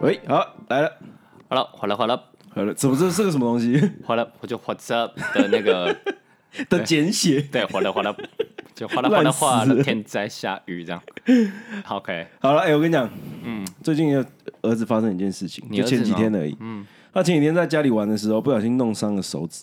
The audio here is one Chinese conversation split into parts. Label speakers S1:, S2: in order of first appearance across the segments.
S1: 喂，好来了，
S2: 好了，好了，好了，
S1: 好了，怎么这是个什么东 西
S2: 好了，我就 What's up 的 那个，
S1: 的简写？
S2: 对，哗啦哗啦，就哗啦哗啦
S1: 烂死
S2: 哗啦，
S1: 了
S2: 天在下雨这样。好 OK，
S1: 好了，哎、我跟你讲，嗯，最近有儿子发生一件事情，
S2: 你
S1: 就
S2: 儿子
S1: 前几
S2: 呢
S1: 天而已。
S2: 嗯，
S1: 他前几天在家里玩的时候，不小心弄伤了手指，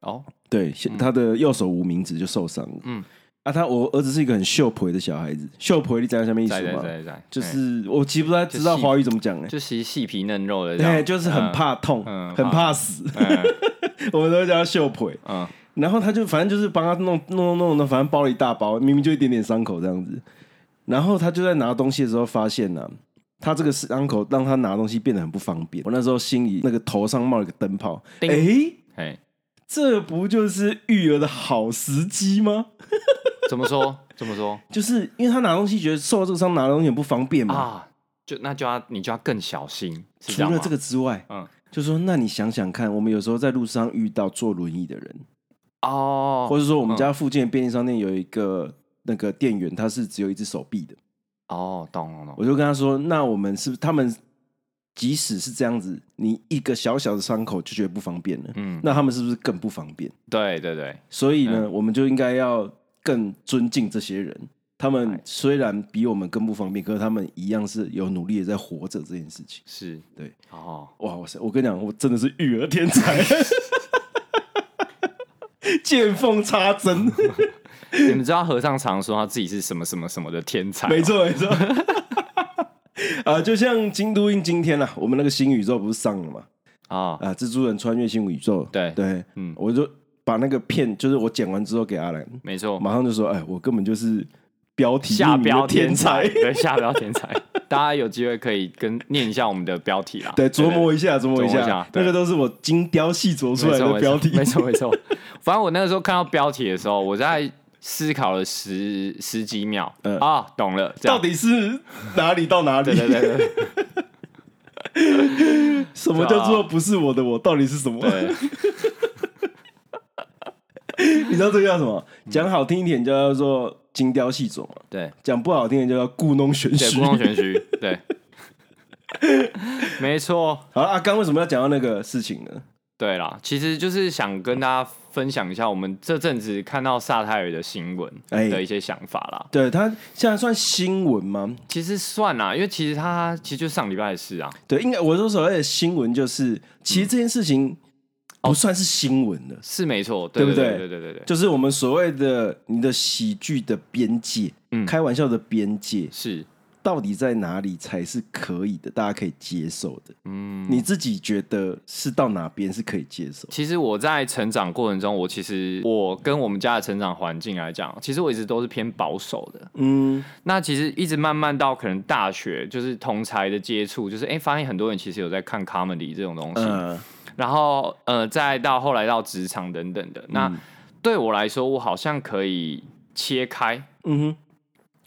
S2: 哦，
S1: 对，他的右手无名指就受伤了。嗯
S2: 嗯，
S1: 啊，他我儿子是一个很秀婆的小孩子，秀婆你知道什么意思
S2: 在在
S1: 吗？
S2: 在在，
S1: 就是我其实不太知道
S2: 就细
S1: 华语怎么讲哎、
S2: 哎就是细皮嫩肉的这样，
S1: 对，就是很怕痛，
S2: 嗯
S1: 很怕死，
S2: 嗯，
S1: 我们都会叫他秀婆。
S2: 嗯，
S1: 然后他就反正就是帮他弄弄弄弄，反正包了一大包，明明就一点点伤口这样子。然后他就在拿东西的时候发现呢、他这个伤口让他拿东西变得很不方便。我那时候心里那个头上冒了一个灯泡，
S2: 叮
S1: 诶，
S2: 哎，
S1: 这不就是育儿的好时机吗？
S2: 怎么说？怎么说
S1: 就是因为他拿东西觉得受到这个伤，拿东西很不方便嘛。
S2: 啊？就那就要你就要更小心，
S1: 嗯除
S2: 是这样
S1: 了
S2: 吗
S1: 这个，之外，
S2: 嗯，
S1: 就说那你想想看，我们有时候在路上遇到坐轮椅的人，
S2: 哦，
S1: 或者说我们家附近的便利商店有一个那个店员，他是只有一只手臂的。
S2: 哦，懂懂懂，
S1: 我就跟他说，那我们是不是他们即使是这样子，你一个小小的伤口就觉得不方便了，
S2: 嗯，
S1: 那他们是不是更不方便？
S2: 对对对，
S1: 所以呢，我们就应该要更尊敬这些人。他们虽然比我们更不方便，可是他们一样是有努力的在活着这件事情。
S2: 是，
S1: 对，
S2: 哦，
S1: 哇我塞！我跟你讲，我真的是育儿天才， 见缝插针，
S2: 你们知道和尚常说他自己是什么什么什么的天才吗，
S1: 没错没错。 啊，就像京都印今天啦、我们那个新宇宙不是上了吗？
S2: 啊，
S1: 啊，蜘蛛人穿越新宇宙，
S2: 对
S1: 对，嗯
S2: 嗯，
S1: 我就把那个片，就是我剪完之后给阿兰，
S2: 没 错，
S1: 马上就说，哎，我根本就是标题
S2: 下
S1: 命名的
S2: 标
S1: 天
S2: 才，， 对，下标天才，大家有机会可以跟念一下我们的标题啦，
S1: 对，琢磨一下，琢磨一
S2: 琢磨一
S1: 下
S2: 下，
S1: 那
S2: 对
S1: 个都是我精雕细琢出
S2: 对
S1: 来的
S2: 对没错
S1: 标题，
S2: 没错没错，没错反正我那个时候看到标题的时候，我在思考了十十几秒
S1: 嗯，
S2: 啊，懂了，这样
S1: 到底是哪里到哪里？
S2: 对对对对对
S1: 什么叫做不是我的我？到底是什么？
S2: 对，
S1: 你知道这个叫什么？讲好听一点叫做精雕细琢嘛，
S2: 对
S1: 讲不好听一点就叫故弄玄
S2: 对，
S1: 虚
S2: 故。弄玄虚，对， 没错，
S1: 好了，阿刚为什么要讲到那个事情呢？
S2: 对啦，其实就是想跟大家分享一下我们这阵子看到萨泰尔的新闻
S1: 哎
S2: 的一些想法啦。
S1: 对他现在算新闻吗？
S2: 其实算啦，因为其实他其实就上礼拜的事啊，
S1: 对，应该我说所谓的新闻就是，其实
S2: 嗯
S1: 这件事情
S2: 哦
S1: 不算是新闻了，
S2: 是没错，
S1: 对
S2: 对
S1: 不
S2: 对
S1: 对
S2: 对对对对，
S1: 就是我们所谓的你的喜剧的边界，
S2: 嗯
S1: 开玩笑的边界
S2: 是，
S1: 到底在哪里才是可以的，大家可以接受的？
S2: 嗯，
S1: 你自己觉得是到哪边是可以接受？
S2: 其实我在成长过程中，我其实我跟我们家的成长环境来讲，其实我一直都是偏保守的。
S1: 嗯，
S2: 那其实一直慢慢到可能大学，就是同才的接触，就是哎、诶发现很多人其实有在看 comedy 这种东西，
S1: 呃，
S2: 然后呃，再到后来到职场等等的。那、对我来说，我好像可以切开，
S1: 嗯哼，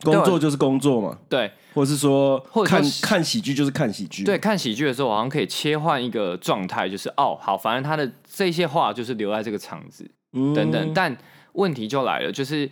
S1: 工作就是工作嘛，
S2: 对
S1: 或是说
S2: 啊或者
S1: 看
S2: 说是
S1: 看喜剧就是看喜剧，
S2: 对，，看喜剧的时候，我好像可以切换一个状态，就是哦，好，反正他的这些话就是留在这个场子，
S1: 嗯
S2: 等等。但问题就来了，就是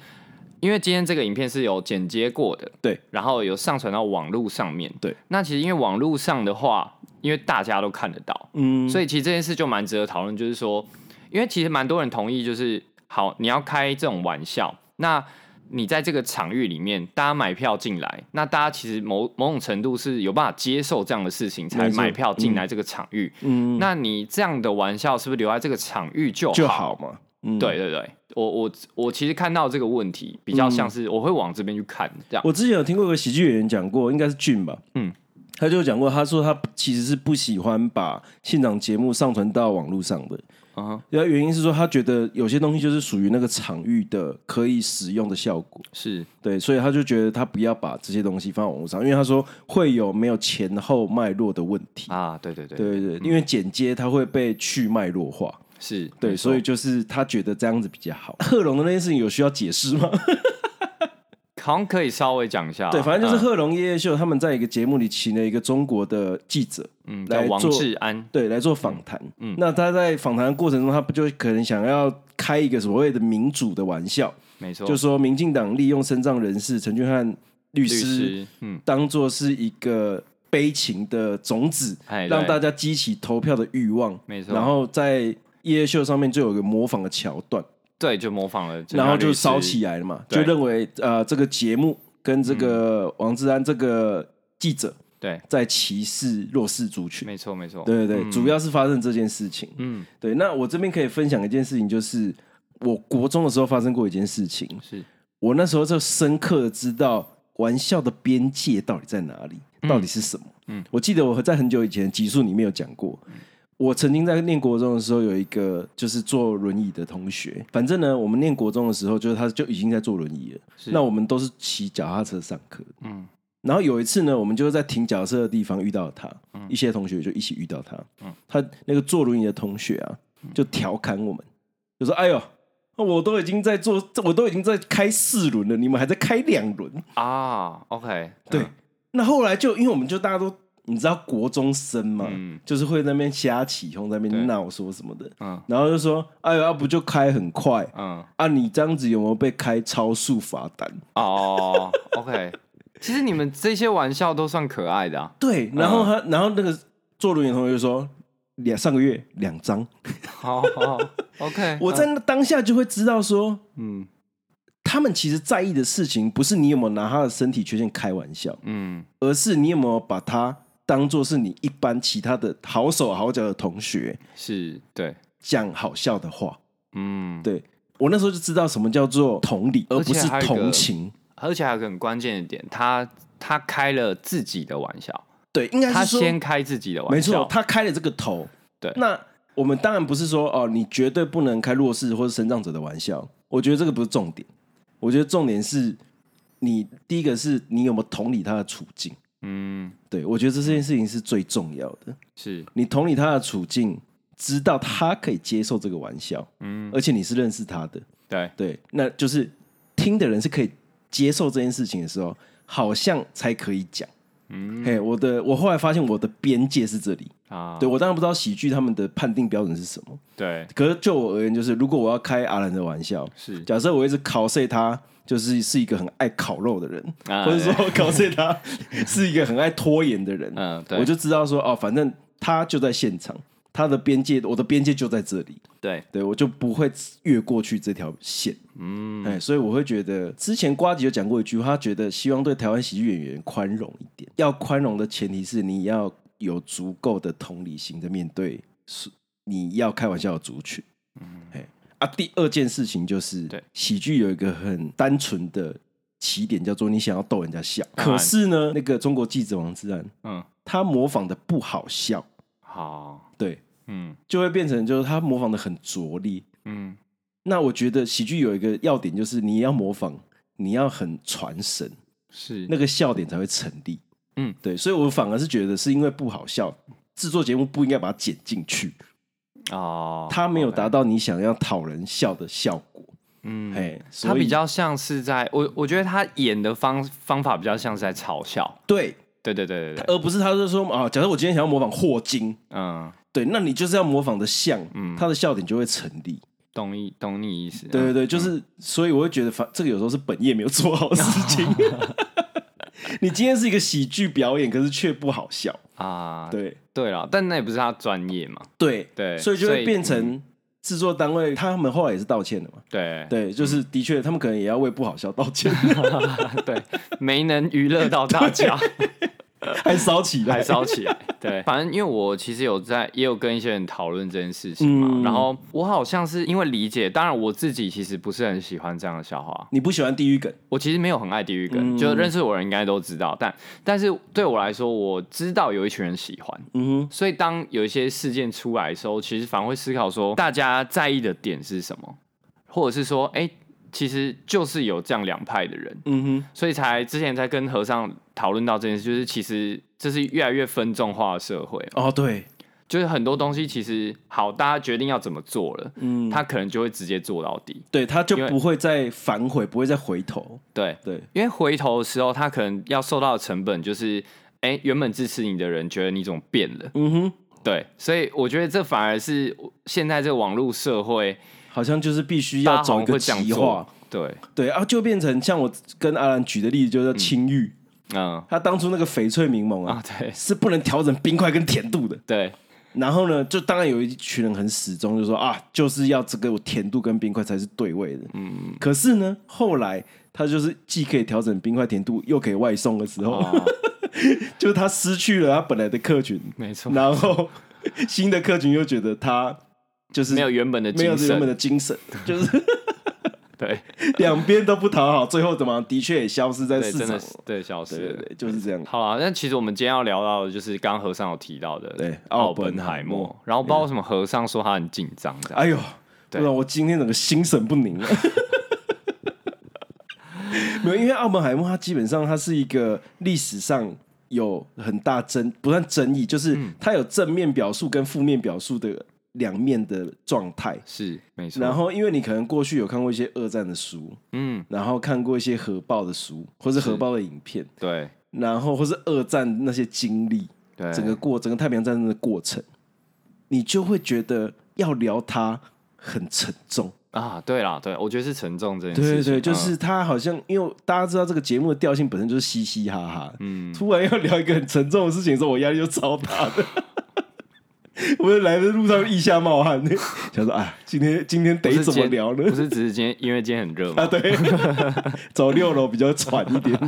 S2: 因为今天这个影片是有剪接过的，
S1: 对，
S2: 然后有上传到网络上面，
S1: 对。
S2: 那其实因为网络上的话，因为大家都看得到，
S1: 嗯，
S2: 所以其实这件事就蛮值得讨论，就是说，因为其实蛮多人同意，就是好，你要开这种玩笑，那。你在这个场域里面，大家买票进来，那大家其实某某种程度是有办法接受这样的事情，才
S1: 没错
S2: 买票进来这个场域。
S1: 嗯
S2: 那你这样的玩笑是不是留在这个场域就
S1: 就好嘛，嗯，
S2: 对对对，我我我其实看到这个问题，比较
S1: 嗯
S2: 像是我会往这边去看，这样
S1: 我之前有听过一个喜剧演员讲过，应该是俊吧，嗯
S2: 嗯，
S1: 他就讲过，他说他其实是不喜欢把现场节目上传到网络上的，
S2: 嗯哼
S1: 然后原因是说他觉得有些东西就是属于那个场域的可以使用的效果，
S2: 是
S1: 对，所以他就觉得他不要把这些东西放到网络上，因为他说会有没有前后脉络的问题，
S2: 啊，对对对，
S1: 对对对，因为剪接它会被去脉络化。
S2: 是，嗯
S1: 对，
S2: 没
S1: 所以
S2: 错
S1: 就是他觉得这样子比较好。贺龙的那件事情有需要解释吗？
S2: 好像可以稍微讲一下啊，
S1: 对，反正就是
S2: 嗯
S1: 贺龙夜夜秀，他们在一个节目里请了一个中国的记者，
S2: 嗯，
S1: 来
S2: 叫王
S1: 做
S2: 志安，嗯
S1: 对，来做访谈。那他在访谈的过程中，他不就可能想要开一个所谓的民主的玩笑，
S2: 没错，
S1: 就说民进党利用身障人士陈俊翰律
S2: 律
S1: 师
S2: 师，嗯，
S1: 当做是一个悲情的种子，
S2: 哎，
S1: 让
S2: 对
S1: 大家激起投票的欲望。
S2: 没错，
S1: 然后在夜秀上面就有一个模仿的桥段，
S2: 对就模仿了，
S1: 然后就烧起，来了嘛，就
S2: 对嗯
S1: 认为呃这个节目跟这个王志安这个记者
S2: 对，
S1: 在歧视弱势族群。
S2: 没错没错，
S1: 对对对，
S2: 嗯
S1: 主要是发生这件事情。
S2: 嗯，
S1: 对，那我这边可以分享一件事情，就是我国中的时候发生过一件事情，
S2: 是
S1: 我那时候就深刻的知道玩笑的边界到底在哪里，到底是什么。嗯
S2: 嗯，
S1: 我记得我在很久以前的集数里面有讲过，我曾经在念国中的时候有一个就是坐轮椅的同学，反正呢，我们念国中的时候就是他就已经在坐轮椅了，
S2: 是，
S1: 那我们都是骑脚踏车上课。
S2: 嗯
S1: 然后有一次呢，我们就是在停脚踏车的地方遇到他，
S2: 嗯
S1: 一些同学就一起遇到他。他那个坐轮椅的同学啊，
S2: 嗯
S1: 就调侃我们，就说：“哎呦，我都已经在做，我都已经在开四轮了，你们还在开两轮。
S2: 啊，OK，
S1: 对，那后来就因为我们就大家都你知道国中生嘛，
S2: 嗯
S1: 就是会在那边瞎起哄，在那边
S2: 对
S1: 闹说什么的，
S2: 嗯
S1: 然后就说：“哎呦，啊、不就开很快
S2: 嗯，
S1: 啊？你这样子有没有被开超速罚单？”
S2: 哦，OK，其实你们这些玩笑都算可爱的啊，
S1: 对，然后他，然后那个坐轮椅的同学就说，两上个月两张，
S2: 好好哦，OK，
S1: 我在那当下就会知道说，
S2: 嗯
S1: 他们其实在意的事情不是你有没有拿他的身体缺陷开玩笑，
S2: 嗯，
S1: 而是你有没有把他当做是你一般其他的好手好脚的同学
S2: 是对，
S1: 讲好笑的话。
S2: 嗯，
S1: 对我那时候就知道什么叫做同理，而
S2: 而
S1: 不
S2: 且
S1: 是
S2: 还有一个
S1: 同情。
S2: 而且还有一个很关键的点，他他开了自己的玩笑，
S1: 对，应该
S2: 他
S1: 是说
S2: 先开自己的玩
S1: 没
S2: 笑，
S1: 错，他开了这个头。
S2: 对
S1: 那我们当然不是说哦，你绝对不能开弱势或者生长者的玩笑。我觉得这个不是重点，我觉得重点是你第一个是你有没有同理他的处境。
S2: 嗯，
S1: 对我觉得这件事情是最重要的，
S2: 是，
S1: 你同理他的处境，知道他可以接受这个玩笑，
S2: 嗯，
S1: 而且你是认识他的，
S2: 对，
S1: 对，那就是听的人是可以接受这件事情的时候，好像才可以讲。嗯，嘿，我的我后来发现我的边界是这里，
S2: 啊，
S1: 对我当然不知道喜剧他们的判定标准是什么，
S2: 对，
S1: 可是就我而言，就是如果我要开阿兰的玩笑，
S2: 是，
S1: 假设我一直考碎他，就是是一个很爱烤肉的人，
S2: 啊
S1: 或者说
S2: 对
S1: 我考碎他 是一个很爱拖延的人，
S2: 嗯，对，
S1: 我就知道说哦，反正他就在现场，他的边界，我的边界就在这里，
S2: 对，
S1: 对我就不会越过去这条线。
S2: 嗯，
S1: 哎，所以我会觉得，之前瓜吉有讲过一句话，他觉得希望对台湾喜剧演员宽容一点。要宽容的前提是你要有足够的同理心的面对是你要开玩笑的族群。嗯，哎啊，第二件事情就是，
S2: 对
S1: 喜剧有一个很单纯的起点，叫做你想要逗人家笑。
S2: 当然
S1: 可是呢，那个中国记者王志安，
S2: 嗯，
S1: 他模仿的不好笑，
S2: 好，
S1: 对，
S2: 嗯
S1: 就会变成就是他模仿的很拙劣。
S2: 嗯，
S1: 那我觉得喜剧有一个要点，就是你要模仿，你要很传神，
S2: 是，
S1: 那个笑点才会成立。
S2: 嗯，
S1: 对，所以我反而是觉得是因为不好笑，制作节目不应该把它剪进去，
S2: 哦，
S1: 它没有
S2: OK
S1: 达到你想要讨人笑的效果。
S2: 嗯，
S1: 哎、所
S2: 他比
S1: 以
S2: 较像是在我，我觉得他演的方方法比较像是在嘲笑，
S1: 对，
S2: 对对对对对，
S1: 而不是他就说啊，假设我今天想要模仿霍金，
S2: 嗯，
S1: 对，那你就是要模仿的像，他的笑点就会成立。
S2: 懂你懂你意思，
S1: 对对
S2: 嗯
S1: 对，就是，所以我会觉得，反这个有时候是本业没有做好的事 情。你今天是一个喜剧表演，可是却不好笑。
S2: 啊，
S1: 对
S2: 对了，但那也不是他专业嘛，
S1: 对
S2: 对
S1: 所以就
S2: 所
S1: 会
S2: 以
S1: 变成制作单位，他们后来也是道歉的嘛。
S2: 对
S1: 对，
S2: 嗯
S1: 就是的确，他们可能也要为不好笑道歉，
S2: 对，没能娱乐到大家，
S1: 还烧起来
S2: 还。烧 起 来。对，反正因为我其实有在，也有跟一些人讨论这件事情嘛。
S1: 嗯
S2: 然后我好像是因为理解，当然我自己其实不是很喜欢这样的笑话，
S1: 你不喜欢地狱梗，
S2: 我其实没有很爱地狱梗，
S1: 嗯
S2: 就认识我的人应该都知道。但但是对我来说，我知道有一群人喜欢，
S1: 嗯哼，
S2: 所以当有一些事件出来的时候，其实反而会思考说，大家在意的点是什么，或者是说，哎、其实就是有这样两派的人。
S1: 嗯
S2: 所以才之前才跟和尚讨论到这件事，就是其实这是越来越分众化的社会，
S1: 哼，哦，对，
S2: 就是很多东西其实好，大家决定要怎么做了，
S1: 嗯，
S2: 他可能就会直接做到底。
S1: 对，他就
S2: 因为
S1: 不会再反悔，不会再回头。
S2: 对，
S1: 对，
S2: 因为回头的时候，他可能要受到的成本就是，哎、原本支持你的人觉得你怎么变了？
S1: 嗯哼，
S2: 对，所以我觉得这反而是现在这个网络社会
S1: 好像就是必须
S2: 大
S1: 要
S2: 家好
S1: 走一
S2: 像会
S1: 个
S2: 这样
S1: 极
S2: 做
S1: 化，。
S2: 对，
S1: 对啊，就变成像我跟阿兰举的例子，就是青玉，
S2: 嗯
S1: 他当初那个翡翠柠檬啊
S2: 啊，，对
S1: 是不能调整冰块跟甜度的。
S2: 对，
S1: 然后呢，就当然有一群人很始终就说啊，就是要这个甜度跟冰块才是对味的。嗯，可是呢，后来他就是既可以调整冰块甜度，又可以外送的时候，
S2: 哦，
S1: 就是他失去了他本来的客 群，
S2: 没错，
S1: 然后新的客群又觉得他就是
S2: 没有原本的
S1: 没有
S2: 精
S1: 原本
S2: 神，
S1: 的精神，就是
S2: 对
S1: 两边都不讨好，最后怎么的确也消失在
S2: 对，
S1: 市场
S2: 真的
S1: 了。
S2: 是对消失
S1: 对对
S2: 了。
S1: 对，就是这样。
S2: 好啊，那其实我们今天要聊到的就是刚刚和尚有提到的，
S1: 对
S2: 奥
S1: 奥本
S2: 本海
S1: 海默
S2: 默。然后不知道为什么和尚说他很紧张的，
S1: 哎呦，
S2: 对
S1: 不然我今天整个心神不宁了。 没有，因为奥本海默他基本上他是一个历史上有很大争不算争议，就是
S2: 嗯
S1: 他有正面表述跟负面表述的两面的状态。
S2: 是没错。
S1: 然后，因为你可能过去有看过一些二战的书，
S2: 嗯，
S1: 然后看过一些核爆的书，或是核爆的影片，
S2: 对
S1: 然后或是二战那些经历，
S2: 对，
S1: 整个过整个太平洋战争的过程，你就会觉得要聊它很沉重。
S2: 啊，对啦，对，我觉得是沉重这件
S1: 对
S2: 事
S1: 对
S2: 情，
S1: 对，就
S2: 嗯
S1: 是他好像，因为大家知道这个节目的调性本身就是嘻嘻哈哈，
S2: 嗯
S1: 突然要聊一个很沉重的事情的时候，我压力就超大的。我就来的路上腋下冒汗， 想说啊，今天今天得
S2: 不是
S1: 怎么
S2: 今
S1: 聊呢
S2: 不？是只是今天，因为今天很热嘛
S1: 啊，。对，走六楼比较喘一点。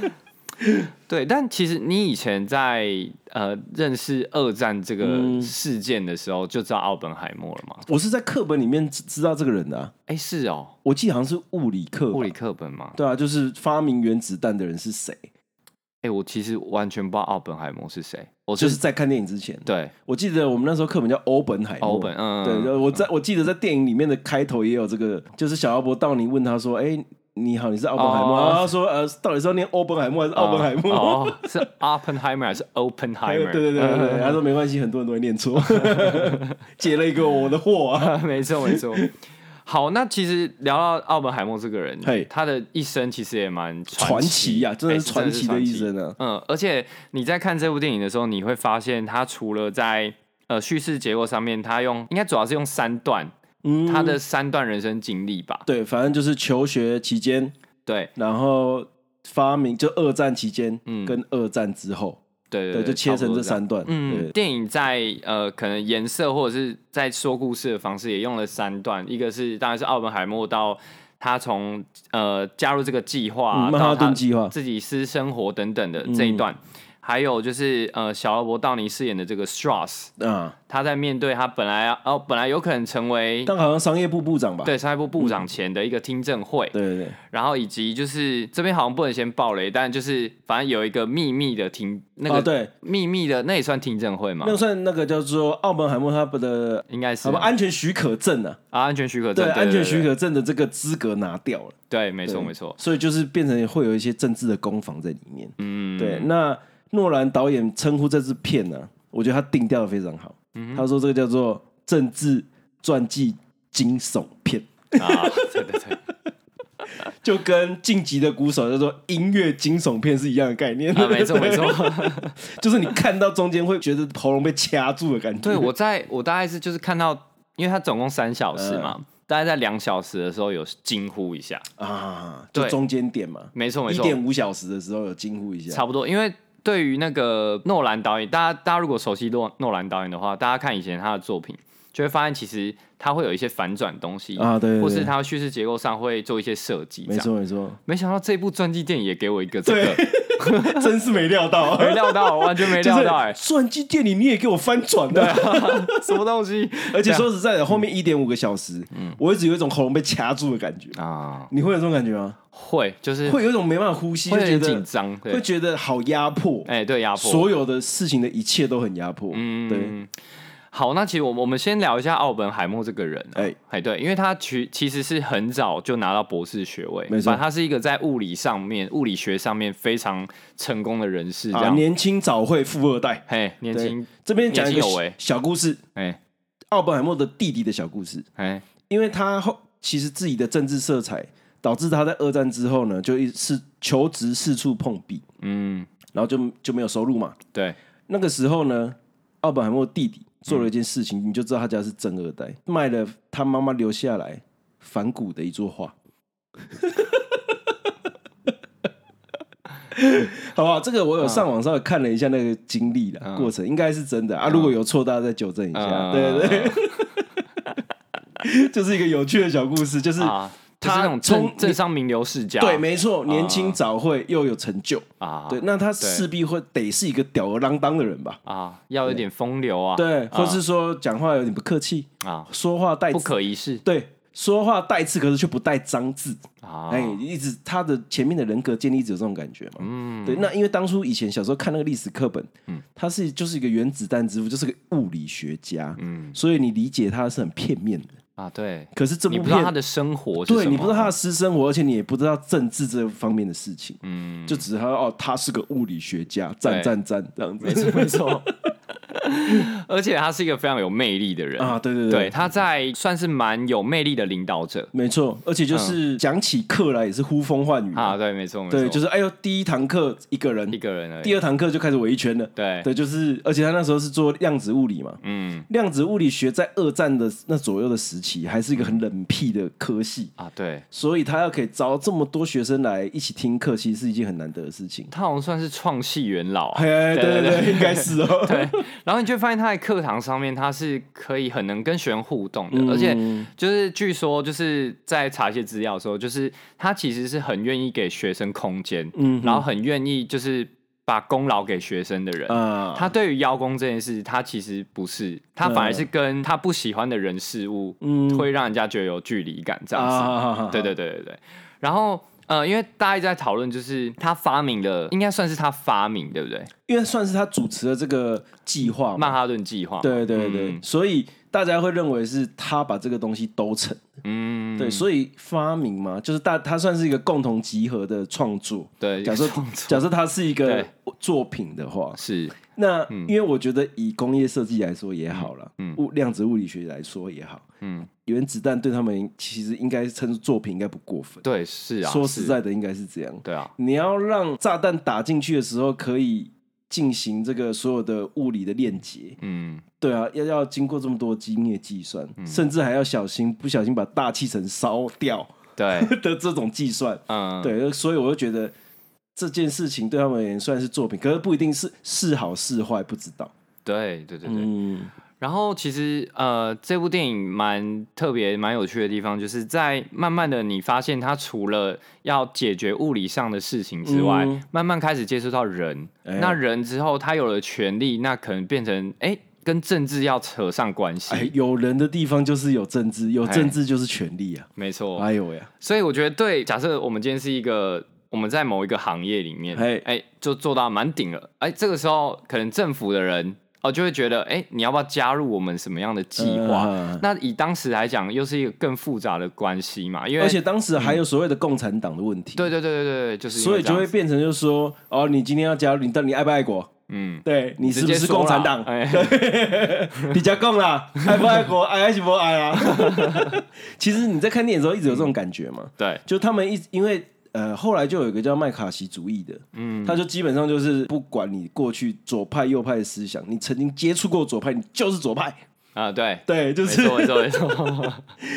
S2: 对，但其实你以前在呃认识二战这个
S1: 嗯
S2: 事件的时候，就知道奥本海默了吗？
S1: 我是在课本里面知知道这个人的啊、
S2: 哎，是哦，
S1: 我记得好像是物理课吧，
S2: 物理课本嘛。
S1: 对啊，就是发明原子弹的人是谁？
S2: 哎，我其实完全不知道奥本海默是谁，我
S1: 就是是在看电影之前，
S2: 对
S1: 我记得我们那时候课本叫欧本海默
S2: 奥本，嗯，
S1: 对，
S2: 嗯
S1: 就我在我记得在电影里面的开头也有这个，就是小奥伯道尼问他说：“哎、你好，你是奥本海默？”
S2: 哦
S1: 然后他说：“呃，到底是要念欧本海默还是奥本海默？”
S2: 哦，哦是 Oppenheimer 还是
S1: 还有 对
S2: Oppenheimer？
S1: 对对对对，他说没关系，很多人都会念错，解了一个我的惑啊。
S2: 没错没错。好，那其实聊到奥本海默这个人
S1: 嘿，
S2: 他的一生其实也蛮
S1: 传奇
S2: 奇
S1: 呀、真的
S2: 哎
S1: 是传奇的一。生啊！
S2: 嗯，而且你在看这部电影的时候，你会发现他除了在呃叙事结构上面，他用应该主要是用三段，
S1: 嗯，
S2: 他的三段人生经历吧。
S1: 对，反正就是求学期间，
S2: 对
S1: 然后发明就二战期间，
S2: 嗯
S1: 跟二战之后，
S2: 对
S1: 对，就切成这。
S2: 差不多样
S1: 三段，
S2: 嗯，
S1: 对，
S2: 电影在呃，可能颜色或者是在说故事的方式也用了三段，一个是当然是奥本海默到他从呃加入这个计划、
S1: 嗯曼
S2: 到
S1: 哈
S2: 他
S1: 顿计划，嗯
S2: 自己私生活等等的这一段，还有就是呃小罗伯道尼饰演的这个 Strauss，
S1: 啊，
S2: 他在面对他本来要哦本来有可能成为
S1: 但好像商业部部长吧？
S2: 对商业部部长前的一个听证会，
S1: 嗯对对对，
S2: 然后以及就是这边好像不能先爆雷，但就是反正有一个秘密的听那
S1: 啊
S2: 个
S1: 对，
S2: 秘密的那也算听证会嘛
S1: 那，个算那个叫做澳门海默他们的
S2: 应该是
S1: 什么安全许可证啊？
S2: 啊安全许可证
S1: 对，安全许
S2: 对
S1: 可证的这个资格拿掉了，
S2: 对没错
S1: 对
S2: 没错，
S1: 所以就是变成会有一些政治的攻防在里面。
S2: 嗯
S1: 对，那诺兰导演称呼这支片呢、我觉得他定调的非常好。
S2: 嗯
S1: 他说这个叫做政治传记惊悚片，
S2: 啊对对对
S1: 就跟《晋级的鼓手》叫做音乐惊悚片是一样的概念。
S2: 啊没错没错，
S1: 就是你看到中间会觉得喉咙被掐住的感觉。
S2: 对我在我大概是就是看到，因为它总共三小时嘛，
S1: 嗯
S2: 大概在两小时的时候有惊呼一下，
S1: 啊，就
S2: 对
S1: 中间点嘛，
S2: 没错没
S1: 一
S2: 错，
S1: 点五小时的时候有惊呼一下
S2: 差不多，因为对于那个诺兰导演，大家大家如果熟悉诺诺兰导演的话，大家看以前他的作品，就会发现其实他会有一些反转东西，
S1: 啊，对对
S2: 或是
S1: 对，
S2: 他叙事结构上会做一些设计。
S1: 没，错没错，
S2: 没想到这部传记电影也给我一个这个，
S1: 真是没料到，
S2: 没料到，完全没
S1: 就
S2: 料到、哎啊
S1: 是，算计店里你也给我翻转的，
S2: 什么东西
S1: 而且说实
S2: 啊
S1: 在的，后面一点五个小时，
S2: 嗯
S1: 我一直有一种喉咙被掐住的感觉，
S2: 啊？
S1: 你会有这种感觉吗？
S2: 会就是
S1: 会有一种没办法呼吸，就
S2: 会
S1: 觉
S2: 很紧
S1: 得
S2: 张，
S1: 会
S2: 对，
S1: 觉得好压迫，
S2: 哎、对，压迫。
S1: 所有的事情的一切都很压迫，对，
S2: 嗯，好，那其实我们我们先聊一下奥本海默这个人、啊。哎
S1: 哎
S2: 对，因为他其其实是很早就拿到博士学位，
S1: 没错
S2: 反正他是一个在物理上面、物理学上面非常成功的人士，这
S1: 啊，
S2: 样。
S1: 年轻早会富二代，
S2: 嘿，年轻，
S1: 这边讲一个
S2: 年轻有为
S1: 小故事，
S2: 哎
S1: 奥本海默的弟弟的小故事，
S2: 哎，
S1: 因为他后其实自己的政治色彩，导致他在二战之后呢，就一是求职四处碰壁，
S2: 嗯，
S1: 然后就就没有收入嘛。
S2: 对，
S1: 那个时候呢，奥本海默弟弟做了一件事情，你就知道他家是正二代，卖了他妈妈留下来反骨的一座画。 好不好？这个我有上网稍微看了一下那个经历的、
S2: 嗯
S1: 过程，应该是真的啊。如果有错，大家再纠正一下。
S2: 嗯
S1: 啊对对 对，就是一个有趣的小故事，就是、
S2: 啊，
S1: 他
S2: 他那种
S1: 从
S2: 政政商名流世家，
S1: 对，没错，年轻早慧又有成就，
S2: 啊，
S1: 对，那他势必会得是一个吊儿郎当的人吧？
S2: 啊，要有点风流啊，
S1: 对，
S2: 啊
S1: 或是说讲话有点不客气，
S2: 啊，
S1: 说话带
S2: 不可一世
S1: 对，说话带刺，可是却不带脏字。
S2: 啊，
S1: 哎、一直他的前面的人格建立一直有这种感觉嘛。
S2: 嗯，
S1: 对，那因为当初以前小时候看那个历史课本，他是就是一个原子弹之父，就是个物理学家，
S2: 嗯
S1: 所以你理解他是很片面的。
S2: 啊，对，
S1: 可是这部
S2: 你
S1: 片
S2: 不知道他的生活是什么，哦
S1: 对你不知道他的私生活，而且你也不知道政治这方面的事情，
S2: 嗯，
S1: 就只是他哦，他是个物理学家，赞
S2: 对
S1: 赞赞这样
S2: 没
S1: 子
S2: 错没错，而且他是一个非常有魅力的 人
S1: 啊，，对对
S2: 对，，他在算是蛮有魅力的领导者
S1: 没错，而且就是讲起课来也是呼风唤雨
S2: 嗯啊，对，没错没
S1: 嗯
S2: 错，
S1: 对，就是哎呦，第一堂课一个
S2: 一
S1: 人，
S2: 个人而已，
S1: 第二堂课就开始围一圈了，
S2: 对，
S1: 对，就是，而且他那时候是做量子物理嘛，
S2: 嗯
S1: 量子物理学在二战的那左右的时期，还是一个很冷僻的科系，
S2: 啊，对。
S1: 所以他要可以招这么多学生来一起听课，其实是一件很难得的事情。
S2: 他好像算是创系元老、啊，
S1: 嘿，哎对对对，应该是哦。
S2: 对，然后你就发现他在课堂上面，他是可以很能跟学生互动的，而且
S1: 嗯
S2: 就是据说就是在查一些资料的时候，就是他其实是很愿意给学生空间，
S1: 嗯
S2: 然后呃很愿意就是把功劳给学生的人。
S1: 啊，
S2: 他对于邀功这件事，他其实不是，他反而是跟他不喜欢的人事物，
S1: 嗯
S2: 会让人家觉得有距离感这样子。
S1: 啊，
S2: 对对对对对。然后呃，因为大家一直在讨论，就是他发明了，应该算是他发明，对不对？
S1: 因为算是他主持了这个计划嘛，
S2: 曼哈顿计划嘛。
S1: 对对对，
S2: 嗯
S1: 所以大家会认为是他把这个东西都成，
S2: 嗯，
S1: 对，所以发明嘛，就是大他算是一个共同集合的创作。
S2: 对，
S1: 假设
S2: 创作
S1: 假设它是一个
S2: 对嗯
S1: 作品的话，
S2: 是
S1: 那因为我觉得以工业设计来说也好了，物量子物理学来说也好，
S2: 嗯
S1: 原子弹对他们其实应该称作品应该不过分。
S2: 对是啊，
S1: 说
S2: 是
S1: 实，在的，应该是这样。
S2: 对啊，
S1: 你要让炸弹打进去的时候可以进行这个所有的物理的链接，
S2: 嗯，
S1: 对啊，要要经过这么多精密的计算，甚至还要小心不小心把大气层烧掉
S2: 对，
S1: 的这种计算，
S2: 嗯，
S1: 对，呃所以我就觉得这件事情对他们而言算是作品，可是不一定是是好是坏，不知道。
S2: 对对对对。
S1: 嗯，
S2: 然后其实呃，这部电影蛮特别、蛮有趣的地方，就是在慢慢的你发现，它除了要解决物理上的事情之外，
S1: 嗯
S2: 慢慢开始接触到人。
S1: 哎
S2: 那人之后，他有了权利，那可能变成哎、跟政治要扯上关系。
S1: 哎，有人的地方就是有政治，
S2: 哎
S1: 有政治就是权力啊！
S2: 没错，
S1: 哎呦呀，
S2: 所以我觉得对，假设我们今天是一个我们在某一个行业里面，
S1: 嘿
S2: 哎、就做到蛮顶了，哎、这个时候可能政府的人哦就会觉得，哎、你要不要加入我们什么样的计划？
S1: 嗯
S2: 那以当时来讲，又是一个更复杂的关系嘛，因为嗯
S1: 而且当时还有所谓的共产党的问题，
S2: 对对对对对对，就是因
S1: 所
S2: 为
S1: 以就
S2: 这
S1: 会
S2: 样子
S1: 变成就是说，哦，你今天要加入，你到底你爱不爱国？
S2: 嗯，
S1: 对你是
S2: 直
S1: 不
S2: 接
S1: 是
S2: 说
S1: 共产
S2: 啦
S1: 党？
S2: 哎、
S1: 你加共 啦，爱不爱国？爱还是不爱 啊？其实你在看电影的时候一直有这种感觉嘛，
S2: 对，
S1: 就他们一直因为呃后来就有一个叫麦卡锡主义的，嗯，他就基本上就是不管你过去左派右派的思想，你曾经接触过左派，你就是左派，
S2: 啊、对，
S1: 对，就
S2: 没
S1: 是
S2: 错没错没错，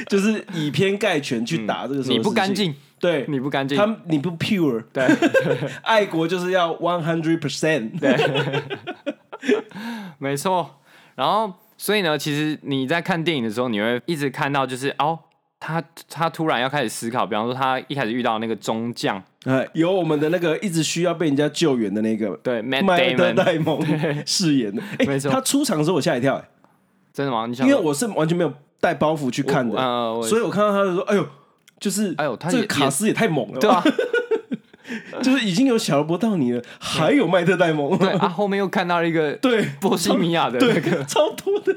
S1: 就是以偏概全去打这个、
S2: 你不干，净，
S1: 对，
S2: 你不干净，
S1: 嗯他你不 pure，
S2: 对
S1: 爱国就是要 one hundred percent，对，
S2: 没错。然后，所以呢，其实你在看电影的时候，你会一直看到，就是哦，他他突然要开始思考，比方说他一开始遇到那个中将，
S1: 哎，有我们的那个一直需要被人家救援的那个。
S2: 对，Matt
S1: 麦德
S2: Damon，
S1: 戴蒙 饰 演的，哎、
S2: 没错
S1: 他出场的时候我吓一跳、哎欸
S2: 真的吗？你想
S1: 因为
S2: 说，
S1: 我是完全没有带包袱去看的，
S2: 呃，我
S1: 所以我看到他就说：“哎呦，就是
S2: 哎呦他
S1: 这个
S2: 也
S1: 卡斯也太猛了，
S2: 对
S1: 吧？
S2: 啊，
S1: 就是已经有小罗伯到你了，还有麦特戴蒙，
S2: 对啊，后面又看到了一个
S1: 对
S2: 波西米亚的那
S1: 对
S2: 个，，
S1: 超多的，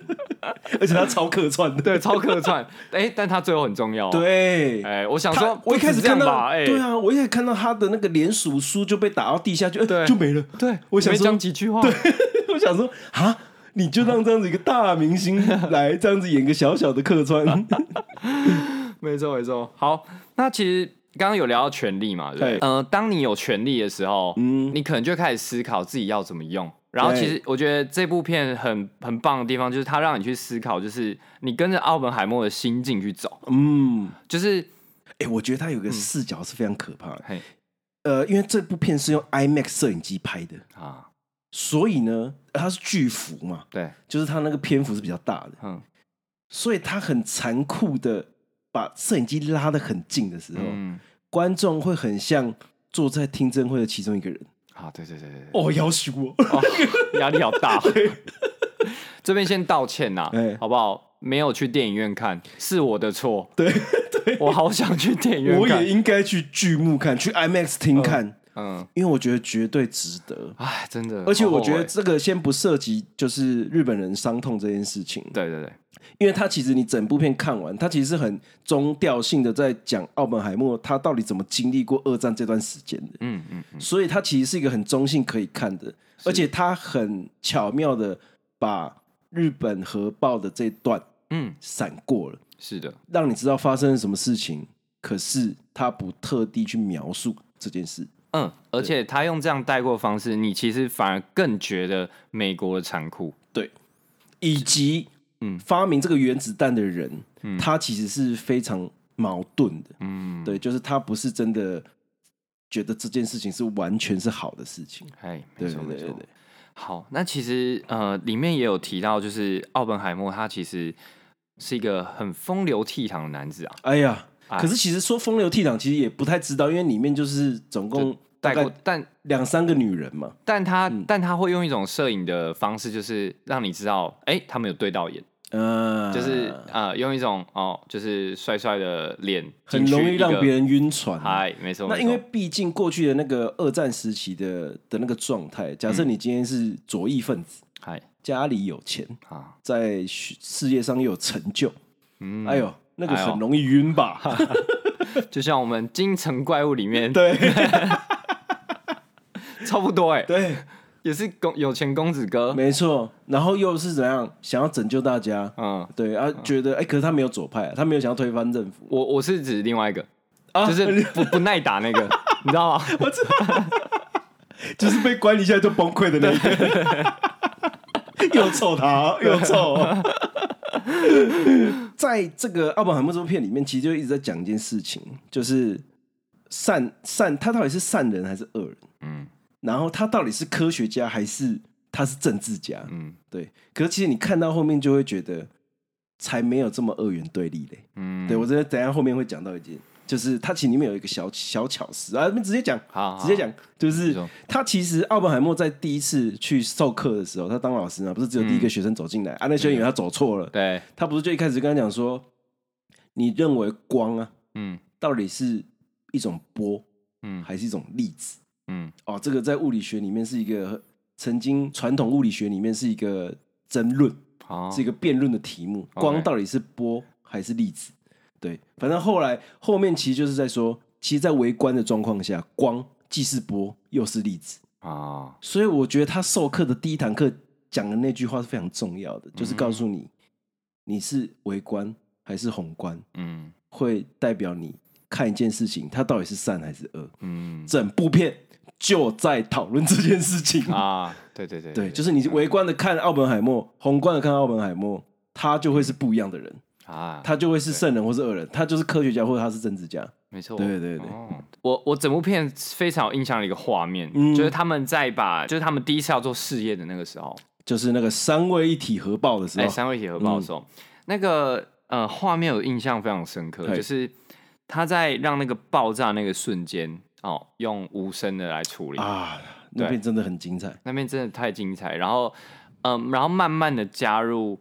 S1: 而且他超客串的，
S2: 对，超客串，哎，但他最后很重要，，
S1: 对。
S2: 哎，我想
S1: 他
S2: 说，
S1: 我一开始
S2: 不止这样
S1: 看到
S2: 吧，，哎，
S1: 对啊，我一开始看到他的那个连署书就被打到地下去，哎，
S2: 对
S1: 就没了。
S2: 对，
S1: 我想
S2: 没
S1: 说
S2: 讲几句话，
S1: 我想说啊，你就让这样子一个大明星 来这样子演个小小的客 串，
S2: 没错没错。好，那其实刚刚有聊到权利嘛，对不
S1: 对
S2: 对？呃，当你有权利的时候，嗯，你可能就开始思考自己要怎么用，然后
S1: 对
S2: 其实我觉得这部片很很棒的地方，就是它让你去思考，就是你跟着奥本海默的心境去走，
S1: 嗯，
S2: 就是
S1: 哎、我觉得他有个视角是非常可怕的。
S2: 嘿
S1: 呃，因为这部片是用 IMAX 摄影机拍的，
S2: 啊，
S1: 所以呢，呃它是巨幅嘛，
S2: 对，
S1: 就是它那个篇幅是比较大的，
S2: 嗯
S1: 所以它很残酷的把摄影机拉得很近的时候，
S2: 嗯，
S1: 观众会很像坐在听证会的其中一个人。
S2: 好，对对对对对，
S1: 哦，要求我，
S2: 哦， 压力好大。这边先道歉呐、
S1: 哎
S2: 好不好？没有去电影院看是我的错， 对对，我好想去电影院
S1: 我
S2: 看
S1: 也，应该去剧目看，去 IMAX 厅看，
S2: 嗯，
S1: 因为我觉得绝对值得。
S2: 哎，真的，
S1: 而且
S2: 好后
S1: 我觉得
S2: 悔
S1: 这个先不涉及就是日本人伤痛这件事情，
S2: 对对对，
S1: 因为他其实你整部片看完，他其实是很中调性的在讲奥本海默他到底怎么经历过二战这段时间的，
S2: 嗯嗯嗯，
S1: 所以他其实是一个很中性可以看的，而且他很巧妙的把日本核爆的这段
S2: 嗯，
S1: 闪过了，
S2: 是的，
S1: 让你知道发生了什么事情，可是他不特地去描述这件事。
S2: 嗯，而且他用这样带过的方式，你其实反而更觉得美国的残酷。
S1: 以及
S2: 嗯
S1: 发明这个原子弹的人，他其实是非常矛盾的。
S2: 嗯，
S1: 对，就是他不是真的觉得这件事情是完全是好的事情。
S2: 哎，没
S1: 对
S2: 错
S1: 对
S2: 没
S1: 对对
S2: 错
S1: 对。，
S2: 好，那其实呃，里面也有提到，就是奥本海默他其实是一个很风流倜傥的男子啊，
S1: 哎呀，
S2: 哎
S1: 可是其实说风流倜傥，其实也不太知道，因为里面就是总共大
S2: 带
S1: 概
S2: 过，但
S1: 两三个女人嘛。
S2: 但他、
S1: 嗯
S2: 但他会用一种摄影的方式，就是让你知道，哎、他们有对到眼，
S1: 呃，
S2: 就是呃，用一种哦，就是帅帅的脸，
S1: 很容易让别
S2: 人。
S1: 人晕船啊。
S2: 嗨，没错，
S1: 那
S2: 没
S1: 因为
S2: 错
S1: 毕竟过去的那个二战时期的的那个状态，假
S2: 嗯
S1: 设你今天是左翼分子，
S2: 嗨
S1: 家里有钱，
S2: 啊，
S1: 在学事业上又有成就，
S2: 嗯，
S1: 哎呦，那个
S2: 哎呦
S1: 很容易晕 吧？
S2: 就像我们《京城怪物》里面
S1: 对
S2: 差不多哎、
S1: 对，
S2: 也是公有钱公子哥，
S1: 没错。然后又是怎样想要拯救大家？
S2: 嗯，
S1: 对啊，觉得哎、可是他没有左派、啊，他没有想要推翻政府
S2: 我我是指另外一个，
S1: 啊
S2: 就是不不耐打 那个，你知道吗？
S1: 就是被关一下就崩溃的那一个。 又臭他，又臭。 在这个奥本海默这部片里面，其实就一直在讲一件事情，就是善善，他到底是善人还是恶人？
S2: 嗯
S1: 然后他到底是科学家还是他是政治家？
S2: 嗯
S1: 对，可是其实你看到后面就会觉得，才没有这么二元对立嘞。
S2: 嗯，
S1: 对我觉得等一下后面会讲到一件，就是它其实里面有一个小小巧思啊，那直接讲，
S2: 好，好
S1: 直接，讲，就
S2: 你
S1: 是
S2: 说
S1: 他其实奥本海默在第一次去授课的时候，他当老师嘛，不是只有第一个学生走进来、啊，那学生以为他走错了，
S2: 嗯对，
S1: 他不是就一开始就跟他讲说，你认为光啊，
S2: 嗯
S1: 到底是一种波
S2: 嗯
S1: 还是一种粒子？
S2: 嗯
S1: 哦，这个在物理学里面是一个曾经传统物理学里面是一个争论。
S2: 好，
S1: 是一个辩论的题目，
S2: 哦 OK
S1: 光到底是波还是粒子？对，反正后来后面其实就是在说，其实，在围观的状况下，光既是波又是粒子，
S2: 啊，
S1: 所以我觉得他授课的第一堂课讲的那句话是非常重要的，就是告诉你你是围观还是宏观，
S2: 嗯
S1: 会代表你看一件事情它到底是善还是恶。
S2: 嗯
S1: 整部片就在讨论这件事情
S2: 啊，对对对啊
S1: 对，就是你围观的看奥本海默，宏观的看奥本海默，他就会是不一样的人，
S2: 啊，
S1: 他就会是圣人或是恶人，他就是科学家或者他是政治家。
S2: 没错，
S1: 对对对
S2: 哦我我整部片非常有印象的一个画面，
S1: 嗯
S2: 就是他们在把，就是他们第一次要做试验的那个时
S1: 哦
S2: 候，
S1: 就是那个三位一体合抱的时
S2: 哎、
S1: 候，
S2: 三位一体合抱的时候，
S1: 嗯
S2: 那个呃画面有印象非常深刻，
S1: 嘿
S2: 就是他在让那个爆炸那个瞬间哦，用无声的来处理，
S1: 啊，那边真的很精彩。
S2: 那边真的太精彩。然后嗯，然后慢慢的加入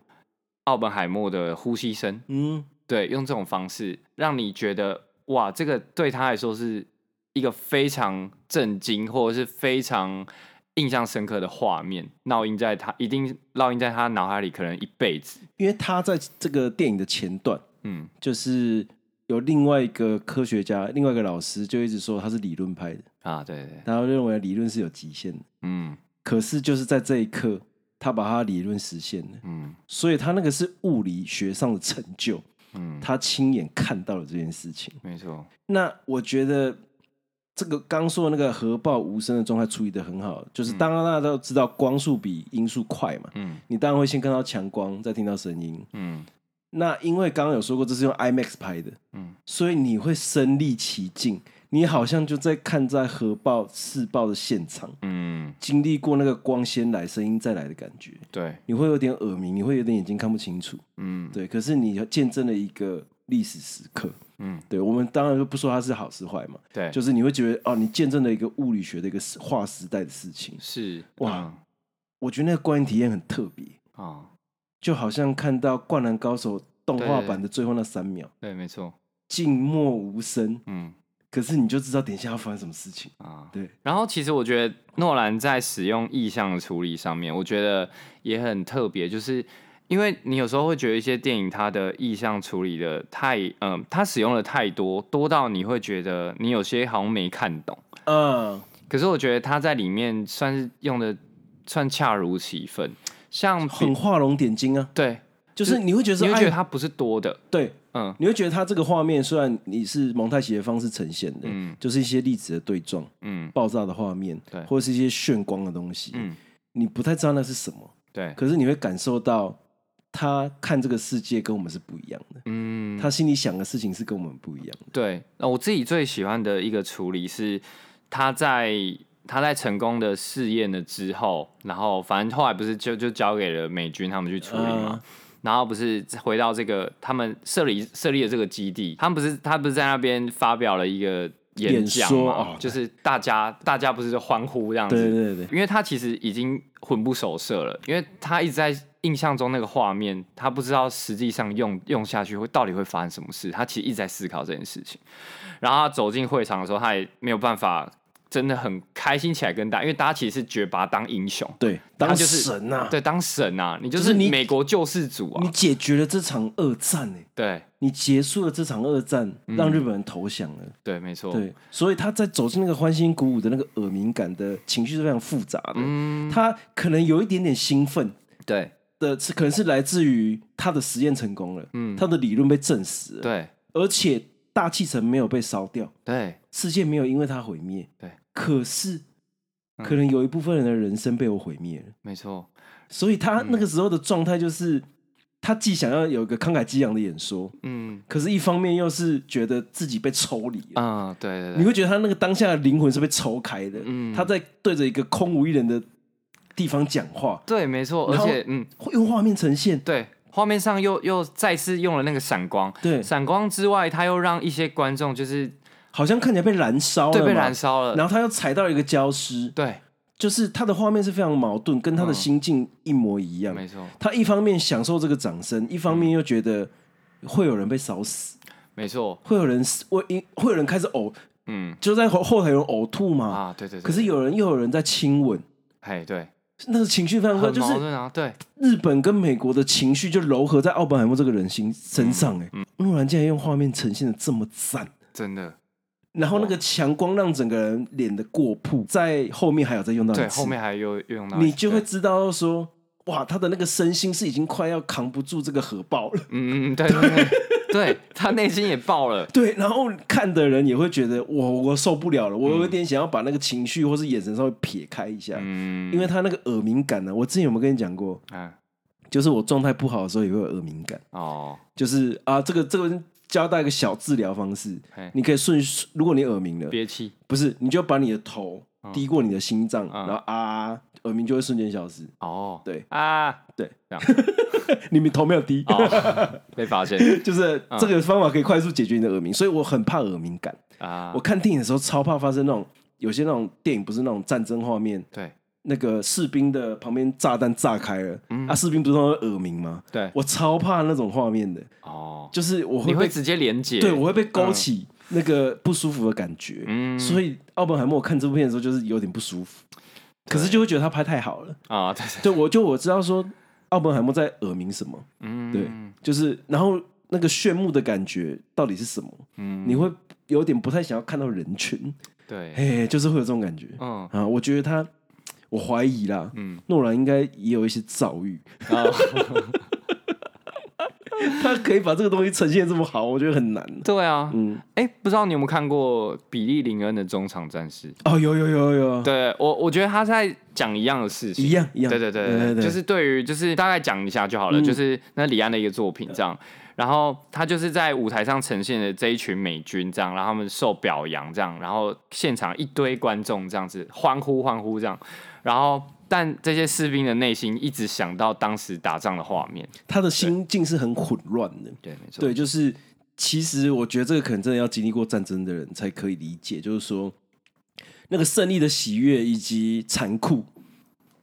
S2: 奥本海默的呼吸声，
S1: 嗯，
S2: 对，用这种方式让你觉得哇，这个对他来说是一个非常震惊或者是非常。印象深刻的画面烙印在他，一定烙印在他脑海里，可能一辈子。
S1: 因为他在这个电影的前段，
S2: 嗯，
S1: 就是有另外一个科学家，另外一个老师就一直说他是理论派的，
S2: 啊，对对对，
S1: 他认为理论是有极限的。
S2: 嗯
S1: 可是就是在这一刻，他把他理论实现了，
S2: 嗯
S1: 所以他那个是物理学上的成就。
S2: 嗯，
S1: 他亲眼看到了这件事情。
S2: 没错，
S1: 那我觉得这个刚说的那个核爆无声的状态处理的很好，就是当然大家都知道光速比音速快嘛，
S2: 嗯
S1: 你当然会先看到强光，再听到声音。
S2: 嗯
S1: 那因为刚刚有说过这是用 IMAX 拍的，
S2: 嗯
S1: 所以你会身临其境，你好像就在看在核爆试爆的现场，
S2: 嗯，
S1: 经历过那个光先来，声音再来的感觉，
S2: 对，
S1: 你会有点耳鸣，你会有点眼睛看不清楚，
S2: 嗯
S1: 对。可是你见证了一个历史时刻，
S2: 嗯
S1: 对我们当然就不说它是好是坏嘛，
S2: 对，
S1: 就是你会觉得哦，你见证了一个物理学的一个时划时代的事情。
S2: 是
S1: 哇
S2: 嗯
S1: 我觉得那个观影体验很特别，
S2: 哦，
S1: 就好像看到《灌篮高手》动画
S2: 对
S1: 版的最后那三秒，
S2: 对，没错，
S1: 静默无声，
S2: 嗯
S1: 可是你就知道等一下要发生什么事情。
S2: 啊。
S1: 对，
S2: 然后其实我觉得诺兰在使用意象的处理上面，我觉得也很特别，就是因为你有时候会觉得一些电影它的意象处理的太，嗯、它使用的太多，多到你会觉得你有些好像没看懂。
S1: 嗯，
S2: 可是我觉得他在里面算是用的算恰如其分，像比
S1: 很画龙点睛啊，
S2: 对，
S1: 就是你会觉得说，
S2: 你会觉得
S1: 哎
S2: 它不是多的，
S1: 对，
S2: 嗯
S1: 你会觉得它这个画面虽然你是蒙太奇的方式呈现的，
S2: 嗯
S1: 就是一些粒子的对撞、
S2: 嗯，
S1: 爆炸的画面，
S2: 对
S1: 或者是一些炫光的东西，
S2: 嗯
S1: 你不太知道那是什么，
S2: 对，
S1: 可是你会感受到他看这个世界跟我们是不一样的，
S2: 嗯
S1: 他心里想的事情是跟我们不一样的。
S2: 对，那我自己最喜欢的一个处理是，他在他在成功的试验了之后，然后反正后来不是就就交给了美军他们去处理
S1: 嗯
S2: 嘛。然后不是回到这个他们设立设立的这个基地，他们不是他不是在那边发表了一个演
S1: 演
S2: 讲
S1: 说
S2: 嘛，
S1: 哦
S2: 就是大家大家不是就欢呼这样子，
S1: 对对对，
S2: 因为他其实已经魂不守舍了，因为他一直在印象中那个画面，他不知道实际上用用下去会到底会发生什么事，他其实一直在思考这件事情。然后他走进会场的时候，他也没有办法真的很开心起来跟大家，因为大家其实是觉得把他当英雄，
S1: 对，
S2: 他
S1: 当
S2: 就是
S1: 神呐、
S2: 对，当神啊，你就
S1: 就是
S2: 是
S1: 你
S2: 美国救世主啊
S1: 你，解决了这场恶战欸呢、
S2: 对
S1: 你结束了这场恶战，
S2: 嗯
S1: 让日本人投降了。
S2: 对，没错，
S1: 对，所以他在走进那个欢欣鼓舞的那个耳鸣感的情绪是非常复杂的。
S2: 嗯
S1: 他可能有一点点兴奋
S2: 对
S1: 的，是可能是来自于他的实验成功了，
S2: 嗯
S1: 他的理论被证实了，
S2: 对
S1: 而且大气层没有被烧掉，
S2: 对
S1: 世界没有因为他毁灭。
S2: 对，嗯
S1: 可是可能有一部分人的人生被我毁灭了，
S2: 没错，
S1: 所以他
S2: 嗯
S1: 那个时候的状态就是，他既想要有一个慷慨激昂的演说，
S2: 嗯
S1: 可是一方面又是觉得自己被抽离了。
S2: 嗯，对对
S1: 你
S2: 对，
S1: 会觉得他那个当下的灵魂是被抽开的，
S2: 嗯
S1: 他在对着一个空无一人的地方讲话，
S2: 对没错，而
S1: 然后
S2: 且嗯。
S1: 会用画面呈现，
S2: 对，画面上又又再次用了那个闪光，
S1: 对，
S2: 闪光之外，它又让一些观众就是
S1: 好像看起来被燃烧了
S2: 对
S1: 嘛，
S2: 被燃烧了，
S1: 然后他又踩到一个焦尸，
S2: 对，
S1: 就是他的画面是非常矛盾，跟他的心境一模一样。
S2: 嗯没错，
S1: 他一方面享受这个掌声，一方面又觉得会有人被烧死，
S2: 没错，
S1: 会有人死会因会有人开始呕，
S2: 嗯
S1: 就在后后台有人呕吐嘛。
S2: 啊，对对对，
S1: 可是有人又有人在亲吻，
S2: 哎对，
S1: 那个情绪非常
S2: 很
S1: 就
S2: 矛
S1: 是
S2: 盾啊，对，
S1: 日本跟美国的情绪就糅合在奥本海默这个人心身上、
S2: 嗯
S1: 欸，诺兰竟然用画面呈现的这么赞，
S2: 真的，
S1: 哦然后那个强光让整个人脸的过曝，在后面还有再用到一
S2: 对，
S1: 次
S2: 后面还又又用到一次，
S1: 你就会
S2: 对
S1: 知道说，哇，他的那个身心是已经快要扛不住这个核爆了。
S2: 嗯嗯嗯，对对对，对他内心也爆了，
S1: 对，然后看的人也会觉得，我我受不
S2: 嗯
S1: 了了，我有点想要把那个情绪或是眼神稍微撇开一下，
S2: 嗯，
S1: 因为他那个耳鸣感呢、啊我之前有没有跟你讲过？
S2: 嗯
S1: 就是我状态不好的时候也会有耳鸣感。
S2: 哦，
S1: 就是啊，这个这个交代一个小治疗方式
S2: 嘿，
S1: 你可以顺，如果你耳鸣了，
S2: 憋气
S1: 不是，你就把你的头低过你的心脏，然
S2: 嗯
S1: 后啊，耳鸣就会瞬间消失。
S2: 哦，
S1: 对
S2: 啊，
S1: 对，
S2: 这样
S1: 你们头没有低，
S2: 哦，嗯被发现
S1: 就是这个方法可以快速解决你的耳鸣，所以我很怕耳鸣感。
S2: 啊
S1: 我，看电影的时候超怕发生那种。有些那种电影不是那种战争画面，
S2: 对
S1: 那个士兵的旁边炸弹炸开了，
S2: 嗯
S1: 啊，士兵不是都会耳鸣吗？
S2: 对，
S1: 我超怕那种画面的，
S2: 哦，
S1: 就是我会
S2: 你会嗯
S1: 被
S2: 直接连接，
S1: 对，我会被勾起那个不舒服的感觉。
S2: 嗯
S1: 所以奥本海默看这部片的时候，就是有点不舒服，可是就会觉得他拍太好了。
S2: 啊，对对，
S1: 对，我就我知道说奥本海默在耳鸣什么，
S2: 嗯，
S1: 对，就是然后那个炫目的感觉到底是什么？
S2: 嗯
S1: 你会有点不太想要看到人群，
S2: 对，
S1: 嘿，就是会有这种感觉
S2: 嗯，
S1: 啊。我觉得他，我怀疑啦，
S2: 嗯哦
S1: 诺兰应该也有一些躁郁，
S2: 然后
S1: 他可以把这个东西呈现这么好，我觉得很难。
S2: 对啊，
S1: 嗯，
S2: 哎、不知道你有没有看过比利林恩的中场战士？
S1: 哦，有有有有，
S2: 对我，我觉得他在讲一样的事情
S1: 一。样一样，
S2: 对对对对，就是对于就是大概讲一下就好了，
S1: 嗯
S2: 就是那李安的一个作品这样，然后他就是在舞台上呈现的这一群美军这样，然后他们受表扬这样，然后现场一堆观众这样子欢呼欢呼这样，然后但这些士兵的内心一直想到当时打仗的画面，
S1: 他的心境是很混乱的。
S2: 对，没错，
S1: 对，就是其实我觉得这个可能真的要经历过战争的人才可以理解，就是说那个胜利的喜悦以及残酷，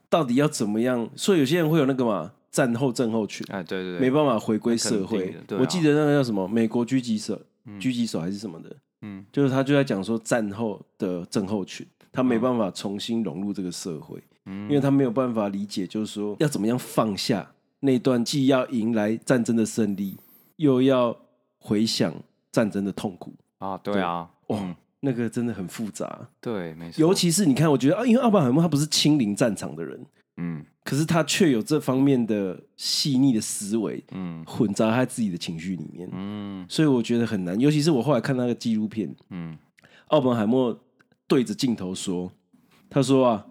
S1: 到底要怎么样？所以有些人会有那个嘛战后症候群，
S2: 哎、对对对，
S1: 没办法回归社
S2: 那肯
S1: 会
S2: 定的。对啊
S1: 我记得那个叫什么美国狙击手，狙击手还是什么的，
S2: 嗯
S1: 就是他就在讲说战后的症候群，他没办法重新融入这个社会，因为他没有办法理解，就是说要怎么样放下那段既要迎来战争的胜利，又要回想战争的痛苦。
S2: 啊，对啊，
S1: 哇、
S2: 嗯
S1: 那个真的很复杂，
S2: 对，没错，
S1: 尤其是你看，我觉得啊，因为奥本海默他不是亲临战场的人，
S2: 嗯
S1: 可是他却有这方面的细腻的思维
S2: 嗯
S1: 混杂在他自己的情绪里面，
S2: 嗯
S1: 所以我觉得很难。尤其是我后来看那个纪录片，
S2: 嗯，
S1: 奥本海默对着镜头说：“他说啊，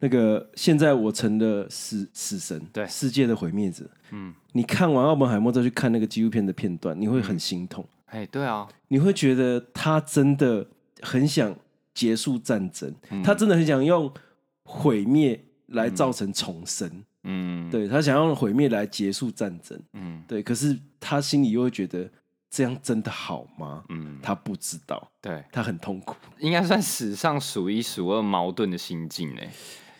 S1: 那个现在我成了死死神，
S2: 对
S1: 世界的毁灭者。
S2: 嗯
S1: 嗯，你看完奥本海默再去看那个纪录片的片段，你会很心痛，
S2: 哎、对啊，
S1: 你会觉得他真的很想结束战争，
S2: 嗯
S1: 他真的很想用毁灭来造成重生，
S2: 嗯，
S1: 对他想要用毁灭来结束战争，
S2: 嗯
S1: 对，可是他心里又会觉得这样真的好吗？
S2: 嗯，
S1: 他不知道，
S2: 对。
S1: 他很痛苦。”
S2: 应该算史上数一数二矛盾的心境嘞。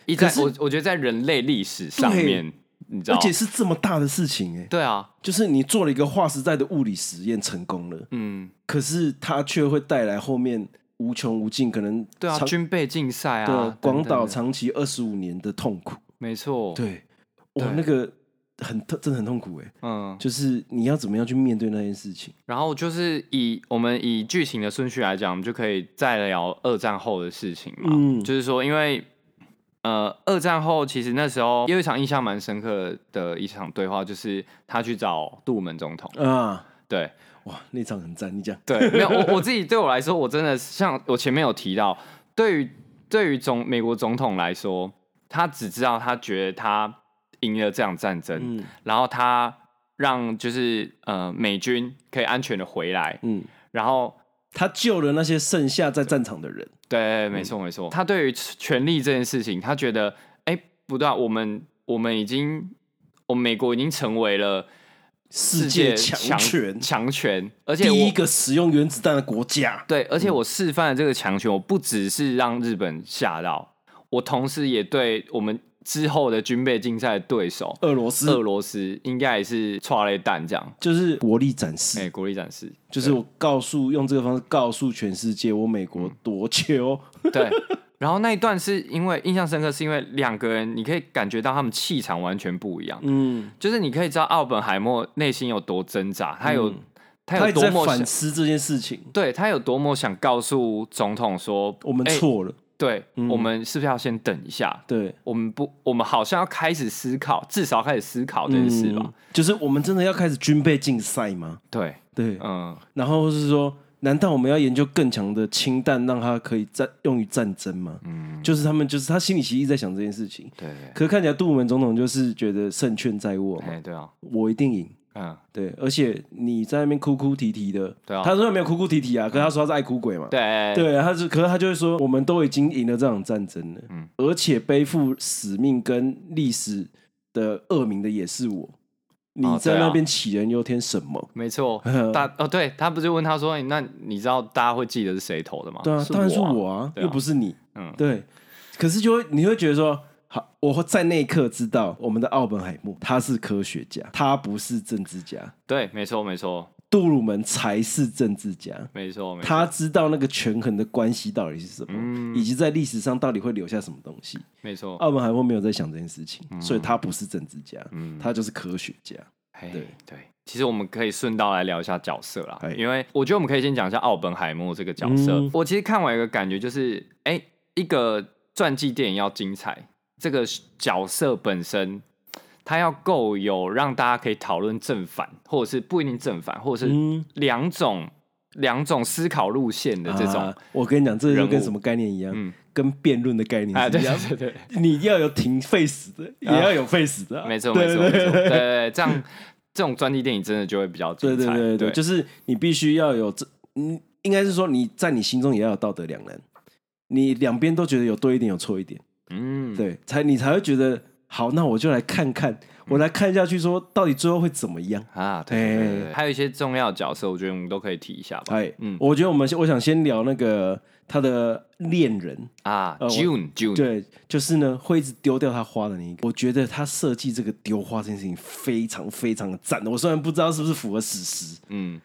S2: 一在
S1: 可是
S2: 我我觉得在人类历史上面，你知道
S1: 而，且是这么大的事情哎、
S2: 对啊，
S1: 就是你做了一个划时代的物理实验成功了，
S2: 嗯，
S1: 可是它却会带来后面无穷无尽，可能
S2: 对啊，
S1: 长
S2: 军备竞赛啊，
S1: 对
S2: 等等
S1: 广岛
S2: 的
S1: 长期二十五年的痛苦，
S2: 没错，，
S1: 对，哇，
S2: 对
S1: 那个很痛真的很痛苦哎、
S2: 嗯，
S1: 就是你要怎么样去面对那件事情？
S2: 然后就是以我们以剧情的顺序来讲，我们就可以再聊二战后的事情嘛。
S1: 嗯
S2: 就是说，因为呃，二战后其实那时候有一场印象蛮深刻的一场对话，就是他去找杜鲁门总统，
S1: 啊，
S2: 对，
S1: 哇，那场很赞，你讲，
S2: 对，没有我我自己对我来说，我真的像我前面有提到，对于对于总美国总统来说，他只知道他觉得他赢了这场战争，
S1: 嗯
S2: 然后他让就是呃美军可以安全的回来，
S1: 嗯，
S2: 然后
S1: 他救了那些剩下在战场的人，
S2: 对，
S1: 嗯
S2: 没错没错，他对于权力这件事情，他觉得哎、不对啊，我们我们已经我们美国已经成为了。
S1: 世界强权
S2: 强权，而且
S1: 第
S2: 我
S1: 一个使用原子弹的国家，
S2: 对，而且我示范的这个强权，我不只是让日本吓到，我同时也对我们之后的军备竞赛的对手
S1: 俄罗斯
S2: 俄罗斯，应该也是踹了一弹这样。
S1: 就是国力展示
S2: 哎、。国力展示，
S1: 就是我告诉用这个方式告诉全世界我美国多哦穷，
S2: 对。然后那一段是因为印象深刻，是因为两个人你可以感觉到他们气场完全不一样，
S1: 嗯，
S2: 就是你可以知道奥本海默内心有多挣扎，他有、他
S1: 嗯他
S2: 有
S1: 一直
S2: 多
S1: 在
S2: 么
S1: 反
S2: 想，
S1: 思这件事情，
S2: 对他有多么想告诉总统说，
S1: 我们
S2: 哎
S1: 错了，
S2: 对、
S1: 嗯
S2: 我们是不是要先等一下？
S1: 对，
S2: 我们不，我们好像要开始思考，至少开始思考这件事吧。
S1: 嗯？就是我们真的要开始军备竞赛吗？
S2: 对，
S1: 对，
S2: 嗯，
S1: 然后是说，难道我们要研究更强的氢弹，让它可以战用于战争吗？嗯，就是他们就是他心里其实一直在想这件事情，
S2: 对，
S1: 可是看起来杜鲁门总统就是觉得胜券在握
S2: 哎、
S1: 嘛，
S2: 对啊，
S1: 我一定赢。
S2: 嗯，
S1: 对，而且你在那边哭哭啼啼的，
S2: 对啊
S1: 他说没有哭哭啼啼啊，可是他说他是爱哭鬼嘛，
S2: 对，
S1: 对，他是，可是他就会说，我们都已经赢了这场战争了，
S2: 嗯
S1: 而且背负使命跟历史的恶名的也是我。你
S2: 哦
S1: 在
S2: 对啊
S1: 那边杞人忧天什么？。
S2: 没错 大哦，对他不是问他说，哎那你知道大家会记得是谁投的吗？
S1: 对啊，当然是
S2: 啊
S1: 我啊，
S2: 对
S1: 又不是你。
S2: 嗯
S1: 对。可是就会你会觉得说，好，我会在那一刻知道我们的奥本海默他是科学家，他不是政治家，
S2: 对，没错，没错，
S1: 杜鲁门才是政治家。
S2: 没错，没错，
S1: 他知道那个权衡的关系到底是什么，
S2: 嗯
S1: 以及在历史上到底会留下什么东西。
S2: 没错，
S1: 奥本海默没有在想这件事情，
S2: 嗯
S1: 所以他不是政治家，他就是科学家。
S2: 哎
S1: 对
S2: 对。其实我们可以顺道来聊一下角色啦
S1: 哎，
S2: 因为我觉得我们可以先讲一下奥本海默这个角色。
S1: 嗯
S2: 我其实看完有一个感觉就是，哎、一个传记电影要精彩，这个角色本身它要够有让大家可以讨论正反，或者是不一定正反，或者是
S1: 嗯，
S2: 两种两种思考路线的这种
S1: 啊，我跟你讲，这
S2: 人
S1: 就
S2: 物
S1: 跟什么概念一样，
S2: 嗯
S1: 跟辩论的概念
S2: 啊，
S1: 是
S2: 对
S1: 一样。
S2: 对对对，
S1: 你要有挺 face 的，也要有 face 的啊、
S2: 没错
S1: 对
S2: 没错
S1: 对
S2: 没错，
S1: 对
S2: 对对对，这样这种专题电影真的就会比较精
S1: 对对
S2: 彩，
S1: 对对，
S2: 对，
S1: 就是你必须要有这，嗯，应该是说你在你心中也要有道德两难，你两边都觉得有对一点，有错一点，
S2: 嗯，
S1: 对，才你才会觉得好，那我就来看看，
S2: 嗯
S1: 我来看下去，说到底最后会怎么样？
S2: 啊，对对对对
S1: 哎
S2: 对，还有一些重要角色，我觉得我们都可以提一下吧，
S1: 哎，
S2: 嗯
S1: 我觉得我们先我想先聊那个他的恋人，
S2: 啊
S1: 呃我
S2: ，June June，
S1: 对，就是呢会一直丢掉他花的那一个。我觉得他设计这个丢花这件事情非常非常的赞的。我虽然不知道是不是符合史实，
S2: 嗯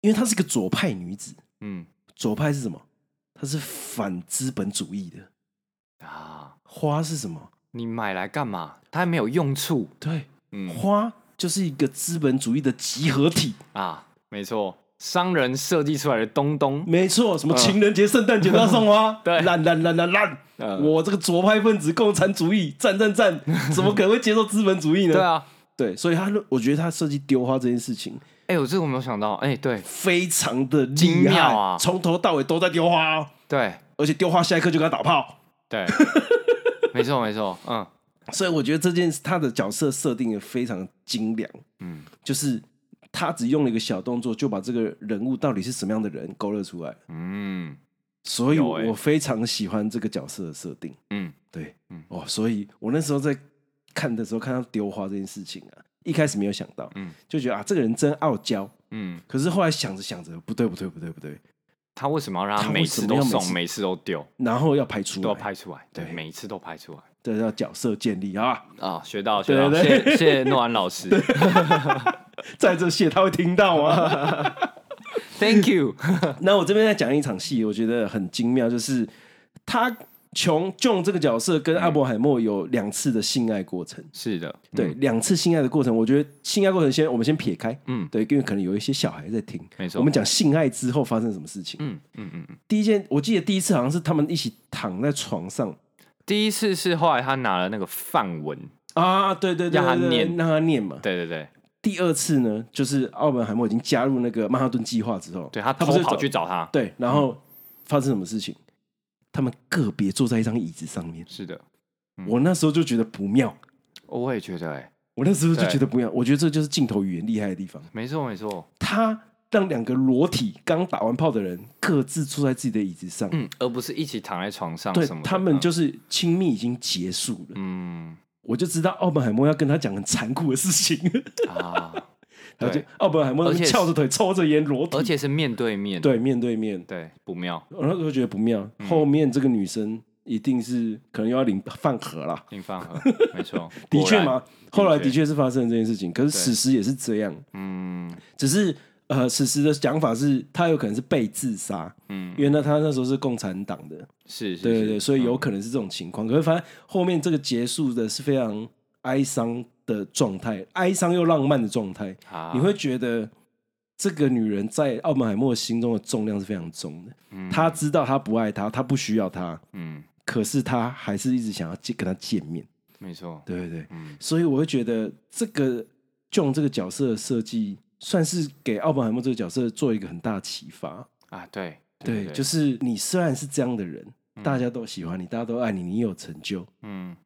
S1: 因为她是个左派女子，
S2: 嗯
S1: 左派是什么？她是反资本主义的。
S2: 啊，
S1: 花是什么？
S2: 你买来干嘛？它还没有用处，
S1: 对，
S2: 嗯
S1: 花就是一个资本主义的集合体。
S2: 啊，没错，商人设计出来的东东，
S1: 没错，什么情人节、圣诞节都要送啊花，
S2: 嗯 对
S1: 烂烂烂烂烂！
S2: 嗯
S1: 我这个左派分子、共产主义，赞赞赞，怎么可能会接受资本主义呢？
S2: 对啊，
S1: 对，所以他，我觉得他设计丢花这件事情
S2: 哎，我这个我没有想到，哎，对
S1: 非常的
S2: 精
S1: 厉害
S2: 妙啊
S1: 从头到尾都在丢花、哦，
S2: 对
S1: 而且丢花下一刻就给他打炮。
S2: 对，没错没错，嗯
S1: 所以我觉得这件他的角色设定也非常精良，
S2: 嗯
S1: 就是他只用了一个小动作就把这个人物到底是什么样的人勾勒出来。
S2: 嗯
S1: 所以
S2: 有欸
S1: 我非常喜欢这个角色的设定。
S2: 嗯
S1: 对，
S2: 嗯
S1: 哦，所以我那时候在看的时候，看到丢花这件事情啊，一开始没有想到，
S2: 嗯
S1: 就觉得啊，这个人真傲娇。
S2: 嗯，
S1: 可是后来想着想着，不对不对不对不对，
S2: 他为什么要让
S1: 他
S2: 他
S1: 为
S2: 每
S1: 什
S2: 次
S1: 么
S2: 都
S1: 要每
S2: 送，
S1: 次
S2: 每次都丢，
S1: 然后要排除
S2: 都要拍出来？对，
S1: 对
S2: 每一次都拍出来。
S1: 这叫角色建立啊。
S2: 啊、学到学
S1: 对
S2: 到，
S1: 对
S2: 谢谢谢诺安老 师
S1: 在这些他会听到吗？
S2: ，Thank you。
S1: 那我这边再讲一场戏，我觉得很精妙，就是他琼琼这个角色跟阿
S2: 嗯
S1: 伯海默有两次的性爱过程。
S2: 是的，
S1: 对，
S2: 嗯，
S1: 两次性爱的过程，我觉得性爱过程先我们先撇开，
S2: 嗯
S1: 对，因为可能有一些小孩在听，
S2: 没错
S1: 我们讲性爱之后发生什么事情。
S2: 嗯嗯嗯嗯。
S1: 第一件，我记得第一次好像是他们一起躺在床上
S2: 第一次是后来他拿了那个范文，
S1: 啊，对对对，
S2: 让他
S1: 对对
S2: 念
S1: 让他念嘛。
S2: 对对对，
S1: 第二次呢，就是奥本海默已经加入那个曼哈顿计划之后，
S2: 对他
S1: 他
S2: 偷
S1: 不是
S2: 跑
S1: 找
S2: 去找他，
S1: 对，然后发生什么事情？他们个别坐在一张椅子上面，
S2: 是的，嗯
S1: 我那时候就觉得不妙，
S2: 我也觉得、哎，
S1: 我那时候就
S2: 对
S1: 觉得不妙，我觉得这就是镜头语言厉害的地方。
S2: 没错没错，
S1: 他让两个裸体刚打完炮的人各自坐在自己的椅子上，
S2: 嗯，而不是一起躺在床上
S1: 对
S2: 什么的，
S1: 他们就是亲密已经结束了。
S2: 嗯
S1: 我就知道奥本海默要跟他讲很残酷的事情，
S2: 啊，
S1: 他就
S2: 对，
S1: 奥本海默
S2: 而且是
S1: 翘着腿抽着烟裸体，
S2: 而且是面对面，
S1: 对面对面，
S2: 对，不妙，
S1: 我那时候觉得不妙。
S2: 嗯
S1: 后面这个女生一定是可能又要领饭盒了。
S2: 进 饭盒，没错，
S1: 的
S2: 果
S1: 确
S2: 然，
S1: 嘛，后来
S2: 的
S1: 的确是发生了这件事情，可是史实也是这样，
S2: 嗯
S1: 只是呃，史实的讲法是他有可能是被自杀，
S2: 嗯，
S1: 因为那他那时候是共产党的，
S2: 是是
S1: 对对
S2: 是
S1: 对，所以有可能是这种情况。可是反正后面这个结束的是非常哀伤的状态，哀伤又浪漫的状态，
S2: 啊
S1: 你会觉得这个女人在奥本海默心中的重量是非常重的。
S2: 嗯
S1: 她知道她不爱他，她不需要他，
S2: 嗯，
S1: 可是她还是一直想要见跟他见面。
S2: 没错，
S1: 对对对，
S2: 嗯
S1: 所以我会觉得这个 John 这个角色的设计，算是给奥本海默这个角色做一个很大的启发。
S2: 啊，对
S1: 对，就是是你虽然是这样的人，大家都喜欢你，大家都爱你，你有成就，
S2: 嗯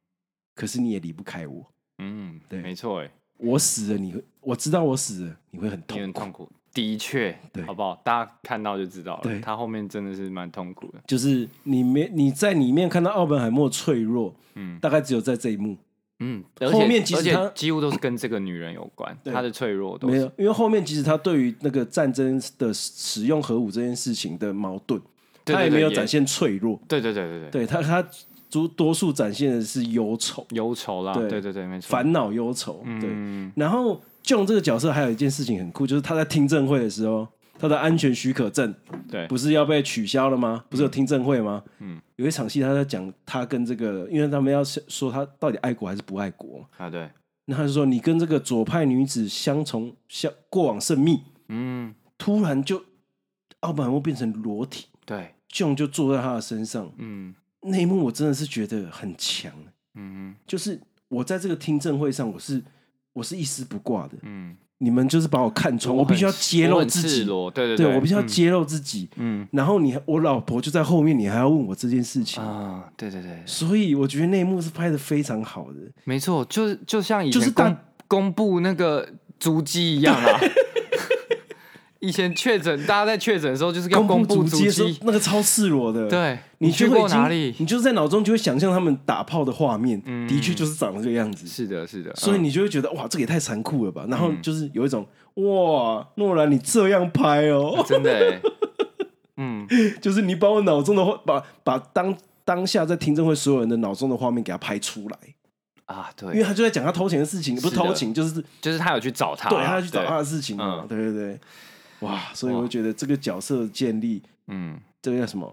S1: 可是你也离不开我。
S2: 嗯，
S1: 对
S2: 没错，哎，
S1: 我死了，你会，我知道我死了，你会很
S2: 你
S1: 痛
S2: 很
S1: 苦。
S2: 痛苦，的确
S1: 对，
S2: 好不好？大家看到就知道
S1: 对
S2: 了，他后面真的是蛮痛苦的，
S1: 就是你没你在里面看到奥本海默脆弱，
S2: 嗯
S1: 大概只有在这一幕，
S2: 嗯，而
S1: 后
S2: 且
S1: 面其实
S2: 而且
S1: 他
S2: 几乎都是跟这个女人有关，
S1: 对
S2: 她的脆弱都
S1: 没
S2: 是
S1: 有，因为后面即使他对于那个战争的使用核武这件事情的矛盾，
S2: 对
S1: 他
S2: 对
S1: 也
S2: 对
S1: 没有
S2: 也
S1: 展现脆弱，
S2: 对对对对
S1: 对
S2: 对，
S1: 他他多多数展现的是忧愁、
S2: 忧愁啦，
S1: 对
S2: 对对对，没错，
S1: 烦恼、忧愁，对。
S2: 嗯
S1: 然后 John 这个角色还有一件事情很酷，就是他在听证会的时候，他的安全许可证
S2: 对，
S1: 不是要被取消了吗？不是有听证会吗？
S2: 嗯
S1: 有一场戏他在讲他跟这个，因为他们要说他到底爱国还是不爱国嘛，
S2: 啊对，
S1: 那他就说你跟这个左派女子相从相过往甚密，
S2: 嗯
S1: 突然就啊奥本海默变成裸体
S2: 对，
S1: ，John 就坐在他的身上，
S2: 嗯
S1: 那一幕我真的是觉得很强，
S2: 嗯
S1: 就是我在这个听证会上，我是我是一丝不挂的。
S2: 嗯，
S1: 你们就是把我看穿，我
S2: 很
S1: 必须要揭
S2: 我
S1: 露
S2: 很
S1: 自
S2: 赤
S1: 己，
S2: 裸，对对
S1: 对我必须要
S2: 嗯
S1: 揭露自己。
S2: 嗯
S1: 然后你还我老婆就在后面，你还要问我这件事情，
S2: 啊，对对对，
S1: 所以我觉得那一幕是拍的非常好的。
S2: 没错，就是就像以前
S1: 就是
S2: 公
S1: 大
S2: 公布那个足迹一样啊。 以前确诊，大家在确诊的时候就是要公
S1: 布
S2: 布
S1: 足
S2: 足
S1: 迹的时候，那个超赤裸的，，
S2: 对，
S1: 你
S2: 去
S1: 就会已
S2: 过
S1: 经
S2: 哪里？
S1: 你就是在脑中就会想象他们打炮的画面，
S2: 嗯
S1: 的确就是长这个样子。
S2: 是的，是的。
S1: 所以
S2: 嗯
S1: 你就会觉得哇，这个也太残酷了吧！然后就是有一种、哇，诺兰你这样拍哦，
S2: 真的欸，嗯，
S1: 就是你把我脑中的画，把把当当下在听证会所有人的脑中的画面给他拍出来，
S2: 啊，
S1: 因为
S2: 对，
S1: 他就在讲他偷情的事情，不
S2: 是
S1: 是
S2: 的
S1: 偷情就是
S2: 就是他有去找他，啊
S1: 对他要去找他
S2: 对，
S1: 的事情嘛，
S2: 嗯
S1: 对对对，哇！所以
S2: 哇
S1: 我觉得这个角色的建立，
S2: 嗯，
S1: 这个叫什么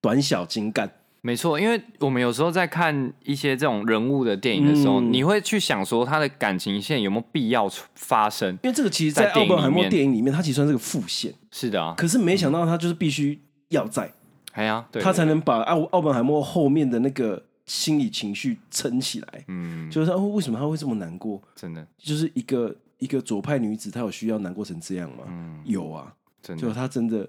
S1: 短小精干，
S2: 没错，因为我们有时候在看一些这种人物的电影的时候，
S1: 嗯
S2: 你会去想说他的感情线有没有必要出发生？
S1: 因为这个其实，
S2: 在
S1: 在奥本海
S2: 电影里
S1: 默
S2: 面
S1: 电影里面，它其实算是个副线，
S2: 是的啊，
S1: 可是没想到它就是必须要在，
S2: 哎呀，对，
S1: 它才能把奥奥本海默后面的那个心理情绪撑起来。
S2: 嗯，
S1: 就是哦，为什么他会这么难过？
S2: 真的，
S1: 就是一个一个左派女子，她有需要难过成这样吗？
S2: 嗯，
S1: 有啊，
S2: 真
S1: 就
S2: 的，
S1: 她真的，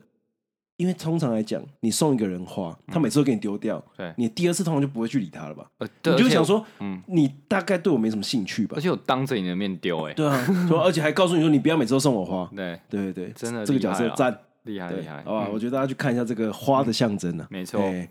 S1: 因为通常来讲，你送一个人花，他每次都给你丢掉，
S2: 嗯对
S1: 你第二次通常就不会去理他了吧？
S2: 呃，对
S1: 你就
S2: 而且
S1: 想说，
S2: 嗯，
S1: 你大概对我没什么兴趣吧
S2: 而？且我当着你的面丢，哎，
S1: 对啊， 说而且还告诉你说，你不要每次都送我花。
S2: 对，
S1: 对对对，
S2: 真的
S1: 这个
S2: 厉害
S1: 角色
S2: 啊
S1: 赞。
S2: 厉害
S1: 对，哦
S2: 厉害，
S1: 好吧，
S2: 嗯
S1: 我觉得大家去看一下这个花的象征呢、啊。
S2: 没错。
S1: 哎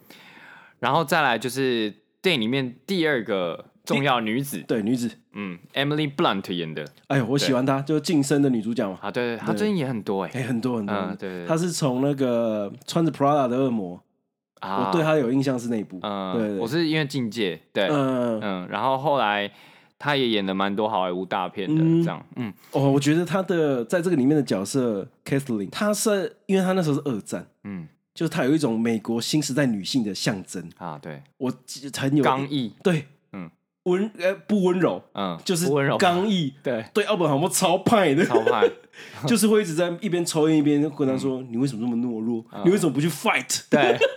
S2: 然后再来就是电影里面第二个重要女子，
S1: 对，女子，
S2: 嗯，Emily Blunt 演的
S1: 哎呦，我喜欢她，就是晋升的女主角嘛。
S2: 啊，对，她最近也很多哎，
S1: 哎，很多很多，
S2: 嗯对对对
S1: 她是从那个穿着 Prada 的恶魔，
S2: 啊，
S1: 我对她有印象是那一部，
S2: 嗯，
S1: 对对
S2: 我是因为境界，对，嗯
S1: 嗯，
S2: 然后后来他也演了蛮多好莱坞大片的，
S1: 嗯
S2: 这样，嗯，
S1: 哦，我觉得她的在这个里面的角色 Kathleen，她是因为她那时候是二战，
S2: 嗯，
S1: 就是她有一种美国新时代女性的象征，
S2: 啊，对，
S1: 我很有
S2: 刚毅，
S1: 对，
S2: 嗯
S1: 嗯，温呃不温柔，
S2: 嗯，
S1: 就是
S2: 不温柔，
S1: 刚毅，
S2: 对，
S1: 对奥本海默超派的，
S2: 超 派，嗯
S1: 就是会一直在一边抽烟一边跟他说：“你为什么那么懦弱？你为什么不去 fight？”
S2: 对，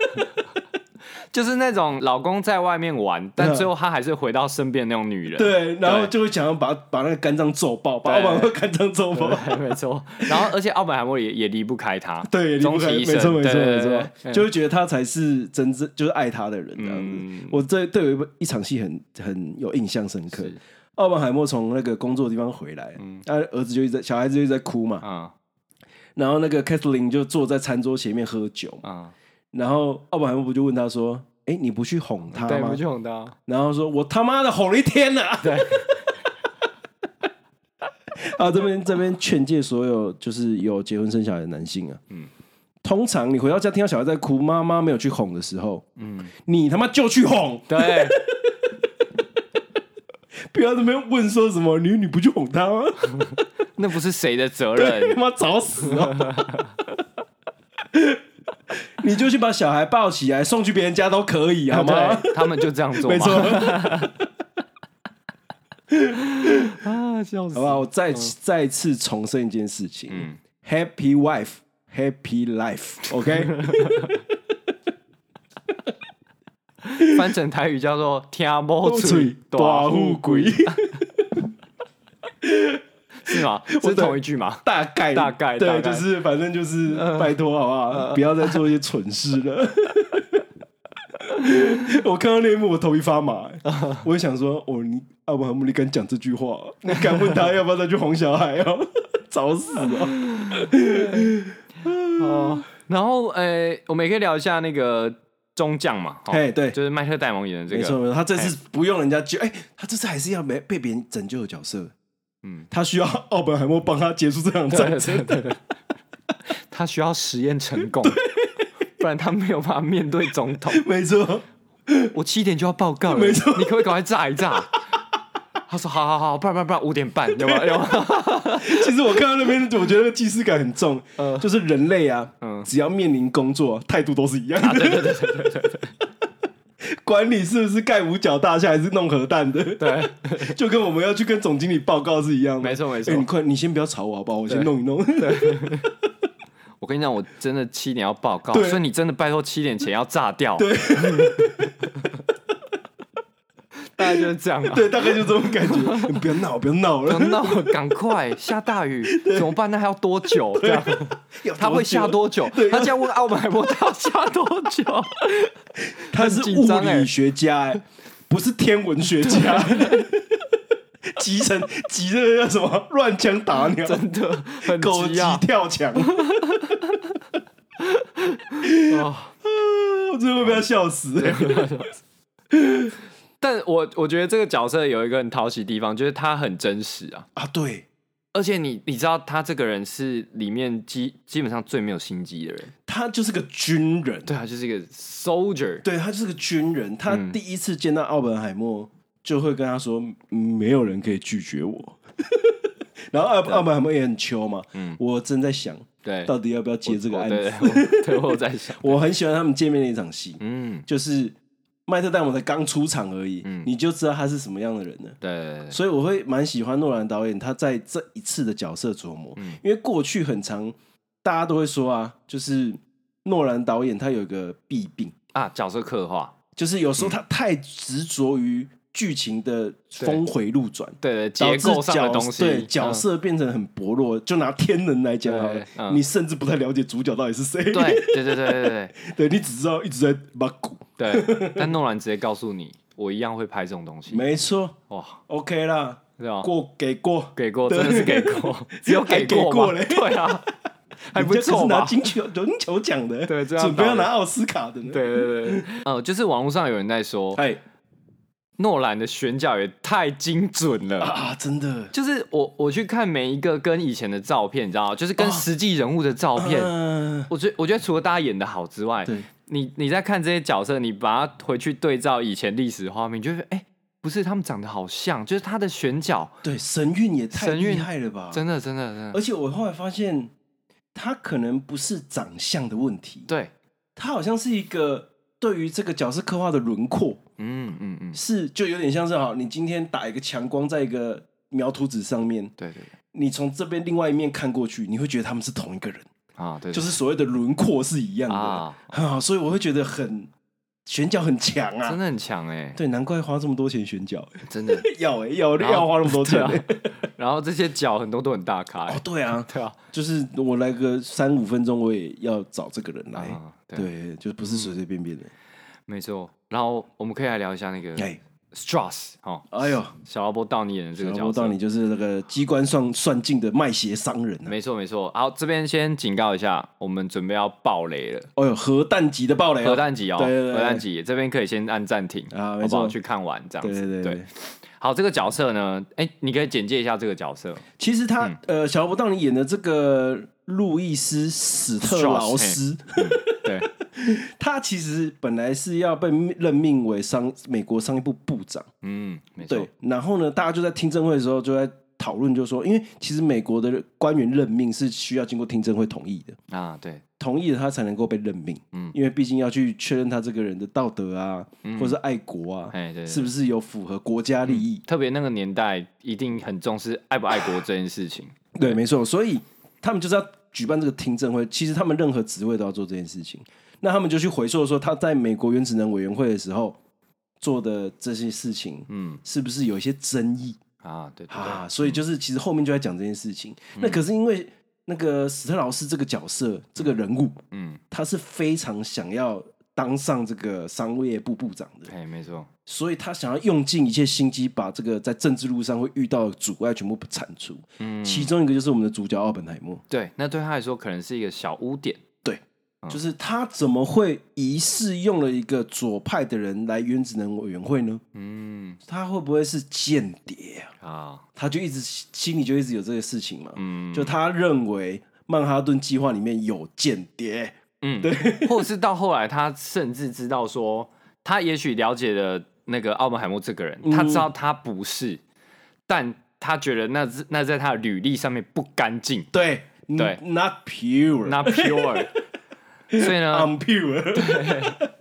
S2: 就是那种老公在外面玩，但
S1: 嗯
S2: 最后他还是回到身边那种女人，
S1: 对，然后就会想要把把那个肝脏揍爆，把
S2: 对
S1: 奥巴马肝脏揍爆。
S2: 对，没错。然后而且奥本海默也也离不开他，
S1: 对，离不
S2: 终
S1: 开，
S2: 其
S1: 没
S2: 一
S1: 错，
S2: 生，
S1: 没错，
S2: 对
S1: 没
S2: 对对
S1: 错，就会觉得他才是真正就是爱他的人这样
S2: 嗯
S1: 子。我这对有一部一场戏很很有印象深刻
S2: 是。
S1: 奥本海默从那个工作的地方回来，他儿子就一直在小孩子就一直在哭嘛，
S2: 嗯
S1: 然后那个 Kathleen 就坐在餐桌前面喝酒，
S2: 嗯，
S1: 然后奥本海默不就问他说：“哎，你不去哄他
S2: 对，
S1: 吗
S2: 不去哄他，
S1: 然后说我他妈的吼了一天了、
S2: 对，
S1: 啊，这边这边劝诫所有就是有结婚生小孩的男性啊，
S2: 嗯
S1: 嗯，通常你回到家听到小孩在哭，妈妈没有去哄的时候，
S2: 嗯，
S1: 你他妈就去哄，
S2: 对，
S1: 不要这边问说什么你你不去哄他吗？
S2: 那不是谁的责
S1: 对，
S2: 任，
S1: 他妈找死 哦！你就去把小孩抱起来送去别人家都可以，好吗？
S2: 对？他们就这样做嘛，
S1: 没错，好
S2: 啊，笑死！
S1: 吧，我再再次重申一件事情，
S2: 嗯
S1: h a p p y wife, happy life，OK、
S2: 翻成台语叫做“听不嘴
S1: 大富
S2: 富
S1: 贵，
S2: 是 吗？是同一句吗？
S1: 大概
S2: 大概嗯大
S1: 对，
S2: 概
S1: 就是反正就是拜托好不好？不要再做一些蠢事 了。我看到那一幕，我头皮发麻、
S2: 嗯
S1: 欸我就想说，哦，你阿布哈姆，你敢讲这句话？你敢问他要不要再去哄小孩哦？ 找死哦！
S2: 哦，然后呃，我们也可以聊一下那个中将嘛，哦
S1: 嘿对
S2: 就是麦特戴蒙演的
S1: 没
S2: 这
S1: 错，
S2: 个，
S1: 没错，他这次不用人家救，哎、他这次还是要没被别人拯救的角色。
S2: 嗯
S1: 嗯，他需要奥本海默帮他结束这场 战争。
S2: 对对，他需要实验成功，不然他没有办法面对总 统。
S1: 没错，
S2: 我七点就要报告了，
S1: 没错
S2: 你可不可以赶快炸一炸？ 他说：“好好好，不然不然不然，五点半，有吗？有吗？
S1: 其实我看到那边，我觉得既视感很重，
S2: 呃
S1: 就是人类啊，
S2: 嗯
S1: 只要面临工作，态度都是一样
S2: 啊
S1: 的。对对对对对 管你是不是盖五角大厦还是弄核弹的，
S2: 对，
S1: 就跟我们要去跟总经理报告是一样的。
S2: 没错没错
S1: 哎你快，你先不要吵我好不好？我先
S2: 对
S1: 弄一弄。
S2: 我跟你讲，我真的七点要报告，
S1: 对
S2: 所以你真的拜托七点前要炸掉。
S1: 对，
S2: 大家概就是这样 啊。
S1: 对，大概就这种感 觉。不要闹，不要闹了，
S2: 那我赶快下大 雨怎么办？那还要多久？这样
S1: 要
S2: 他会
S1: 多久
S2: 下，多久？他这样问奥本海默，他要下多久？
S1: 他是
S2: 很紧
S1: 物
S2: 张欸啊
S1: 理学家、哎，不是天文学家。急成急的叫什么？乱枪打鸟，
S2: 真的 很
S1: 狗急
S2: 急啊！
S1: 跳墙，
S2: 哦
S1: 我真的会被他笑死、哎
S2: 但我我觉得这个角色有一个很讨喜的地方，就是他很真实啊。
S1: 啊，对，
S2: 而且你你知道，他这个人是里面基基本上最没有心机的人。
S1: 他就是个军人，
S2: 对啊，就是一个 soldier。
S1: 对他就是个军人。他
S2: 嗯
S1: 第一次见到奥本海默，就会跟他说：“嗯没有人可以拒绝我。” 然后奥奥本海默也很秋嘛，我正在想
S2: 嗯对，
S1: 到底要不要接这个
S2: 我
S1: 案
S2: 对
S1: 子。
S2: 我对，我有在想，
S1: 我很喜欢他们见面的一场戏，
S2: 嗯，
S1: 就是麦特戴蒙才刚出场而已，你就知道他是什么样的人了。
S2: 对对嗯对对
S1: 所以我会蛮喜欢诺兰导演他在这一次的角色琢磨，
S2: 嗯
S1: 因为过去很长大家都会说啊，就是诺兰导演他有一个弊病，
S2: 啊，角色刻画，
S1: 就是有时候他
S2: 嗯
S1: 太执着于剧情的峰回路转。
S2: 对对，
S1: 导
S2: 结
S1: 致
S2: 构上的
S1: 角
S2: 东西，
S1: 对
S2: 嗯
S1: 角色变成很薄弱。就拿天能来讲好了
S2: 对，嗯
S1: 你甚至不太了解主角到底是谁，
S2: 对对对对对对
S1: 对你只知道一直在把鼓。
S2: 对对， 但诺兰直接告诉你，我一样会拍这种东西，
S1: 没错
S2: 哇，
S1: ，OK 啦，
S2: 对吧？
S1: 过给过，
S2: 给过，真的是给过，只有给
S1: 还给过
S2: 过
S1: 嘞
S2: 吗？对啊，还不
S1: 人家可
S2: 错
S1: 是拿
S2: 吧？
S1: 金球轮球奖的，
S2: 对这样
S1: 准备要
S2: 导演
S1: 拿奥斯卡的呢。
S2: 对对对，呃，就是网络上有人在说，
S1: 哎
S2: 诺兰的选角也太精准了。
S1: 啊，真的，
S2: 就是我我去看每一个跟以前的照片，你知道吗？就是跟实际人物的照片，
S1: 哦嗯
S2: 我觉我觉得除了大家演的好之外，
S1: 对
S2: 你你在看这些角色，你把它回去对照以前历史画面，你就会觉得哎、不是他们长得好像，就是他的选角，
S1: 对，神韵也太
S2: 神韵
S1: 厉害了吧！
S2: 真的真的真的，
S1: 而且我后来发现，他可能不是长相的问题，
S2: 对，
S1: 他好像是一个对于这个角色刻画的轮廓
S2: 嗯嗯嗯，
S1: 是，就有点像是好，你今天打一个强光在一个描图纸上面，
S2: 对对对，
S1: 你从这边另外一面看过去，你会觉得他们是同一个人，
S2: 啊对，对
S1: 就是所谓的轮廓是一样的
S2: 啊
S1: 很好， 所以我会觉得很选角很强
S2: 真
S1: 啊。
S2: 的很强哎、
S1: 对，难怪花这么多钱选角，
S2: 真的。
S1: 要哎、要
S2: 然后
S1: 要花那么多
S2: 对
S1: 钱、
S2: 啊，然后这些脚很多都很大咖、
S1: 哦
S2: 欸，，
S1: 对啊，
S2: 对啊，
S1: 就是我来个三五分钟，我也要找这个人来。
S2: 啊对啊，
S1: 哎
S2: 嗯
S1: 对，就不是随随便便的。
S2: 没错。然后我们可以来聊一下那个
S1: 哎，
S2: Strauss 哦，
S1: 哎呦，
S2: 小劳勃道尼演的这个
S1: 然
S2: 角
S1: 后
S2: 色
S1: 到。你就是那个机关算算尽的卖血商人、啊。
S2: 没错没错，好，这边先警告一下，我们准备要爆雷了，
S1: 哎呦，核弹级的爆雷、啊，
S2: 核弹集哦，
S1: 对对对
S2: 核弹集这边可以先按暂停
S1: 啊没
S2: 好不好？
S1: 错
S2: 去看完这样
S1: 对
S2: 子，
S1: 对对对。
S2: 好，这个角色呢，哎，你可以简介一下这个角色
S1: 其实
S2: 嗯
S1: 他、呃，小罗伯道尼演的这个路易斯·史特劳斯，
S2: 对，
S1: 他其实本来是要被任命为商美国商业部部长。
S2: 嗯，没错
S1: 对，，然后呢，大家就在听证会的时候就在讨论，就说，因为其实美国的官员任命是需要经过听证会同意的，
S2: 啊，对，
S1: 同意了他才能够被任命，
S2: 嗯
S1: 因为毕竟要去确认他这个人的道德啊，或者是爱国啊，
S2: 哎，对，对
S1: 是不是有符合国家利益？
S2: 特别那个年代一定很重视爱不爱国这件事情，
S1: 对，没错，所以他们就是要举办这个听证会，其实他们任何职位都要做这件事情，那他们就去回溯说他在美国原子能委员会的时候做的这些事情，
S2: 嗯，
S1: 是不是有一些争议？
S2: 啊，对嗯对对，
S1: 啊，所以就是其实后面就在讲这件事情。那可是因为那个史特劳斯这个角色，这个人物，
S2: 嗯，
S1: 他是非常想要当上这个商务业部部长的，
S2: 哎，没错，
S1: 所以他想要用尽一切心机，把这个在政治路上会遇到的阻碍全部铲除。
S2: 嗯，
S1: 其中一个就是我们的主角奥本海默，
S2: 对，那对他来说可能是一个小污点，嗯
S1: 就是他怎么会疑似用了一个左派的人来原子能委员会呢？
S2: 嗯，
S1: 他会不会是间谍啊？
S2: 啊，
S1: 他就一直心里就一直有这个事情嘛。
S2: 嗯，
S1: 就他认为曼哈顿计划里面有间谍，
S2: 嗯，对， 或者是到后来，他甚至知道说，他也许了解了那个奥本海默这个人，他知道他不是，但他觉得那是那在他的履历上面不干净，
S1: 对
S2: 对
S1: 嗯，not pure，
S2: 那 pure，所以呢，
S1: I'm pure，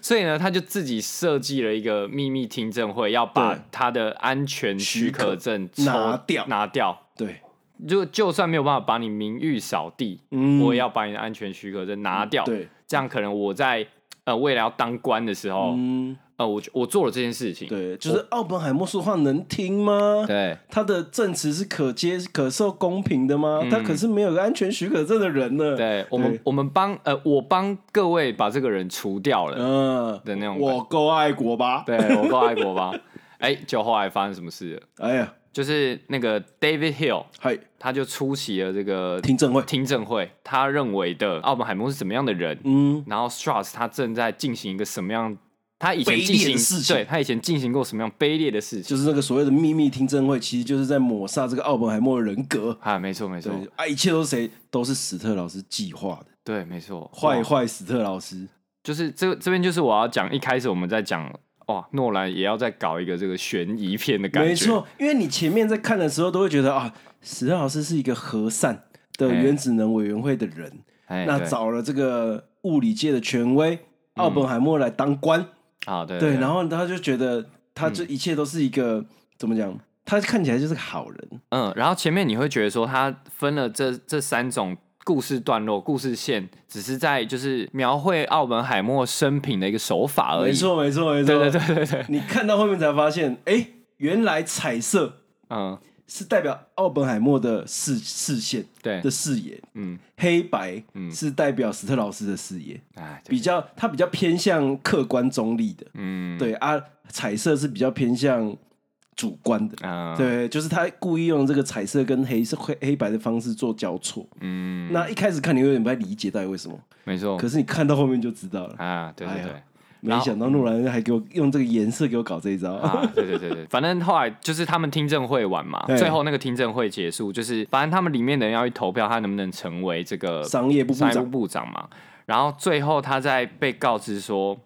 S2: 所以呢，他就自己设计了一个秘密听证会，要把
S1: 对
S2: 他的安全许可证抽
S1: 拿掉
S2: 拿掉。
S1: 对，
S2: 就就算没有办法把你名誉扫地，
S1: 嗯
S2: 我也要把你的安全许可证拿掉。
S1: 对，
S2: 这样可能我在呃未来要当官的时候，
S1: 嗯，
S2: 呃，我我做了这件事情，
S1: 对，就是奥本海默说话能听吗？
S2: 对
S1: 他的证词是可接可受公平的吗？他可是没有个安全许可证的人呢。，
S2: 嗯对，我们
S1: 对
S2: 我们帮呃，我帮各位把这个人除掉了
S1: 嗯，
S2: 的那种感觉，
S1: 我够爱国吧？
S2: 对我够爱国吧？ 哎，就后来发生什么事了？
S1: 哎呀，
S2: 就是那个 David Hill，
S1: 嗨，
S2: 他就出席了这个
S1: 听证会，
S2: 听证会，他认为的奥本海默是怎么样的人，
S1: 嗯，
S2: 然后 Strauss 他正在进行一个什么样，他以前
S1: 卑
S2: 进
S1: 劣的
S2: 行
S1: 事情
S2: 对他以前进行过什么样卑劣的事情
S1: 就是那个所谓的秘密听证会，其实就是在抹杀这个奥本海默的人格。
S2: 啊？没错没错，
S1: 对，啊，一切都是谁都是史特老师计划的，
S2: 对没错，
S1: 坏
S2: 哇
S1: 坏史特老师。
S2: 就是这这边就是我要讲，一开始我们在讲哇，诺兰也要再搞一个这个悬疑片的感觉，
S1: 没，错，因为你前面在看的时候都会觉得啊，史特老师是一个和善的
S2: 哎
S1: 原子能委员会的人，
S2: 哎，
S1: 那
S2: 对
S1: 找了这个物理界的权威奥本海默来当官，
S2: 啊对嗯
S1: 对，然后他就觉得他这一切都是一个、怎么讲？他看起来就是个好人，
S2: 嗯，然后前面你会觉得说，它分了这这三种故事段落、故事线，只是在就是描绘奥本海默生平的一个手法而已。
S1: 没，错，没错，没错，
S2: 对对对对对，
S1: 你看到后面才发现，哎、原来彩色
S2: 嗯，
S1: 是代表奥本海默的视视线
S2: 对
S1: 的，视野，
S2: 嗯，
S1: 黑白
S2: 嗯
S1: 是代表史特老师的视野，
S2: 哎，对
S1: 比较他比较偏向客观中立的，
S2: 嗯，
S1: 对啊，彩色是比较偏向主观的。
S2: 嗯，，
S1: 对，就是他故意用这个彩色跟黑色、黑黑白的方式做交错。
S2: 嗯，
S1: 那一开始看你有点不太理解到底为什么，
S2: 没错
S1: 可，是你看到后面就知道了。
S2: 啊，对对
S1: 哎
S2: 对
S1: 呀。没想到诺兰还给我用这个颜色给我搞这一招，
S2: 啊，对对对对，反正后来就是他们听证会完嘛，
S1: 对
S2: 最后那个听证会结束，就是反正他们里面的人要去投票，他能不能成为这个
S1: 商业部部
S2: 商务
S1: 长，
S2: 部长嘛。然后最后他在被告知说，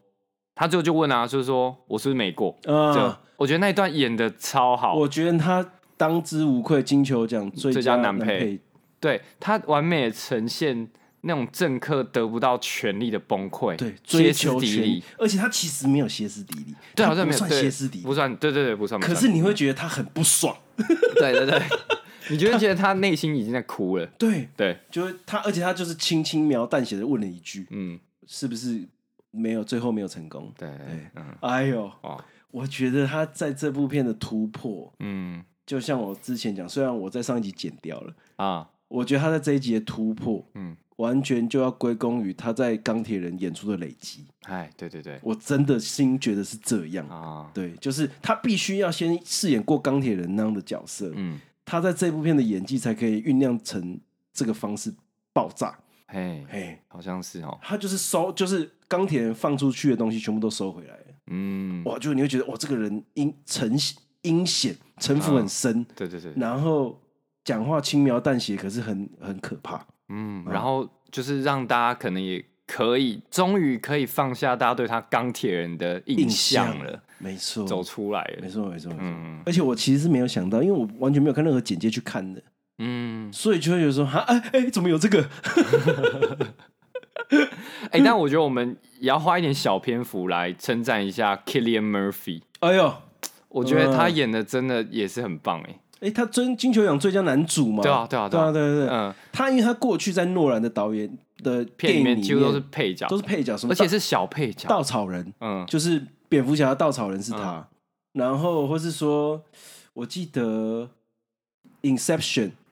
S2: 他最后就问啊，就是说我是不是没过？
S1: 啊
S2: 这，我觉得那一段演的超好，
S1: 我觉得他当之无愧金球奖最
S2: 最
S1: 佳
S2: 佳男配
S1: 配，
S2: 对他完美地呈现那种政客得不到权力的崩溃，
S1: 对，
S2: 歇
S1: 追
S2: 斯
S1: 求
S2: 底
S1: 权
S2: 里
S1: 利，，而且他其实没有歇斯底里，
S2: 对，
S1: 他
S2: 啊好像
S1: 不
S2: 没有
S1: 算
S2: 对
S1: 歇斯底
S2: 不
S1: 里，
S2: 算，对对对，不算。不
S1: 可
S2: 算嗯
S1: 是你会觉得他很不爽，
S2: 对 对对，你就会觉得他内心已经在哭了，
S1: 对，
S2: 对，
S1: 就是他，而且他就是轻轻描淡写的问了一句，
S2: 嗯，
S1: 是不是没有最后没有成功？
S2: 对，对嗯
S1: 哎呦，
S2: 哦
S1: 我觉得他在这部片的突破，
S2: 嗯
S1: 就像我之前讲，虽然我在上一集剪掉了。
S2: 啊，
S1: 我觉得他在这一集的突破，
S2: 嗯，
S1: 完全就要归功于他在钢铁人演出的累积。
S2: 哎，对对对
S1: 我真的心觉得是这样，
S2: 啊，
S1: 对，就是他必须要先饰演过钢铁人那样的角色，
S2: 嗯，
S1: 他在这部片的演技才可以酝酿成这个方式爆炸。
S2: 嘿，
S1: 嘿，
S2: 好像是哦，
S1: 他就是收，就是钢铁人放出去的东西全部都收回来了，
S2: 嗯，
S1: 哇，就你会觉得哇，这个人阴沉阴险，城府很深，
S2: 对啊对对，
S1: 然后讲话轻描淡写，可是很很可怕。
S2: 嗯，然后就是让大家可能也可以，终于可以放下大家对他钢铁人的印象了，
S1: 没错，
S2: 走出来
S1: 没
S2: 了。
S1: 错，没错，没错。
S2: 嗯
S1: 而且我其实是没有想到，因为我完全没有看任何简介去看的，
S2: 嗯，
S1: 所以就会有说哈，哎哎，怎么有这个？
S2: 哎、但我觉得我们也要花一点小篇幅来称赞一下 Killian Murphy，
S1: 哎呦，
S2: 我觉得他演的真的也是很棒哎、
S1: 哎，他真金球奖最佳男主嘛？
S2: 对啊对啊
S1: 对
S2: 对啊
S1: 对对对。
S2: 嗯，
S1: 他因为他过去在诺兰的导演的
S2: 片
S1: 电
S2: 里
S1: 影
S2: 面几乎都是配角，
S1: 都是配角，什么
S2: 而且是小配
S1: 稻
S2: 角。
S1: 稻草人，
S2: 嗯，
S1: 就是蝙蝠侠的稻草人是他，然后或是说，我记得《Inception》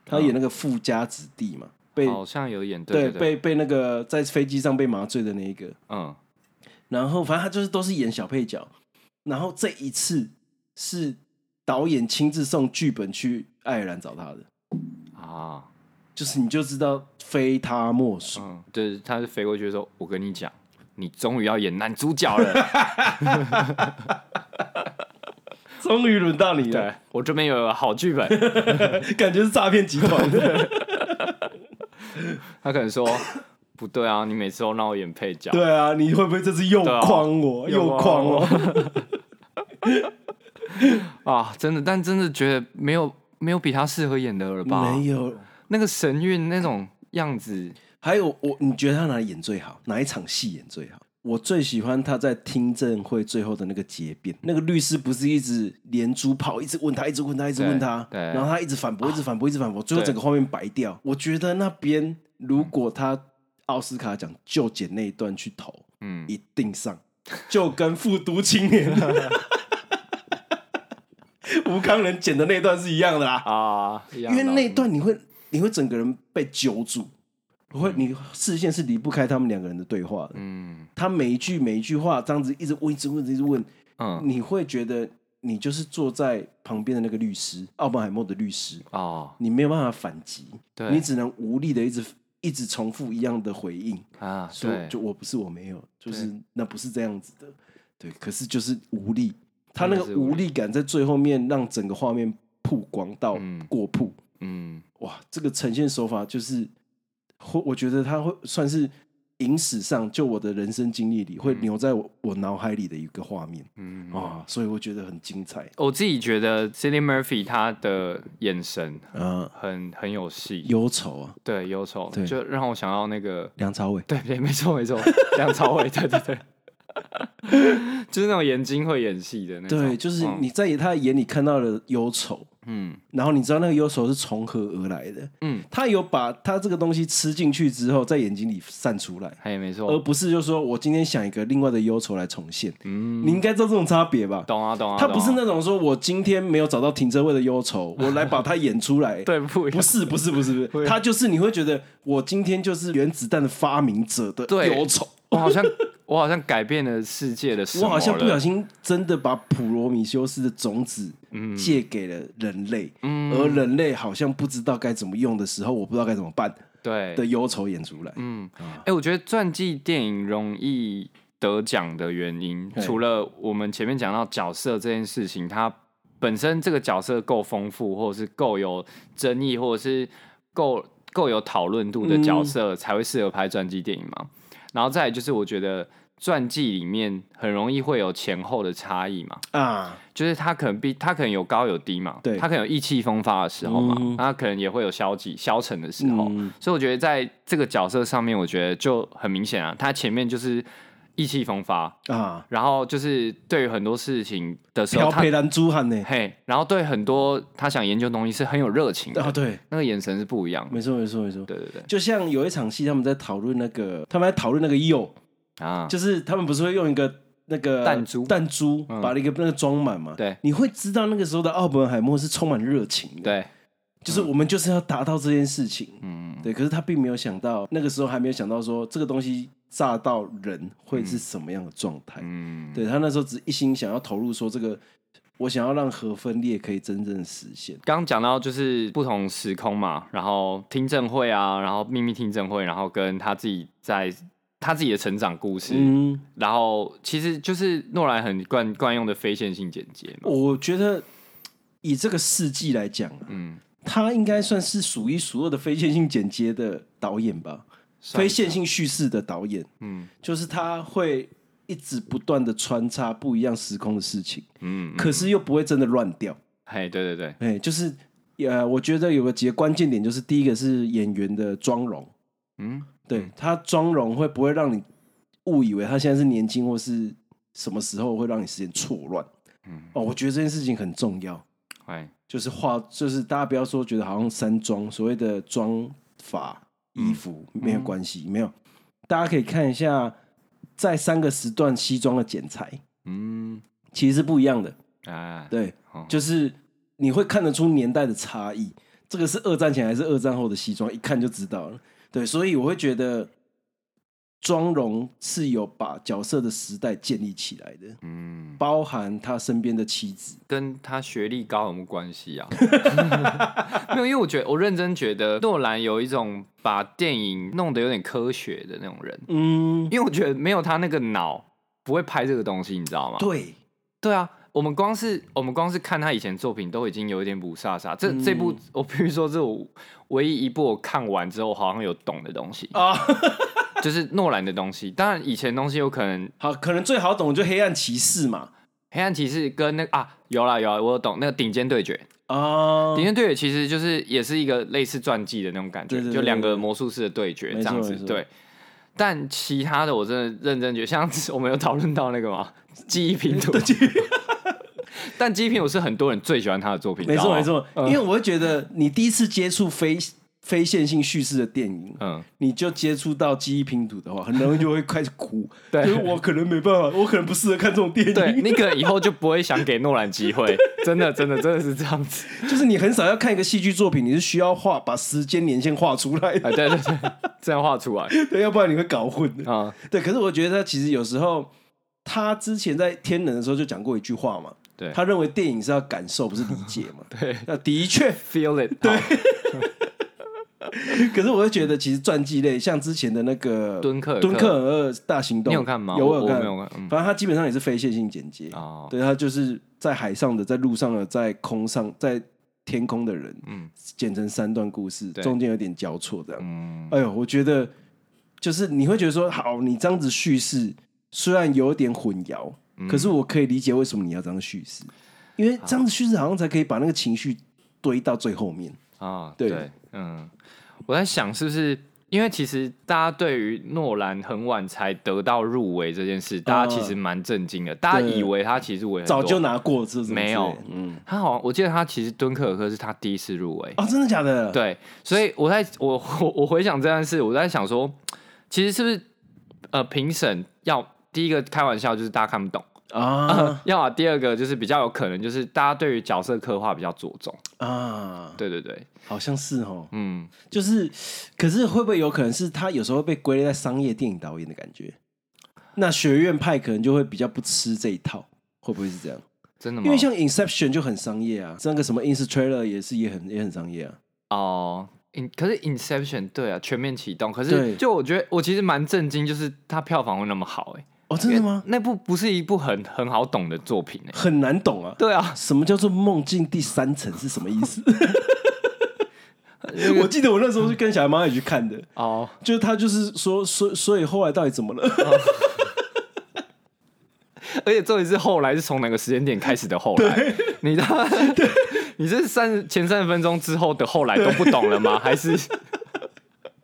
S1: 他演那个富家子弟嘛，被
S2: 好像有演
S1: 对
S2: 嗯哦对对，
S1: 被被那个在飞机上被麻醉的那一个，
S2: 嗯
S1: 然后反正他就是都是演小配角，然后这一次是导演亲自送剧本去爱尔兰找他的，
S2: 啊
S1: 就是你就知道非他莫属。
S2: 嗯，对，他是飞过去说：“我跟你讲，你终于要演男主角了。”
S1: 终于轮到你
S2: 对
S1: 了，
S2: 我这边有好剧本，
S1: 感觉是诈骗集 团的，
S2: 他可能说不对啊，你每次都让我演配角，
S1: 对啊，你会不会这次又
S2: 对啊
S1: 诓我，又诓 我？
S2: 啊，真的，但真的觉得没有没有比他适合演的了吧？
S1: 没有。
S2: 那个神韵那种样子，
S1: 还有我，你觉得他哪里演最好？哪一场戏演最好？我最喜欢他在听证会最后的那个结辩，那个律师不是一直连珠炮，一直问他，一直问他，一直问他，
S2: 对
S1: 然后他一直反驳，一直反驳，一直反驳，最后
S2: 对
S1: 整个画面白掉。我觉得那边如果他奥斯卡奖就剪那一段去投，
S2: 嗯，
S1: 一定上。就跟复读青年啊 吴康仁剪的那段是一样的啦，
S2: 啊，因
S1: 因为那段你会你会整个人被揪住，会你视线是离不开他们两个人的对话的，
S2: 嗯
S1: 他每一句每一句话这样子一直问一直问一直问，
S2: 嗯
S1: 你会觉得你就是坐在旁边的那个律师，奥本海默的律师，
S2: 哦，
S1: 你没有办法反击，
S2: 对
S1: 你只能无力的一直一直重复一样的回应，
S2: 啊，
S1: 说
S2: 对，
S1: 就我不是我没有，就是
S2: 对
S1: 那不是这样子的，对，可是就是无力，他那
S2: 真的
S1: 个
S2: 是无力
S1: 无力感在最后面让整个画面曝光到
S2: 嗯
S1: 过曝，
S2: 嗯
S1: 哇，这个呈现手法就是，会我觉得他会算是影史上就我的人生经历里会留在我我脑海里的一个画面。
S2: 嗯，
S1: 啊，所以我觉得很精彩。啊
S2: 我自己觉得 Cillian Murphy 他的眼神
S1: 啊，
S2: 很很有戏，
S1: 忧愁啊，
S2: 对忧愁
S1: 对，
S2: 就让我想到那个
S1: 梁朝伟
S2: 对对，没错没错， 梁朝伟，对对对， 就是那种眼睛会演戏的那种。
S1: 对，就是
S2: 嗯
S1: 你在他的眼里看到了忧愁，
S2: 嗯
S1: 然后你知道那个忧愁是从何而来的。
S2: 嗯，
S1: 他有把他这个东西吃进去之后，在眼睛里散出来，
S2: 还没
S1: 而
S2: 错，
S1: 不是就说我今天想一个另外的忧愁来重现。
S2: 嗯，
S1: 你应该知道这种差别吧？
S2: 懂啊懂啊，
S1: 他
S2: 懂
S1: 不是
S2: 啊
S1: 那种说我今天没有找到停车位的忧愁，我来把它演出来。
S2: 对啊不一
S1: 不
S2: 样
S1: 是不是不是不是，他就是你会觉得我今天就是原子弹的发明者的
S2: 对
S1: 忧愁。
S2: 我好像我好像改变了世界的什么
S1: 我
S2: 了，
S1: 好像不小心真的把普罗米修斯的种子
S2: 嗯
S1: 借给了人类，而人类好像不知道该怎么用的时候，我不知道该怎么办
S2: 对
S1: 的忧愁演出来。
S2: 嗯，哎、我觉得传记电影容易得奖的原因，
S1: 嘿
S2: 除了我们前面讲到角色这件事情，它本身这个角色够丰富，或者是够有争议，或者是够够有讨论度的角色，才会适合拍传记电影嘛。然后再来就是，我觉得传记里面很容易会有前后的差异嘛。
S1: 啊，
S2: 就是他可能比他可能有高有低嘛，
S1: 对
S2: 他可能有意气风发的时候嘛，
S1: 嗯
S2: 那他可能也会有消极消沉的时候，
S1: 嗯
S2: 所以我觉得在这个角色上面，我觉得就很明显啊，他前面就是意气风发，
S1: 啊，
S2: 然后就是对于很多事情的时候，
S1: 朴
S2: 他
S1: 培兰朱汉 呢？
S2: 嘿，然后对很多他想研究的东西是很有热情的，
S1: 啊，对，
S2: 那个眼神是不一样的，
S1: 没错没错没错。
S2: 对对对，
S1: 就像有一场戏，他们在讨论那个，他们在讨论那个釉，
S2: 啊，
S1: 就是他们不是会用一个那个
S2: 弹珠嗯
S1: 弹珠把那个那个装满嘛？
S2: 对
S1: 你会知道那个时候的奥本海默是充满热情的，
S2: 对，
S1: 就是我们就是要达到这件事情。
S2: 嗯，
S1: 对，可是他并没有想到，那个时候还没有想到说这个东西炸到人会是什么样的状态。
S2: 嗯，
S1: 对他那时候只一心想要投入说这个，我想要让核分裂可以真正实现。
S2: 刚刚讲到就是不同时空嘛，然后听证会啊，然后秘密听证会，然后跟他自己在他自己的成长故事，
S1: 嗯，
S2: 然后其实就是诺兰很惯惯用的非线性剪接嘛，
S1: 我觉得以这个世纪来讲、啊，
S2: 嗯，
S1: 他应该算是数一数二的非线性剪接的导演吧，
S2: 算
S1: 非
S2: 是
S1: 线，性叙事的导演，
S2: 嗯
S1: 就是他会一直不断的穿插不一样时空的事情，
S2: 嗯，
S1: 可是又不会真的乱掉。
S2: 嘿，对对对，
S1: 哎，就是呃，我觉得有个几个关键点，就是第一个是演员的妆容，
S2: 嗯，
S1: 对他妆容会不会让你误以为他现在是年轻，或是什么时候会让你视线错乱？
S2: 嗯
S1: 哦，我觉得这件事情很重要，
S2: 哎，
S1: 就是化，就是大家不要说觉得好像山妆，所谓的妆法、
S2: 嗯
S1: 衣服、没有关系，没有，大家可以看一下在三个时段西装的剪裁
S2: 嗯，
S1: 其实是不一样的，
S2: 哎，
S1: 对
S2: 哦，
S1: 就是你会看得出年代的差异。这个是二战前还是二战后的西装，一看就知道了。对，所以我会觉得妆容是有把角色的时代建立起来的，
S2: 嗯，
S1: 包含他身边的妻子。
S2: 跟他学历高有没有关系啊？ 没有，因为我觉得我认真觉得诺兰有一种把电影弄得有点科学的那种人，
S1: 嗯，
S2: 因为我觉得没有他那个脑不会拍这个东西，你知道吗？
S1: 对，
S2: 对啊，我们光是我们光是看他以前作品都已经有一点不飒飒。这、这
S1: 嗯
S2: 部我必须说，这是我唯一一部我看完之后好像有懂的东西
S1: 啊，
S2: 就是诺兰的东西。当然以前东西有可能《
S1: 好，可能最好懂的就黑暗骑士嘛。
S2: 黑暗骑士》跟那个啊有啦有啦，我有懂那个《顶尖对决》
S1: 啊，
S2: 顶尖对决其实就是也是一个类似传记的那种感觉，
S1: 对对对
S2: 就两个魔术师的对决
S1: 没
S2: 这
S1: 错
S2: 样
S1: 没
S2: 子。
S1: 错
S2: 对，但其他的我真的认真觉得，像 我们有讨论到那个嘛，记忆拼图。 但记忆拼图是很多人最喜欢他的作品，
S1: 没
S2: 知道
S1: 错
S2: 吗
S1: 没错，因为我会觉得你第一次接触非非线性叙事的电影，
S2: 嗯，
S1: 你就接触到记忆拼图的话，很容易就会开始 哭。
S2: 对
S1: 就是我可能没办法，我可能不适合看这种电影。
S2: 对，你可能以后就不会想给诺兰机会，真的，真的，真的是这样子。
S1: 就是你很少要看一个戏剧作品，你是需要画把时间年限画出来的，
S2: 哎，对对对，这样画出来
S1: 对，要不然你会搞混的。
S2: 啊、
S1: 对，可是我觉得他其实有时候，他之前在《天能》的时候就讲过一句话嘛，
S2: 对
S1: 他认为电影是要感受，不是理解 嘛。
S2: 对
S1: 那的确，
S2: ，feel it，对，
S1: 可是我会觉得，其实传记类像之前的那个《
S2: 敦刻尔克
S1: 敦刻尔克大行动》，
S2: 你有看吗？
S1: 有
S2: 我
S1: 我有
S2: 我
S1: 看，
S2: 没有看，嗯，
S1: 反正它基本上也是非线性剪接，
S2: 哦，
S1: 对，它就是在海上的、在路上的、在空上、在天空的人，
S2: 嗯
S1: 剪成三段故事，
S2: 对
S1: 中间有点交错这样。
S2: 嗯，
S1: 哎呦，我觉得就是你会觉得说，好，你这样子叙事虽然有点混淆，
S2: 嗯
S1: 可是我可以理解为什么你要这样叙事，因为这样子叙事好像才可以把那个情绪堆到最后面。
S2: 啊，
S1: 对
S2: 对，嗯，我在想是不是因为其实大家对于诺兰很晚才得到入围这件事，大家其实蛮震惊的，大家以为他其实入围很
S1: 嗯
S2: 多
S1: 早就拿过这种
S2: 没有
S1: 嗯
S2: 他好像我记得他其实敦刻尔克是他第一次入围，
S1: 啊、真的假的？，
S2: 对，所以我在我我我回想这件事，我在想说，其实是不是呃评审要第一个开玩笑就是大家看不懂，
S1: 啊
S2: 要么第二个就是比较有可能就是大家对于角色刻画比较着重，
S1: 啊，
S2: 对对对，
S1: 好像是哦，
S2: 嗯，
S1: 就是，可是会不会有可能是他有时候被归类在商业电影导演的感觉？那学院派可能就会比较不吃这一套，会不会是这样？
S2: 真的吗？
S1: 因为像 Inception 就很商业啊，那个什么 Ins Trailer 也是也很也很商业啊。
S2: 哦。In, 可是 Inception 对啊，全面启动。可
S1: 对
S2: 是就我觉得，我其实蛮震惊，就是它票房会那么好哎、欸
S1: 哦，真的
S2: 因为
S1: 吗？
S2: 那部不是一部很很好懂的 作品哎、欸
S1: 很难懂啊。
S2: 对啊，
S1: 什么叫做梦境第三层是什么意思？
S2: 那个
S1: 我记得我 那时候是跟小妈一起去看的，
S2: 哦，
S1: 就是他就是说，所所以后来到底怎么了？
S2: 而且重点是后来是从哪个时间点开始的后来？你他 你是三十前三十分钟之后的后来都不懂 了吗？还是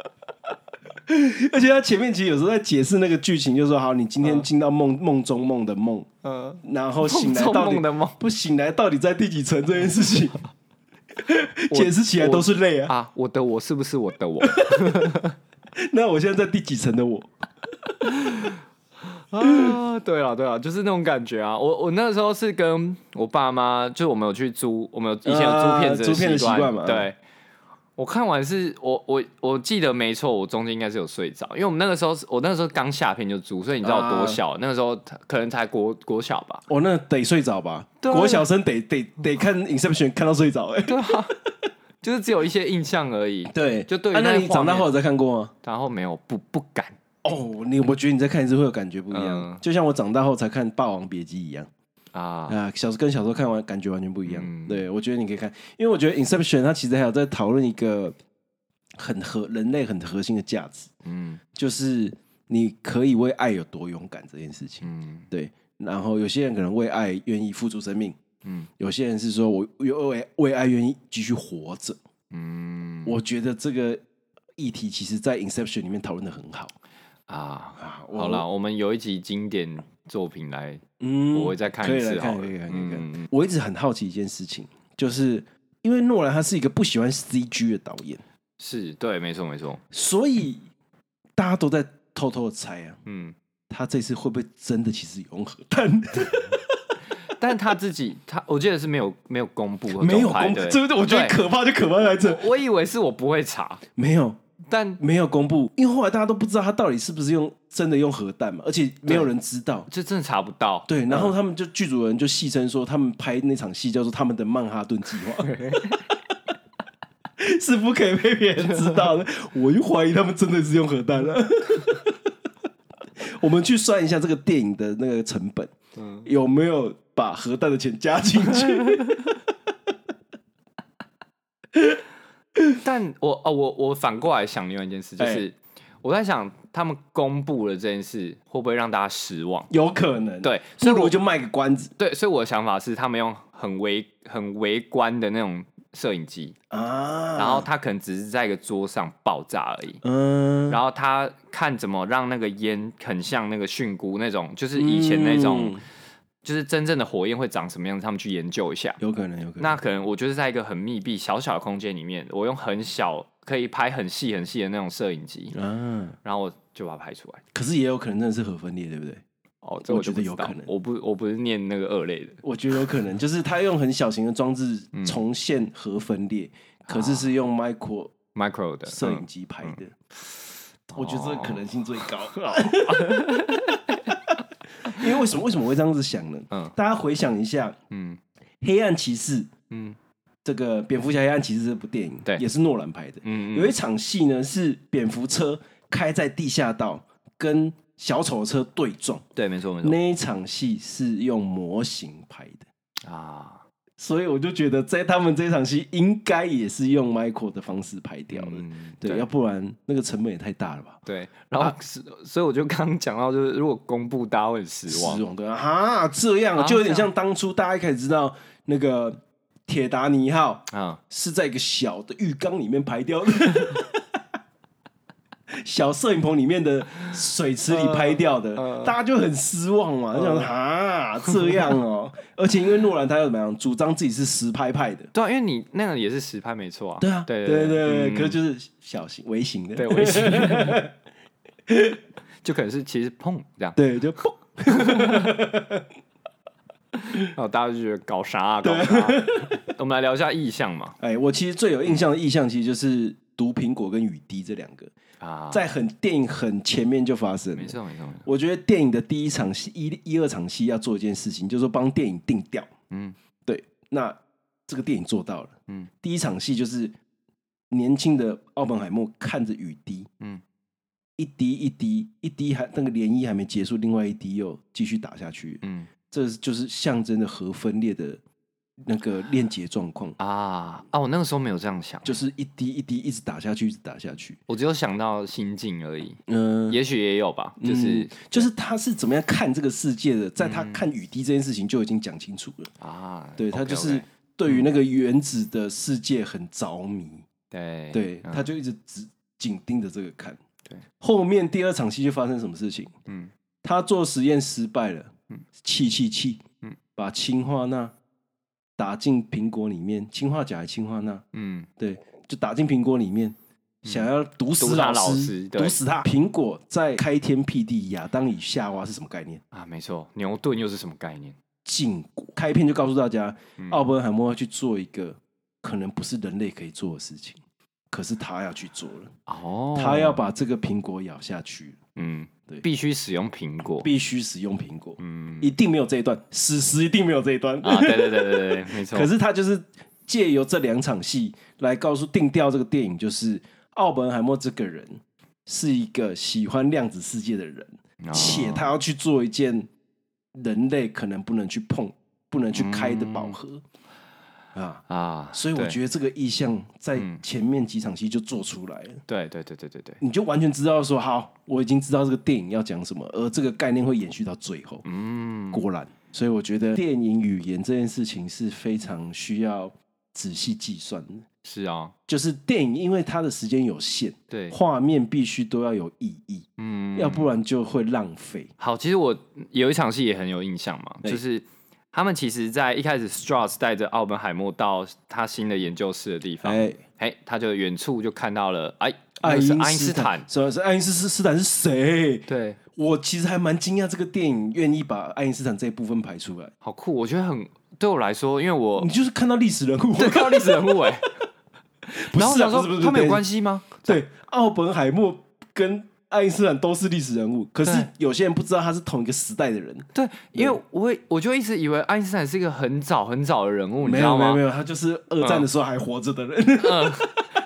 S1: 而且他前面其实有时候在解释那个剧情，就说好，你今
S2: 嗯
S1: 天进到梦梦中梦的梦，
S2: 呃
S1: 然后醒
S2: 梦
S1: 来
S2: 中
S1: 到底
S2: 梦的梦
S1: 不醒来到底在第几层这件事 情，解释起来都是累啊。
S2: 啊？我的我是不是我 的我
S1: 那我现在在第几层的我？
S2: 啊？对了对了，就是那种感觉啊！我我那个时候是跟我爸妈，就是我们有去租，我们有以前有租片子
S1: 啊租片的习
S2: 惯、
S1: 惯嘛
S2: 对。我看完是我我我记得没错，我中间应该是有睡着，因为我们那个时候是我那个时候刚下片就租，所以你知道
S1: 啊
S2: 我多小，那个时候可能才国国小吧，
S1: 我、哦那得睡着吧？
S2: 对啊
S1: 国小生得得得看 Inception 看到睡着哎、欸。
S2: 对啊，就是只有一些印象而已。
S1: 对，
S2: 就对于
S1: 啊，那
S2: 那
S1: 你
S2: 画
S1: 长大
S2: 面
S1: 后有再看过吗？
S2: 然后没有不不敢，
S1: 哦，你我觉得你在看一次会有感觉不一样，
S2: 嗯
S1: 就像我长大后才看《霸王别姬》一样
S2: 啊
S1: 啊、小时跟小时候看完感觉完全不一样。
S2: 嗯
S1: 对，我觉得你可以看，因为我觉得《Inception》它其实还有在讨论一个很核人类很核心的价值，
S2: 嗯
S1: 就是你可以为爱有多勇敢这件事情。
S2: 嗯
S1: 对，然后有些人可能为爱愿意付出生命，
S2: 嗯
S1: 有些人是说我我为为爱愿意继续活着。
S2: 嗯
S1: 我觉得这个议题其实，在 Inception 里面讨论的很好
S2: 啊，
S1: 啊。我
S2: 好了，，我们有一集经典作品来，
S1: 嗯
S2: 我会再看
S1: 可
S2: 一
S1: 以来
S2: 次好
S1: 看，
S2: 了。
S1: 可以看，可以看。
S2: 嗯，
S1: 我一直很好奇一件事情，就是因为诺兰他是一个不喜欢 CG 的导演，
S2: 是对，没错没错，
S1: 所以大家都在偷偷的猜啊，
S2: 嗯，
S1: 他这次会不会真的其实有用核弹？
S2: 但他自己他我记得是没有没有公布和
S1: 没有
S2: 公开
S1: 公，
S2: 对
S1: 对不对？我觉得
S2: 对
S1: 可怕就可怕在这，
S2: 我以为是我不会查，
S1: 没有
S2: 但
S1: 没有公布，因为后来大家都不知道他到底是不是用真的用核弹嘛，而且没有
S2: 对
S1: 人知道。
S2: 就真的查不到。
S1: 对，然后他们就剧组人就戏称说，他们拍那场戏叫做他们的曼哈顿计 划， 是不可以被别人知道 的。我就怀疑他们真的是用核弹了。我们去算一下这个电影的那个成本，
S2: 嗯
S1: 有没有把核弹的钱加进 去？
S2: 但我哦，我我反过来想另外一件事，就是、
S1: 哎
S2: 我在想他们公布了这件事，会不会让大家失望？
S1: 有可能，，
S2: 对，所
S1: 不
S2: 以我
S1: 如就卖个关子
S2: 对，所以我的想法是，他们用很微很微观的那种摄影机，
S1: 啊。
S2: 然后，他可能只是在一个桌上爆炸而已。
S1: 嗯，
S2: 然后他看怎么让那个烟很像那个菌菇那种，就是以前那种，
S1: 嗯
S2: 就是真正的火焰会长什么样子，他们去研究一下。
S1: 有可能，有可能。
S2: 那可能我就是在一个很密闭小小的空间里面，我用很小可以拍很细很细的那种摄影机，
S1: 啊，
S2: 然后我就把它拍出来。
S1: 可是也有可能真的是核分裂，对不对？
S2: 哦，这
S1: 我
S2: 就
S1: 觉得
S2: 不知
S1: 有
S2: 道
S1: 可能
S2: 我不我不是念那个二类的，
S1: 我觉得有可能，就是他用很小型的装置
S2: 嗯
S1: 重现核分裂，可是是用 micro
S2: micro 的
S1: 摄影
S2: 啊嗯哦
S1: 机拍的。我觉得这个可能性最高， 因为为什么为什么我会这样子想呢？
S2: 嗯
S1: 大家回想一下，
S2: 嗯
S1: 《黑暗骑士》
S2: 嗯
S1: 这个《蝙蝠侠：黑暗骑士》这部电影，
S2: 对
S1: 也是诺兰拍的。
S2: 嗯，
S1: 有一
S2: 嗯
S1: 场戏呢，是蝙蝠车开在地下道，跟小丑车对撞。
S2: 对，没错没错
S1: 那一场戏是用模型拍的，
S2: 啊，
S1: 所以我就觉得在他们这场戏应该也是用 Michael 的方式拍掉的。
S2: 嗯
S1: 对，要啊不然那个成本也太大了吧？
S2: 对，然后是所以我就刚刚讲到，就是如果公布大家会很失望
S1: 失，望对啊，哈这样啊
S2: 啊
S1: 就有点
S2: 这
S1: 像当初大家一开始知道那个铁达尼号
S2: 啊，
S1: 是在一个小的浴缸里面排掉 的，小摄影棚里面的水池里拍掉的，大家就很失望嘛，就想说啊这样哦、而且因为诺兰他又怎么样，主张自己是实拍派的，
S2: 对啊，因为你那个也是实拍没错啊，
S1: 对啊，
S2: 对
S1: 对
S2: 对，嗯
S1: 可是就是小型微型的，
S2: 对我也是，就可能是其实碰这样，
S1: 对，就砰，
S2: 然后大家就觉得搞啥啊搞啥啊，我们来聊一下意向嘛
S1: 哎，我其实最有印象的意象其实就是毒苹果跟雨滴这两个，
S2: 啊，
S1: 在很电影很前面就发生了
S2: 没。错没错没错，
S1: 我觉得电影的第一场戏、一一二场戏要做一件事情，就是说帮电影定调。
S2: 嗯
S1: 对，那这个电影做到了。
S2: 嗯
S1: 第一场戏就是年轻的奥本海默看着雨滴，
S2: 嗯
S1: 一滴一滴一滴还那个涟漪还没结束，另外一滴又继续打下去，
S2: 嗯
S1: 这就是象征着核分裂的那个链接状况，
S2: 啊啊，我那个时候没有这样想，
S1: 就是一滴一滴一直打下去，一直打下去。
S2: 我只有想到心境而已，
S1: 嗯、
S2: 也许也有吧，就是嗯
S1: 嗯就是他是怎么样看这个世界的，在他看雨滴这件事情就已经讲清楚了。
S2: 啊，
S1: 嗯对他
S2: OK，OK 嗯
S1: 就是对于那个原子的世界很着迷，
S2: 对
S1: 对，
S2: 嗯
S1: 他就一直只紧盯着这个看。
S2: 对，
S1: 后面第二场戏就发生什么事情？
S2: 嗯
S1: 他做实验失败了，
S2: 嗯
S1: 气气气，
S2: 嗯
S1: 把氰化钠打进苹果里面，氰化钾还氰化钠，
S2: 嗯
S1: 对，就打进苹果里面。想要毒
S2: 毒
S1: 死
S2: 他
S1: 老
S2: 老
S1: 师
S2: 师，对
S1: 毒死他！苹果在开天辟地，亚当与夏娃是什么概念？
S2: 啊，没错，牛顿又是什么概念？
S1: 禁果。开篇就告诉大家，
S2: 嗯
S1: 奥本海默要去做一个可能不是人类可以做的事情，可是他要去做了，
S2: 哦，
S1: 他要把这个苹果咬下去，
S2: 嗯，
S1: 对
S2: 必须使用苹果，
S1: 必须使用苹果，
S2: 嗯
S1: 一定没有这一段，史实一定没有这一段。
S2: 啊，对对对对对，没错，
S1: 可是他就是借由这两场戏来告诉定调这个电影，就是奥本海默这个人是一个喜欢量子世界的人，
S2: 哦
S1: 且他要去做一件人类可能不能去碰、不能去开的饱
S2: 嗯
S1: 和、啊。
S2: 啊，
S1: 所以我
S2: 对
S1: 觉得这个意向在
S2: 嗯
S1: 前面几场戏就做出来了，
S2: 对对对对对对，
S1: 你就完全知道说好，我已经知道这个电影要讲什么，而这个概念会延续到最后。
S2: 嗯，
S1: 果然，所以我觉得电影语言这件事情是非常需要仔细计算的。
S2: 是啊，
S1: 就是电影，因为它的时间有限，
S2: 对，
S1: 画面必须都要有意义，
S2: 嗯，
S1: 要不然就会浪费。
S2: 好，其实我有一场戏也很有印象嘛，
S1: 对
S2: 就是他们其实，在一开始 Strauss 带着奥本海默到他新的研究室的地方，
S1: 哎，
S2: 哎，他就远处就看到了，哎，那
S1: 爱
S2: 个是
S1: 因
S2: 爱因斯坦，，
S1: 什么是爱因斯斯坦是谁？
S2: 对，
S1: 我其实还蛮惊讶，这个电影愿意把爱因斯坦这一部分排出来。
S2: 好酷，我觉得很对我来说，因为我
S1: 你就是看到历史人物，
S2: 对看到历史人物哎、
S1: 不
S2: 然后我
S1: 是啊不
S2: 想
S1: 是不
S2: 说
S1: 是
S2: 他们有
S1: 系。
S2: 关系吗？
S1: 对，奥本海默跟爱因斯坦都是历史人物，可是
S2: 对
S1: 有些人不知道他是同一个时代的人。
S2: 对，因为我也我就一直以为爱因斯坦是一个很早很早的人物，哦你
S1: 没
S2: 知道
S1: 有没有
S2: 吗
S1: 没？有，他就是二战的时候还活着的人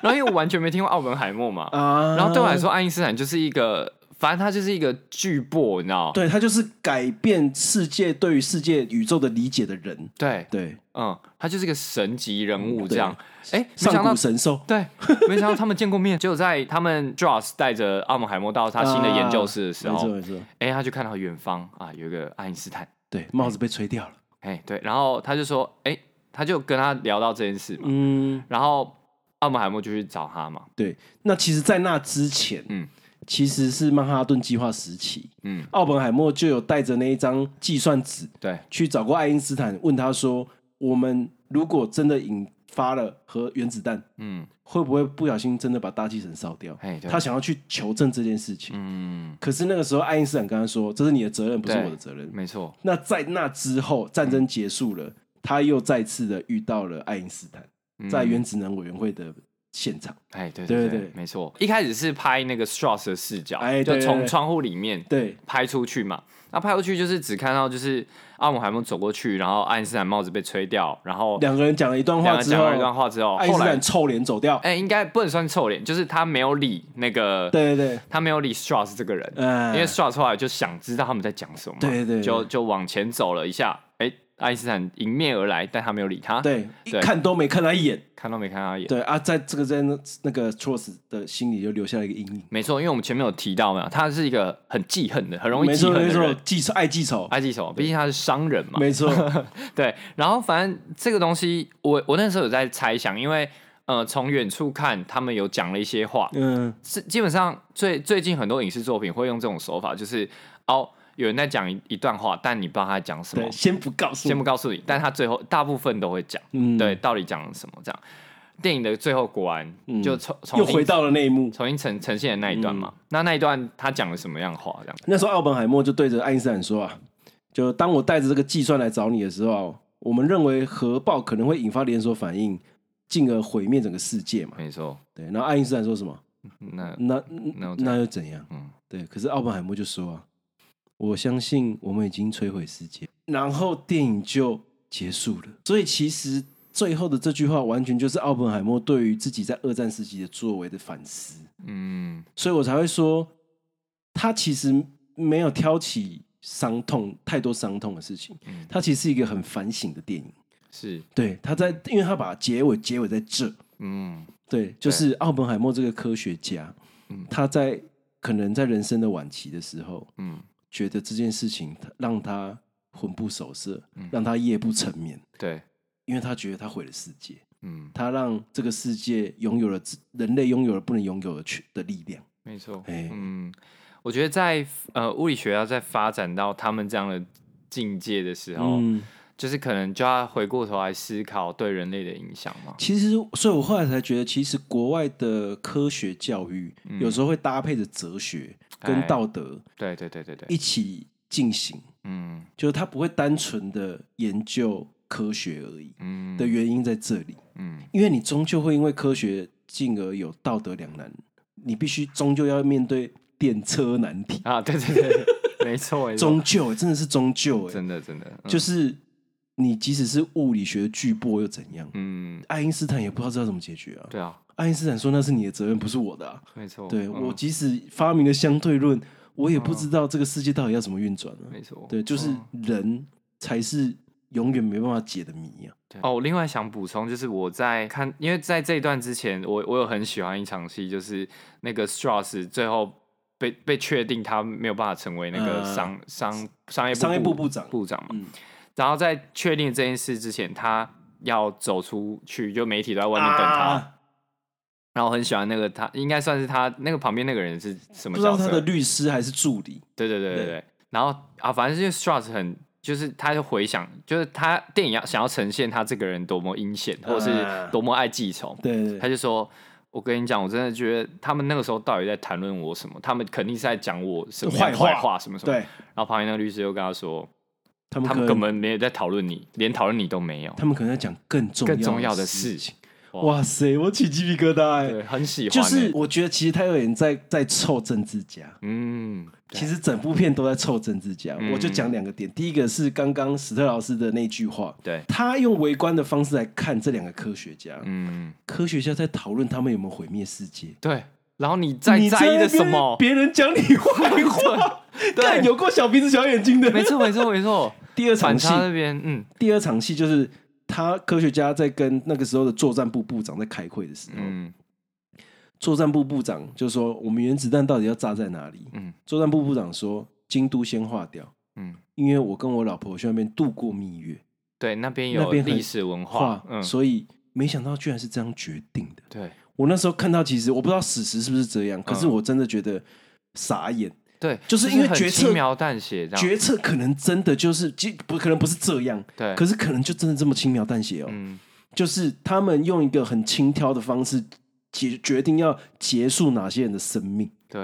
S2: 然后因为我完全没听过奥本海 默嘛，
S1: 啊
S2: 嗯然后对我来，说，爱因斯坦就是一个，反正他就是一个巨擘，你知道？
S1: 对他就是改变世界对于世界宇宙的理解的人。
S2: 对，
S1: 对，
S2: 嗯，他就是一个神级人物
S1: 嗯
S2: 这样。哎，没
S1: 上
S2: 想到
S1: 古，神兽
S2: 对，没想到他们见过面，就在他们 Dross 带着奥本海默到他新的研究室的时
S1: 没错
S2: 候，
S1: 嗯没错，
S2: 哎，他就看到远方啊有一个爱因斯坦，
S1: 对，帽子被吹掉了。
S2: 哎，对，然后他就说，哎，他就跟他聊到这件事嘛，
S1: 嗯，
S2: 然后奥本海默就去找他嘛，
S1: 对。那其实，在那之前，
S2: 嗯
S1: 其实是曼哈顿计划时期，
S2: 嗯，
S1: 奥本海默就有带着那一张计算纸，
S2: 对，
S1: 去找过爱因斯坦，问他说：“我们如果真的引发了核原子弹，
S2: 嗯，
S1: 会不会不小心真的把大气层烧掉？
S2: 哎，对
S1: 他，想要去求证这件事情。
S2: 嗯，
S1: 可是那个时候，爱因斯坦跟他说：“这是你的责任，不是
S2: 对
S1: 我的责任。
S2: 没错，”
S1: 那在那之后，战争结束了，他又再次的遇到了爱因斯坦，
S2: 嗯
S1: 在原子能委员会的现场。
S2: 哎，对
S1: 对
S2: 对
S1: 对
S2: 对，没错。一开始是拍那个 Strauss 的视角，
S1: 哎对
S2: 就
S1: 对对
S2: 从窗户里面
S1: 对
S2: 拍出去嘛。那拍出去就是只看到就是阿姆海默走过去，然后爱因斯坦帽子被吹掉，然后
S1: 两个人讲了一段
S2: 两
S1: 话
S2: 个
S1: 之
S2: 讲
S1: 后
S2: 完，一段话之后，
S1: 爱因
S2: 后
S1: 斯
S2: 来
S1: 坦臭脸走掉。
S2: 哎、应该不能算臭脸，就是他没有理那个，
S1: 对对对，
S2: 他没有理 Strauss 这个人，
S1: 呃
S2: 因为 Strauss 后来就想知道他们在讲什么嘛，
S1: 对对对
S2: 就就往前走了一下，哎、爱因斯坦迎面而来，但他没有理他，，
S1: 对一
S2: 对
S1: 看都没看他一眼。
S2: 看都没看他一眼。
S1: 对啊，在这个在那那个 Tross 的心里就留下了一个阴影。
S2: 没错，因为我们前面有提到嘛，他是一个很记恨的，很容易
S1: 没
S2: 记
S1: 错
S2: 恨
S1: 没
S2: 的
S1: 错
S2: 人，，
S1: 记仇爱记仇，
S2: 爱记仇，毕竟他是商人嘛。
S1: 没错，
S2: 对，然后反正这个东西，我我那时候有在猜想，因为呃，从远处看，他们有讲了一些话，
S1: 嗯，
S2: 是基本上最最近很多影视作品会用这种手法，就是哦，有人在讲一一段话，但你不知道他在讲 什么
S1: 对，，先不告诉，
S2: 先不告诉你，但他最后大部分都会讲，
S1: 嗯，
S2: 对，，到底讲了什么这样。电影的最后果然
S1: 嗯
S2: 就重重
S1: 又
S2: 新
S1: 回嗯到了那一幕。
S2: 重新呈呈现的那一段嘛，那那一段他讲了什么样的话？这样，
S1: 那时候奥本海默就对着爱因斯坦说啊，就当我带着这个计算来找你的时候啊，我们认为核爆可能会引发连锁反应，进而毁灭整个世界嘛。
S2: 没错，
S1: 对，然后爱因斯坦说什么？
S2: 那
S1: 那那
S2: 那又怎样
S1: 那又怎样？
S2: 嗯
S1: 对，可是奥本海默就说啊，我相信我们已经摧毁世界。然后电影就结束了。所以其实最后的这句话完全就是奥本海默对于自己在二战时期的作为的反思。
S2: 嗯，
S1: 所以我才会说，他其实没有挑起伤痛太多伤痛的事情
S2: 嗯，
S1: 他其实是一个很反省的电影。
S2: 是，
S1: 对，他在，因为他把结尾结尾在这，
S2: 嗯
S1: 对，就是奥本海默这个科学家
S2: 嗯，
S1: 他在可能在人生的晚期的时候，
S2: 嗯，
S1: 觉得这件事情让他魂不守舍，让他夜不成眠，
S2: 对，
S1: 因为他觉得他毁了世界，
S2: 嗯，
S1: 他让这个世界拥有了自人类拥有了不能拥有的权的力量。
S2: 没错，
S1: 哎
S2: 嗯，我觉得在呃物理学要在发展到他们这样的境界的时候，
S1: 嗯，
S2: 就是可能就要回过头来思考对人类的影响嘛。
S1: 其实，所以我后来才觉得，其实国外的科学教育有时候会搭配着哲学跟
S2: 嗯哎
S1: 道德
S2: 对对对对对，
S1: 一起进行，
S2: 嗯
S1: 就是它不会单纯的研究科学而已
S2: 嗯
S1: 的原因在这里，
S2: 嗯，
S1: 因为你终究会因为科学进而有道德两难，你必须终究要面对电车难题，
S2: 啊，对对对对，没错，没错
S1: 终究欸真的是终究欸，
S2: 真的真的、嗯
S1: 就是你即使是物理学的巨擘又怎样？
S2: 嗯，
S1: 爱因斯坦也不知道这要怎么解决啊！
S2: 对啊，
S1: 爱因斯坦说那是你的责任，不是我的、啊。
S2: 没错，
S1: 对、
S2: 嗯
S1: 我即使发明了相对论，我也不知道这个世界到底要怎么运转呢、
S2: 没错，
S1: 对，就是
S2: 嗯
S1: 人才是永远没办法解的谜啊。
S2: 对哦，我另外想补充就是我在看，因为在这一段之前，我我有很喜欢一场戏，就是那个 Strauss 最后被被确定他没有办法成为那个
S1: 呃
S2: 商、商商业部
S1: 商业部部长
S2: 部长嘛，
S1: 嗯
S2: 然后在确定这件事之前，他要走出去，就媒体都在外面等他。
S1: 啊
S2: 然后我很喜欢那个他，应该算是他那个旁边那个人是什
S1: 不
S2: 么
S1: 知道
S2: 角
S1: 他
S2: 色？
S1: 的律师还是助理。
S2: 对对对
S1: 对
S2: 对对。然后啊，反正就是 Strauss 很，就是他就回想，就是他电影要想要呈现他这个人多么阴险，或者
S1: 啊
S2: 是多么爱记仇，
S1: 对对
S2: 他
S1: 对，
S2: 就说。我跟你讲，我真的觉得他们那个时候到底在谈论我什么？他们肯定是在讲我什么样的
S1: 坏
S2: 坏
S1: 话
S2: 话，什么什么。
S1: 对
S2: 然后旁边那个律师又跟他说，
S1: 他们
S2: 他
S1: 可
S2: 们
S1: 能
S2: 根本没有在讨论你，连讨论你都没有。
S1: 他们可能在讲更重
S2: 更重要
S1: 的
S2: 的事
S1: 情。
S2: 哇
S1: 哇塞，我起鸡皮疙瘩哎、
S2: 对，很喜欢、欸，
S1: 就是我觉得其实他有点在在臭政治家。
S2: 嗯，
S1: 其实整部片都在凑政治家，
S2: 嗯
S1: 我就讲两个点。第一个是刚刚史特老师的那句话，
S2: 对，
S1: 他用围观的方式来看这两个科学家，
S2: 嗯，
S1: 科学家在讨论他们有没有毁灭世界，
S2: 对。然后你在
S1: 你
S2: 在意的什么？
S1: 别人讲你坏话，
S2: 对
S1: 干有过小鼻子小眼睛的。
S2: 没错，没错，没错。
S1: 第二
S2: 反
S1: 场戏，
S2: 差那边，嗯
S1: 第二场戏就是他科学家在跟那个时候的作战部部长在开会的时候，
S2: 嗯
S1: 作战部部长就说：“我们原子弹到底要炸在哪里？”
S2: 嗯
S1: 作战部部长说：“京都先化掉。”
S2: 嗯，
S1: 因为我跟我老婆去那边度过蜜月，
S2: 对，那边
S1: 那
S2: 有
S1: 边很
S2: 历史文
S1: 话
S2: 化，，嗯，
S1: 所以没想到居然是这样决定的。
S2: 对
S1: 我那时候看到，其实我不知道史实是不是这样，可是我真的觉得傻眼。
S2: 对，
S1: 就是因为
S2: 很
S1: 决策
S2: 轻描淡写这样，
S1: 决策可能真的就是，其不可能不是这样，
S2: 对，
S1: 可是可能就真的这么轻描淡写哦。
S2: 嗯
S1: 就是他们用一个很轻佻的方式决决定要结束哪些人的生命。
S2: 对，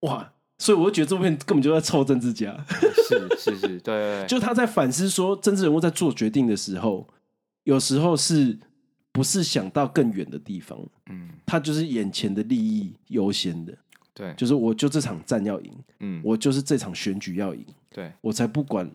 S2: 嗯
S1: 哇！所以我就觉得这部片根本就在凑政治家，
S2: 是是是，对对对，
S1: 就他在反思说，政治人物在做决定的时候，有时候是不是想到更远的地方？
S2: 嗯
S1: 他就是眼前的利益优先的，
S2: 对，
S1: 就是我就这场战要赢，
S2: 嗯
S1: 我就是这场选举要赢，
S2: 对，
S1: 我才不管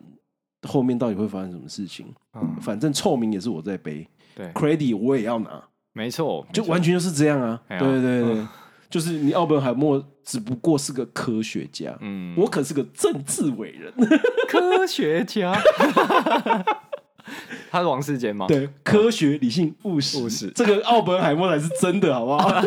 S1: 后面到底会发生什么事情，
S2: 嗯
S1: 反正臭名也是我在背
S2: 对，
S1: ，credit 我也要拿，
S2: 没错，
S1: 就
S2: 没错
S1: 完全就是这样啊！
S2: 哎
S1: 对
S2: 呀
S1: 对对对
S2: 嗯
S1: 就是你奥本海默只不过是个科学家，
S2: 嗯，
S1: 我可是个政治伟人，
S2: 科学 家，他是王世杰吗？，
S1: 对，科学、理性、务实，
S2: 务实
S1: 这个奥本海默才是真的，好不 好？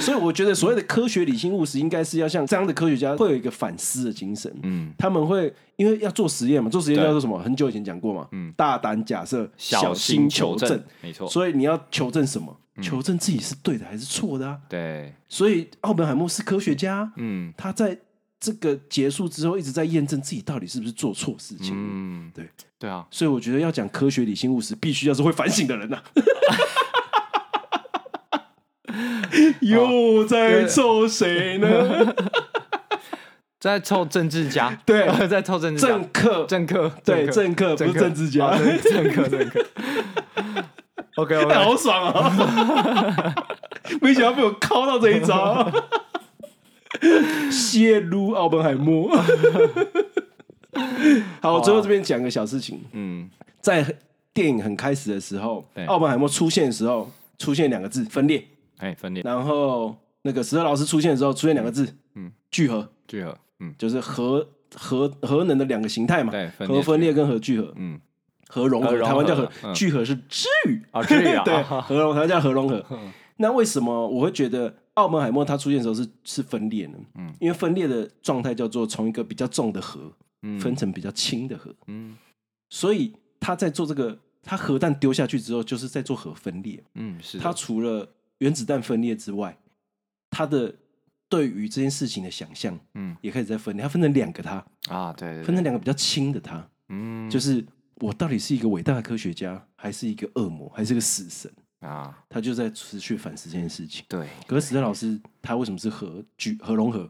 S1: 所以我觉得所谓的科学、理性、务实，应该是要像这样的科学家会有一个反思的精神。
S2: 嗯，
S1: 他们会因为要做实验嘛，做实验
S2: 对
S1: 要做什么？很久以前讲过嘛，
S2: 嗯
S1: 大胆假设，
S2: 小
S1: 心
S2: 心求嗯
S1: 证
S2: 证，。没错，
S1: 所以你要求证什么？求证自己是对的还是错的啊？
S2: 对，
S1: 所以奥本海默是科学家啊、
S2: 嗯
S1: 他在这个结束之后一直在验证自己到底是不是做错事情。
S2: 嗯，
S1: 对
S2: 对啊，
S1: 所以我觉得要讲科学、理性、务实，必须要是会反省的人呐、啊
S2: 哦
S1: 又在凑谁 呢？
S2: 在凑政治家，
S1: 对
S2: 在凑政治家
S1: 政客，
S2: 政客，
S1: 对，
S2: 政
S1: 政客不是
S2: 客
S1: 政治
S2: 啊
S1: 家，
S2: 对政客政 客。OK
S1: 哎
S2: OK，
S1: 好爽啊！ 没想到被我敲到这一招，泄露奥本海默。好，啊我最后这边讲个小事情，
S2: 嗯，
S1: 在电影很开始的时候
S2: 对，
S1: 奥本海默出现的时候，出现两个字分裂，
S2: 哎，分裂
S1: 然后那个史特劳斯出现的时候，出现两个字，
S2: 嗯
S1: 嗯，聚合，
S2: 聚合，嗯，
S1: 就是核核核能的两个形态嘛，
S2: 对，分
S1: 核
S2: 裂，
S1: 分裂跟核聚合，
S2: 嗯，
S1: 核融
S2: 核
S1: 合，
S2: 融合
S1: 台湾叫核
S2: 嗯
S1: 聚合是聚
S2: 啊聚 啊嗯
S1: 对，核融台湾叫核融合。那为什么我会觉得澳门海默它出现的时候是是分裂呢？
S2: 嗯
S1: 因为分裂的状态叫做从一个比较重的核
S2: 嗯
S1: 分，成比较轻的核，
S2: 嗯
S1: 所以他在做这个，他核弹丢下去之后，就是在做核分裂。
S2: 嗯，是的
S1: 他除了原子弹分裂之外，他的对于这件事情的想象
S2: 嗯
S1: 也开始在分裂，他分成两个他，
S2: 啊，对对，
S1: 分
S2: 对
S1: 成两个比较轻的他，
S2: 嗯，
S1: 就是是我到底是一个伟大的科学家，还是一个恶魔，还是个死神？
S2: 啊，
S1: 他就在持续反思这件事情。
S2: 对，
S1: 可是史特老师他为什么是核聚核融合？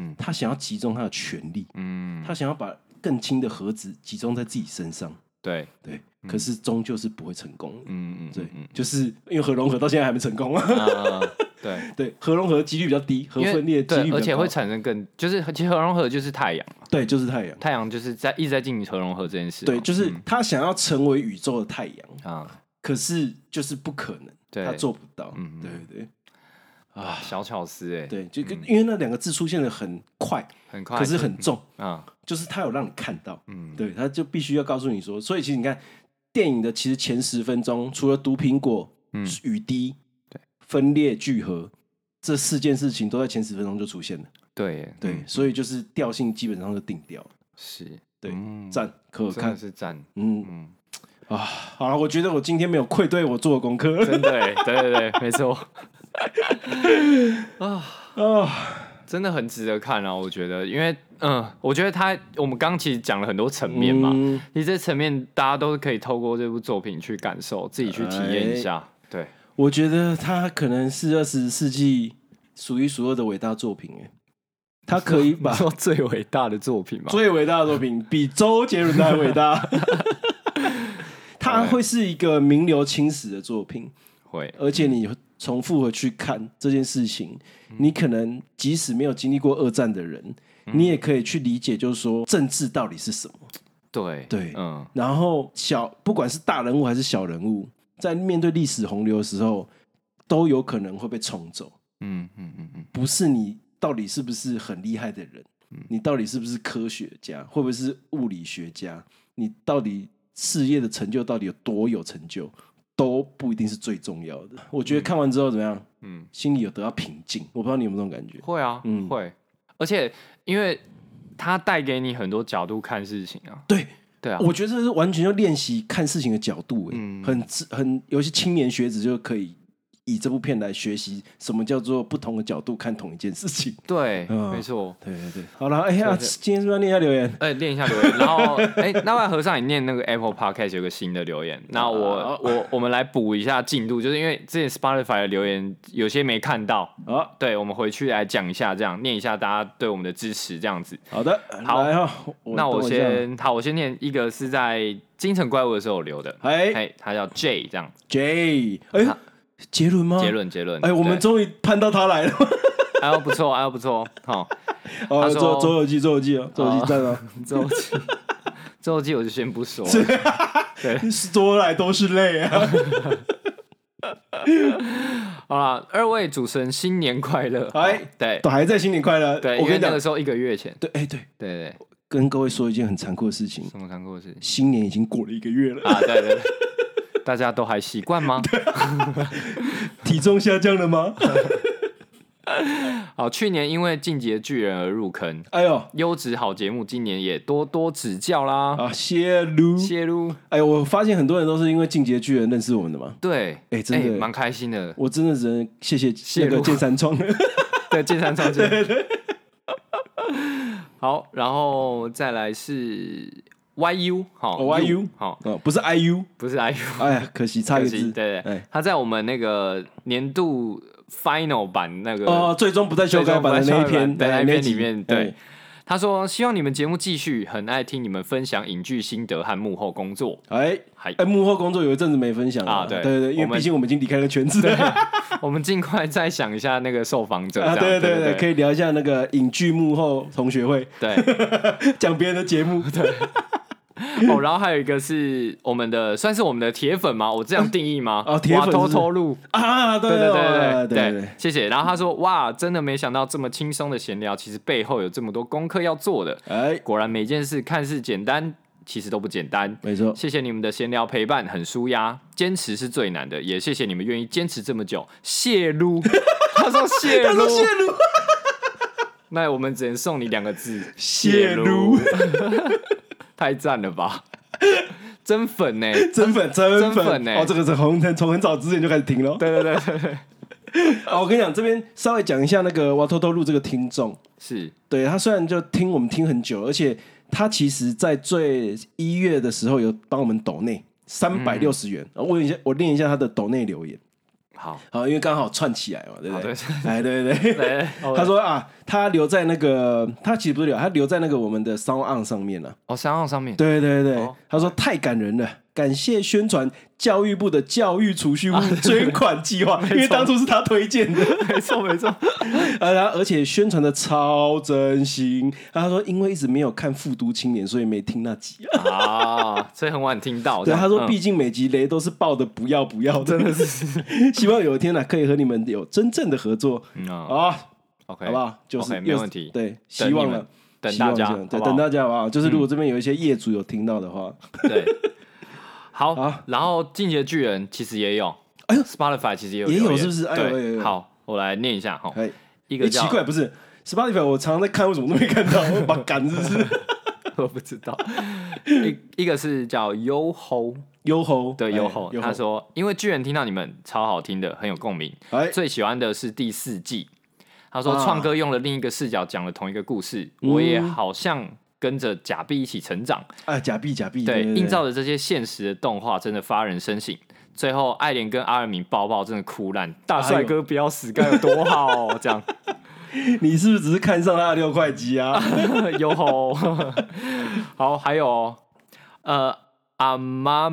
S2: 嗯
S1: 他想要集中他的权力，
S2: 嗯，
S1: 他想要把更轻的核子集中在自己身上。
S2: 对，
S1: 对，可是终究是不会成功的。
S2: 嗯嗯嗯，
S1: 对
S2: 嗯，
S1: 就是因为核融合到现在还没成功啊。
S2: 嗯啊， 对，
S1: 对，核融合几率比较低，核
S2: 因为
S1: 分裂几率
S2: 对，
S1: 比较
S2: 而且会
S1: 高
S2: 产生更，就是其实核融合就是太阳嘛，
S1: 对，就是太阳。
S2: 太阳就是在一直在进行核融合这件事嘛，
S1: 对，就是他想要成为宇宙的太阳，
S2: 啊，
S1: 可是就是不可能，
S2: 对
S1: 他做不到。
S2: 嗯嗯
S1: 对对对
S2: 啊，小巧思哎，，
S1: 对，就因为那两个字出现的很快，
S2: 很快，
S1: 可是很重，
S2: 啊，
S1: 就是他有让你看到。
S2: 嗯，
S1: 对，他就必须要告诉你说，所以其实你看电影的其实前十分钟，除了毒苹果、
S2: 嗯
S1: 雨滴、
S2: 对
S1: 分裂聚合这四件事情，都在前十分钟就出现了。
S2: 对耶
S1: 对，
S2: 嗯
S1: 所以就是调性基本上就定掉了。
S2: 是，
S1: 对
S2: 嗯
S1: 赞，可
S2: 真的
S1: 看，
S2: 是赞，
S1: 嗯
S2: 嗯，
S1: 啊，好了，我觉得我今天没有愧对我做的功课
S2: 真的耶，对对对，没错，
S1: 啊，
S2: 真的很值得看啊，我觉得，因为嗯，我觉得他我们刚其实讲了很多层面嘛，
S1: 嗯
S2: 其实这层面大家都是可以透过这部作品去感受，自己去体验一下，对，
S1: 我觉得它可能是二十世纪数一数二的伟大作品，哎，它可以
S2: 你
S1: 把
S2: 说最伟大的作品嘛，
S1: 最伟大的作品，比周杰伦的还伟大。它会是一个名留青史的作品，
S2: 会，
S1: 而且你重复的去看这件事情，你可能即使没有经历过二战的人，你也可以去理解，就是说政治到底是什么。
S2: 对
S1: 对
S2: 嗯，
S1: 然后小不管是大人物还是小人物，在面对历史洪流的时候，都有可能会被冲走。
S2: 嗯嗯嗯嗯，
S1: 不是你到底是不是很厉害的人，你到底是不是科学家，会不会是物理学家，你到底事业的成就到底有多有成就，都不一定是最重要的。我觉得看完之后怎么样，
S2: 嗯
S1: 嗯，心里有得到平静。我不知道你有没有这种感觉？
S2: 会啊，
S1: 嗯
S2: 会，而且因为它带给你很多角度看事情啊，
S1: 对，
S2: 对啊，
S1: 我觉得这是完全要练习看事情的角度、欸，
S2: 嗯
S1: 很很，尤其青年学子就可以以这部片来学习什么叫做不同的角度看同一件事情。
S2: 对，
S1: 嗯
S2: 没错。
S1: 对对对，好了，哎呀，今天是不是要念一下留言？
S2: 哎，念一下留言，然后哎，那万和尚，你念那个 Apple Podcast 有个新的留言，那我我我们来补一下进度，就是因为之前 Spotify 的留言有些没看到，
S1: 好
S2: 对，我们回去来讲一下，这样念一下大家对我们的支持，这样子。
S1: 好的，
S2: 好
S1: 来哈，
S2: 那我
S1: 等一下，
S2: 先好，我先念一个是在京城怪物的时候我留的，
S1: 哎
S2: 哎，他叫 J 这样，
S1: J，哎呦
S2: 好，
S1: 杰伦吗？
S2: 杰，伦杰伦，
S1: 哎，我们
S2: 对
S1: 终于盼到他来了。
S2: 哎呦不错，哎呦不错，好，
S1: 哦，
S2: 他说
S1: 周周游记，周游记哦，周游记站 哦，
S2: 周记周记我就先不说了，
S1: 多来都是泪啊。
S2: 好啦，二位主持人新年快乐，
S1: 哎
S2: 好对
S1: 都还在新年快乐，
S2: 对，
S1: 我
S2: 因
S1: 跟
S2: 为
S1: 你
S2: 那
S1: 讲
S2: 个，时候一个月前，
S1: 对，哎对，
S2: 对对对，
S1: 跟各位说一件很残酷的事情，
S2: 什么看过是
S1: 新年已经过了一个月了，
S2: 啊，对对对，大家都还习 惯吗？
S1: 体重下降了吗？
S2: 好，去年因为进阶巨人而入坑，
S1: 哎呦
S2: 优质好节目，今年也多多指教啦，
S1: 啊，谢撸，
S2: 谢露，
S1: 哎，我发现很多人都是因为进阶巨人认识我们的嘛，
S2: 对，
S1: 哎真的
S2: 蛮开心 的，
S1: 我真的只能谢谢
S2: 谢
S1: 那个
S2: 撸
S1: 剑三创，
S2: 对，剑三创建。 好，然后再来是 YU，好、
S1: 哦，YU
S2: 好，
S1: 哦，不是 IU，
S2: 不是 YU，
S1: 哎呀，可惜差一
S2: 可
S1: 个
S2: 惜，
S1: 字，
S2: 对对对
S1: 哎，
S2: 他在我们那个年度 Final 版那个
S1: 哦，最终不再修改版的那一篇，
S2: 对那
S1: 哎
S2: 一篇
S1: 集
S2: 里面，
S1: 哎
S2: 对他说希望你们节目继续，很爱听你们分享影剧心得和幕后工作。
S1: 哎
S2: 还
S1: 哎，幕后工作有一阵子没分享了
S2: 啊对
S1: 对对，因
S2: 我
S1: 为
S2: 们
S1: 毕竟我们已经离开了圈子 了。
S2: 我们尽快再想一下那个受访者，
S1: 啊，
S2: 这
S1: 对
S2: 样
S1: 对
S2: 对
S1: 对，可以聊一下那个影剧幕后同学会，
S2: 对对
S1: 讲别人的节 目。对，
S2: 哦，然后还有一个是我们的，算是我们的铁粉吗？我这样定义吗？
S1: 哦铁粉
S2: 哇
S1: 是不
S2: 偷
S1: 是
S2: 偷录，
S1: 啊，对
S2: 对
S1: 对
S2: 对对
S1: 对
S2: 对，谢谢。然后他说：“哇，真的没想到这么轻松的闲聊，其实背后有这么多功课要做的。
S1: 哎，
S2: 果然每件事看似简单，其实都不简单。
S1: 没错，
S2: 谢谢你们的闲聊陪伴，很舒压，坚持是最难的，也谢谢你们愿意坚持这么久。谢撸，他说谢
S1: 他
S2: 撸
S1: 说，谢撸，
S2: 那我们只能送你两个字，
S1: 谢撸，
S2: 太赞了吧，真粉呢、
S1: 真粉真
S2: 真
S1: 粉
S2: 粉欸
S1: 哦，这个是红灯，从很早之前就开始听了。
S2: 对对对对对，
S1: 哦，我跟你讲，这边稍微讲一下那个哇偷偷录这个听众，
S2: 是
S1: 对他虽然就听我们听很久，而且他其实在最一月的时候有帮我们抖内三百六
S2: 嗯
S1: 十元，我问一下，我念一下他的抖内留言，
S2: 好，
S1: 好，因为刚好串起来嘛，对不
S2: 好
S1: 对
S2: 哦对？
S1: 哎，对对对。
S2: 来
S1: 他说啊，他留在那个，他其实不是留，他留在那个我们的 Sound On 上面了、
S2: 哦，三号上面，
S1: 对对对，
S2: 哦
S1: 他说太感人了，感谢宣传教育部的教育储蓄户
S2: 啊
S1: 捐款计 划，因为当初是他推荐的，
S2: 没错没错，
S1: 啊，然后而且宣传的超真心。他说因为一直没有看《复读青年》，所以没听那集。
S2: 啊，所以很晚听到
S1: 对，
S2: 这样。
S1: 他说
S2: 哦嗯
S1: 毕竟每集雷都是爆的不要不要，真的是。 希望有一天呢、可以和你们有真正的合作
S2: 嗯啊
S1: 啊，
S2: ，OK，
S1: 好不好？就是又
S2: OK，
S1: 是
S2: 没问题
S1: 对，
S2: 等
S1: 希望
S2: 你们
S1: 了。
S2: 等
S1: 希
S2: 大
S1: 望
S2: 家
S1: 这样，对，
S2: 好不好嗯
S1: 等
S2: 哦
S1: 大家好不好？就是如果这边有一些业主有听到的话，
S2: 对，好，
S1: 好
S2: 然后《进击的巨人》其实也有，
S1: 哎呦
S2: s p o t i f y 其实也有
S1: 也有
S2: 留言
S1: 是不是哎呦哎呦哎
S2: 对，
S1: 呦
S2: 好，我来念一下哈，
S1: 哎，
S2: 一
S1: 诶
S2: 个叫
S1: 奇怪，不是 Spotify，我常常在看，为什么都没看到？我把杆子是
S2: 我不知道，一一个是叫 Yo Ho，
S1: 优吼，
S2: 对 Yo Ho，
S1: 优
S2: 他说因为巨人听到你们超好听的，很有共鸣，
S1: 哎，
S2: 最喜欢的是第四季。他说
S1: 啊嗯
S2: 创哥用了另一个视角讲了同一个故事，我也好像跟着假币一起成长。
S1: 啊，假币假币，
S2: 对，
S1: 对，
S2: 映照的这些现实的动画真的发人深省。最后，爱莲跟阿尔敏抱抱，真的哭烂。大帅哥不要死该有多好、哦，这样
S1: 对你是不是只是看上他的六块肌啊？
S2: 哟吼。 好，还有哦呃，阿妈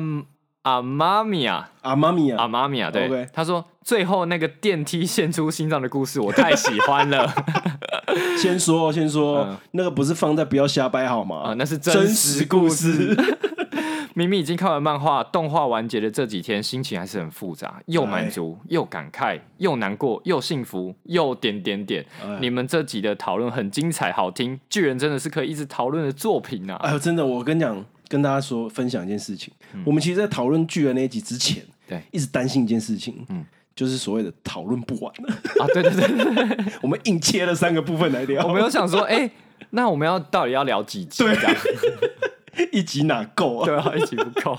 S2: 阿妈咪呀，
S1: 啊，妈咪
S2: 阿
S1: 啊，
S2: 妈咪呀，对
S1: OK，
S2: 他说最后那个电梯献出心脏的故事，我太喜欢了
S1: 先说先说
S2: 嗯，
S1: 那个不是放在不要瞎掰好
S2: 啊、
S1: 吗？
S2: 那是
S1: 真
S2: 真
S1: 实
S2: 实
S1: 故
S2: 故事。
S1: 事，
S2: 明明已经看完漫画、动画完结的这几天，心情还是很复杂，又满足，又感慨，又难过，又幸福，又点点点
S1: 哎。
S2: 你们这集的讨论很精彩，好听。巨人真的是可以一直讨论的作品啊！
S1: 哎呦，真的，我跟你讲，跟大家说分享一件事情，
S2: 嗯
S1: 我们其实，在讨论巨人那一集之前，
S2: 对
S1: 一直担心一件事情，嗯
S2: 嗯。
S1: 就是所谓的讨论不完，
S2: 啊，对对对，
S1: 我们硬切了三个部分来聊。
S2: 我没有想说，哎、那我们要到底要聊几集？
S1: 对
S2: 这样
S1: 一集哪够啊？
S2: 对啊，一集不够。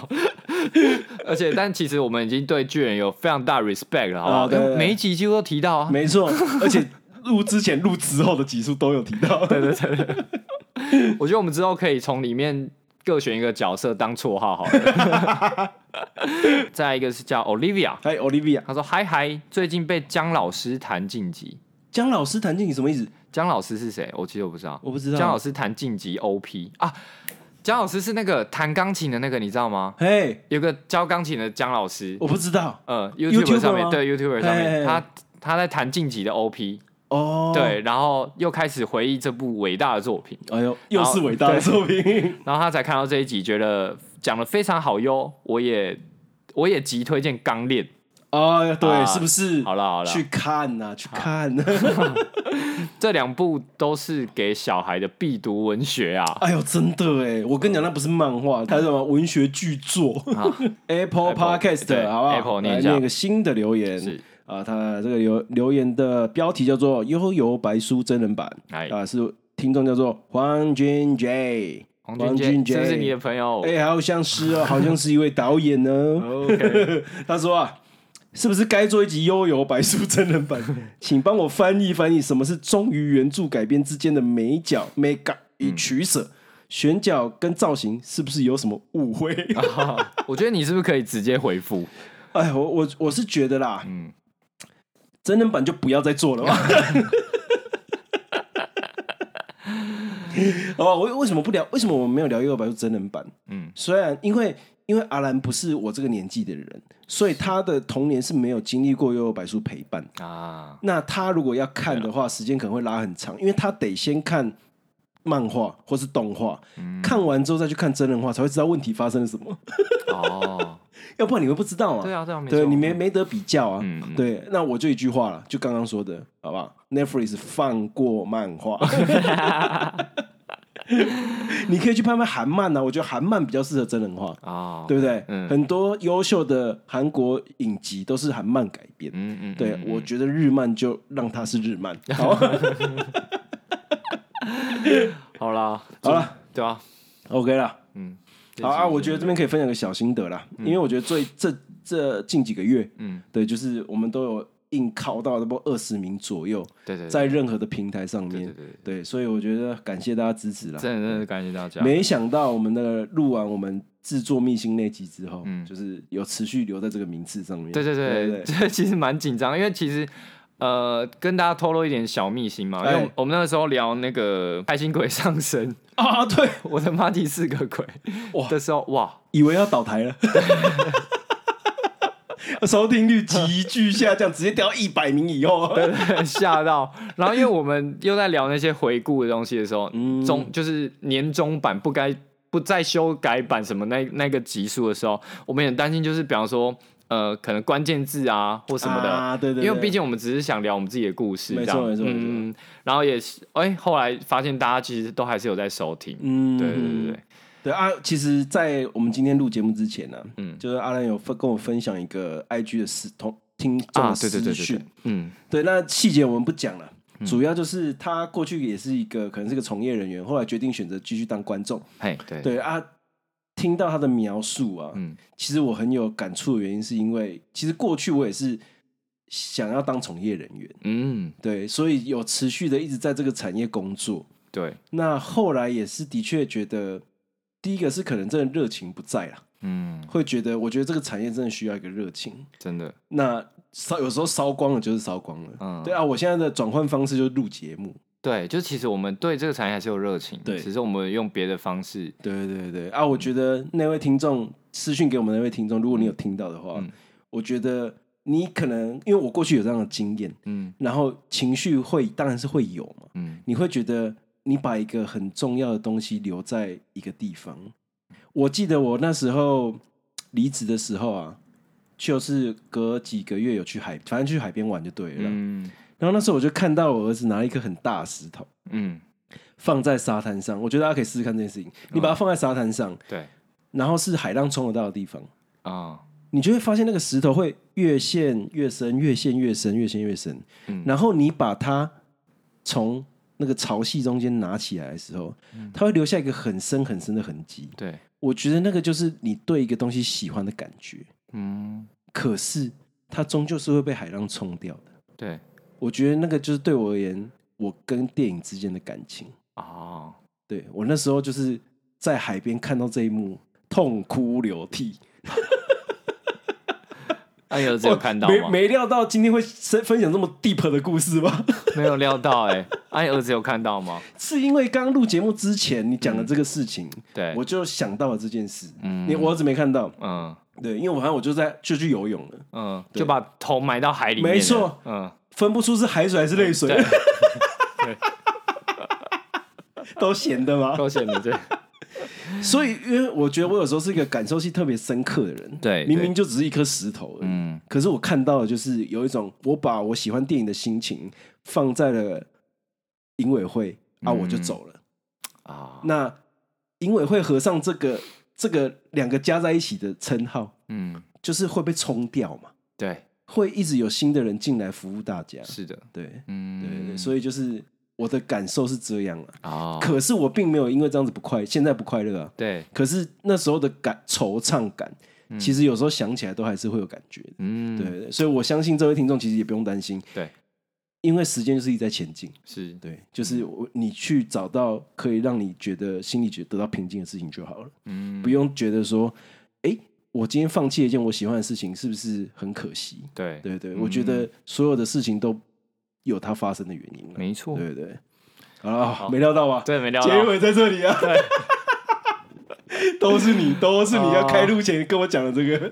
S2: 而且，但其实我们已经对巨人有非常大 respect 了，好不好？
S1: 啊对对对
S2: 每一集几乎都提到啊。
S1: 没错，而且录之前、录之后的集数都有提到。
S2: 对 对对对，我觉得我们之后可以从里面各选一个角色当绰号好了。再一个是叫 Olivia，
S1: 还有哎 Olivia，
S2: 他说：“嗨嗨，最近被姜老师谈晋级。
S1: 姜老师弹进你什么意思？
S2: 姜老师是谁？我其实我不知道。
S1: 我不知道。
S2: 姜老师弹晋级 OP 啊，姜老师是那个弹钢琴的那个，你知道吗？
S1: 嘿，
S2: 有个教钢琴的姜老师，
S1: 我不知道
S2: 呃
S1: YouTuber
S2: ，YouTube 上面
S1: 吗
S2: 对 YouTuber 上
S1: 嘿嘿
S2: 面，
S1: 嘿
S2: 他他在弹晋级的 OP，
S1: 哦。，
S2: 对，然后又开始回忆这部伟大的作品，
S1: 哎呦，又是伟大的作品。
S2: 然后他才看到这一集，觉得讲的非常好哟，我也我也极推荐《钢炼
S1: 哦，对，
S2: 啊
S1: 是不是》。？
S2: 好了好了，
S1: 去看呐，去看。
S2: 这两部都是给小孩的必读文学啊。”
S1: 哎呦，真的哎，我跟你讲，那不是漫画，它是什么文学巨作。
S2: 啊
S1: Apple Podcast，
S2: 对
S1: 好不好
S2: Apple 念
S1: 来
S2: 一下
S1: 念一个新的留言
S2: 是
S1: 啊，他这个留留言的标题叫做《悠游白书真人版
S2: 哎》，
S1: 啊，是听众叫做黄君 J，
S2: 黄俊杰，
S1: 黄
S2: 这是你的朋友。
S1: 哎，哦好像是哦，好像是一位导演
S2: 哦
S1: 呢。
S2: OK，
S1: 他说啊，是不是该做一集《悠游白书真人版》？ 请帮我翻译翻译，什么是忠于原著改编之间的美角 mega 与取舍？选角跟造型是不是有什么误会？
S2: 我觉得你是不是可以直接回 复？
S1: 哎，我我我是觉得啦，嗯，真人版就不要再做了吧。 哦，为为什么不聊？为什么我们没有聊《幽游白书》真人版？
S2: 嗯，
S1: 虽然因为因为阿兰不是我这个年纪的人，所以他的童年是没有经历过《幽游白书》陪伴。
S2: 啊，
S1: 那他如果要看的话，时间可能会拉很长，因为他得先看漫画或是动画，
S2: 嗯
S1: 看完之后再去看真人化，才会知道问题发生了什么。
S2: 哦，
S1: 要不然你会不知道啊。
S2: 对啊，对啊，没错，
S1: 对你没没得比较啊。
S2: 嗯嗯
S1: 对，那我就一句话了，就刚刚说的，好不好？Netflix 放过漫 画，你可以去拍拍韩漫啊，我觉得韩漫比较适合真人化，
S2: 哦，
S1: 对不对？
S2: 嗯
S1: 很多优秀的韩国影集都是韩漫改编。
S2: 嗯，嗯嗯，
S1: 对，我觉得日漫就让它是日 漫。好，
S2: 好啦，
S1: 好啦，
S2: 对啊，
S1: OK 啦。
S2: 嗯，
S1: 好啊，我觉得这边可以分享个小心得啦，因为我觉得最这这近几个月，
S2: 嗯，
S1: 对，就是我们都有硬靠到差不多二十名左右，
S2: 对对，对
S1: 在任何的平台上面
S2: 对，对对，
S1: 对，所以我觉得感谢大家支持啦。
S2: 真的真的感谢大家，
S1: 没想到我们的录完我们制作秘辛那集之后，
S2: 嗯
S1: 就是有持续留在这个名次上面。
S2: 对对对，
S1: 对
S2: 这其实蛮紧张，因为其实。呃，跟大家透露一点小秘辛嘛，因
S1: 哎
S2: 为我们那个时候聊那个开心鬼上身，
S1: 啊，对，
S2: 我的妈第四个鬼
S1: 哇
S2: 的时候，哇，
S1: 以为要倒台了， 收听率急剧下降，直接掉一百名以后。
S2: 吓到。然后因为我们又在聊那些回顾的东西的时候，
S1: 嗯
S2: 中就是年终版不该不再修改版什么那那个集数的时候，我们也很担心，就是比方说呃，可能关键字啊或什么的。
S1: 啊，对对，对
S2: 因为毕竟我们只是想聊我们自己的故事，
S1: 没
S2: 这
S1: 错
S2: 样，
S1: 没错没错
S2: 嗯，然后也是，哎、后来发现大家其实都还是有在收听，
S1: 嗯，
S2: 对对对对，
S1: 对啊，其实，在我们今天录节目之前呢、
S2: 嗯
S1: 就是阿兰有分跟我分享一个 IG 的私同听众
S2: 啊
S1: 的，
S2: 对对对嗯
S1: 私
S2: 对
S1: 讯
S2: 对，嗯，
S1: 对，那细节我们不讲了。主要就是他过去也是一个可能是个从业人员，后来决定选择继续当观众。
S2: 嘿，对，
S1: 对啊，听到他的描述啊，
S2: 嗯
S1: 其实我很有感触的原因是因为，其实过去我也是想要当从业人员，
S2: 嗯，
S1: 对，所以有持续的一直在这个产业工作。
S2: 对，
S1: 那后来也是的确觉得，第一个是可能真的热情不在了，
S2: 嗯，
S1: 会觉得我觉得这个产业真的需要一个热情。
S2: 真的，
S1: 那烧有时候烧光了就是烧光了，
S2: 嗯
S1: 对啊，我现在的转换方式就是录节目，
S2: 对，就其实我们对这个产业还是有热情，
S1: 对
S2: 只是我们用别的方式，
S1: 对对对啊，我
S2: 嗯
S1: 觉得那位听众私讯给我们那位听众，如果你有听到的话，
S2: 嗯
S1: 我觉得你可能因为我过去有这样的经验，
S2: 嗯
S1: 然后情绪会当然是会有嘛，
S2: 嗯
S1: 你会觉得你把一个很重要的东西留在一个地方。我记得我那时候离职的时候啊，就是隔几个月有去海，反正去海边玩就对了啦。
S2: 嗯
S1: 然后那时候我就看到我儿子拿一颗很大的石头
S2: 嗯，
S1: 放在沙滩上，我觉得大家可以试试看这件事情。你
S2: 嗯
S1: 把它放在沙滩上，
S2: 对
S1: 然后是海浪冲得到的地方，
S2: 啊，
S1: 你就会发现那个石头会越陷越深，越陷越深，越陷越深。
S2: 嗯
S1: 然后你把它从那个潮汐中间拿起来的时候，它会留下一个很深很深的痕迹。
S2: 对，
S1: 我觉得那个就是你对一个东西喜欢的感觉，
S2: 嗯，
S1: 可是它终究是会被海浪冲掉的。
S2: 对，
S1: 我觉得那个就是对我而言，我跟电影之间的感情。
S2: 哦，
S1: 对我那时候就是在海边看到这一幕，痛哭流涕。
S2: 哎呦，这有看到
S1: 哦没
S2: 吗？
S1: 没料到今天会分分享这么 deep 的故事吧？
S2: 没有料到哎、哎，你儿子有看到吗？
S1: 是因为刚刚录节目之前你讲的这个事情，
S2: 嗯对，
S1: 我就想到了这件事。
S2: 嗯
S1: 你我儿子没看到，
S2: 嗯
S1: 对，因为我好像我就在就去游泳了，
S2: 嗯，就把头埋到海里面了，
S1: 没错
S2: 嗯，
S1: 分不出是海水还是泪水，
S2: 对，
S1: 都咸的嘛。
S2: 够显你这，
S1: 所以，因为我觉得我有时候是一个感受性特别深刻的人，
S2: 对
S1: 明明就只是一颗石头而已，
S2: 嗯，
S1: 可是我看到的就是有一种我把我喜欢电影的心情放在了影委会啊，
S2: 嗯
S1: 我就走了。
S2: 啊，
S1: 那影委会合上这个这个两个加在一起的称号，
S2: 嗯，
S1: 就是会被冲掉嘛，
S2: 对，
S1: 会一直有新的人进来服务大家。
S2: 是的，
S1: 对，
S2: 嗯，
S1: 对对对，所以就是我的感受是这样啊。
S2: 哦，
S1: 可是我并没有因为这样子不快，现在不快乐啊。
S2: 对，
S1: 可是那时候的感惆怅感，其实有时候想起来都还是会有感觉的。
S2: 嗯，
S1: 对，对，对所以我相信这位听众其实也不用担心，
S2: 对，
S1: 因为时间就是一直在前进。
S2: 是，
S1: 对，就是
S2: 嗯
S1: 我你去找到可以让你觉得心里觉得得到平静的事情就好了，
S2: 嗯，
S1: 不用觉得说，哎、我今天放弃了一件我喜欢的事情，是不是很可惜？
S2: 对，
S1: 对对，我觉
S2: 嗯
S1: 得所有的事情都有它发生的原因了。
S2: 没错，
S1: 对对，好了，没料到吧？
S2: 嗯对，没料到，
S1: 结尾在这里啊。 都是你，都是
S2: 哦
S1: 你要开录前跟我讲的这个，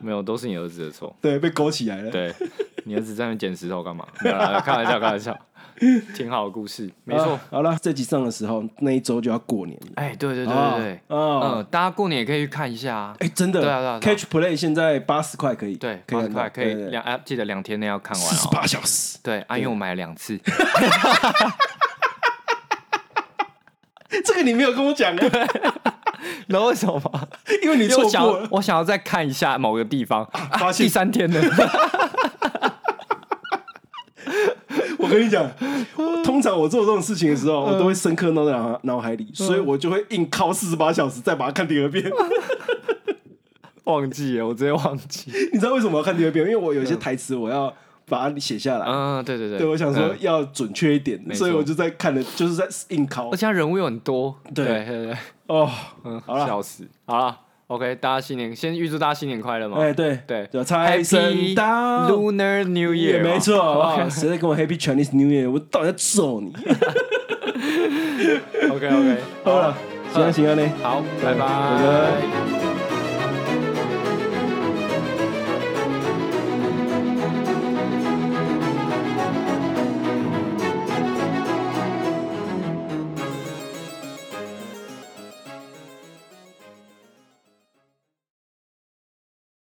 S2: 没有，都是你儿子的错。
S1: 对，被勾起来了。
S2: 对，你儿子在那边捡石头干嘛？没有啦开玩笑，开玩笑，挺好的故事，没错
S1: 啊。好了，这集上的时候，那一周就要过年了。
S2: 哎，对对对对对，
S1: 啊，
S2: 嗯，大家过年也可以去看一下啊。
S1: 哎，真的，
S2: 对啊对啊对啊
S1: Catch Play 现在八十块可以，
S2: 对，
S1: 可
S2: 八
S1: 以看
S2: 十
S1: 到
S2: 块可以
S1: 对对对
S2: 两，哎，记得两天内要看完
S1: 四十
S2: 哦。
S1: 八小时，
S2: 对，啊，因为我买了两次，
S1: 这个你没有跟我讲啊，
S2: 然后为什么吗？
S1: 因为你
S2: 因为
S1: 错
S2: 我想
S1: 过
S2: 要
S1: 了，
S2: 我想要再看一下某个地方，啊
S1: 发现
S2: 第三天了。
S1: 我跟你讲，通常我做这种事情的时候，
S2: 嗯
S1: 我都会深刻弄在脑脑海里，所以我就会硬靠四十八小时再把它看第二 遍。
S2: 忘记了，我直接忘 记。
S1: 你知道为什么要看第二遍？因为我有一些台词我要把它写下来，
S2: 嗯，对对对，
S1: 对我想说
S2: 嗯，
S1: 要准确一点，
S2: 没错
S1: 所以我就在看的，就是在硬靠
S2: 而。且他人物又很多，
S1: 对
S2: 对对对，
S1: 哦，
S2: 嗯，
S1: 好啦
S2: 笑死，好了，OK，大家新年先预祝大家新年快乐嘛。
S1: 哎，对
S2: 哦对
S1: 叫财神
S2: Happy
S1: 到。
S2: Lunar New Year，
S1: 没错，好不好
S2: OK
S1: 谁在跟我 Happy Chinese New Year？我到底在揍你？
S2: OK OK，
S1: 好了，行啊行啊嘞。
S2: 好，拜拜，
S1: 拜拜。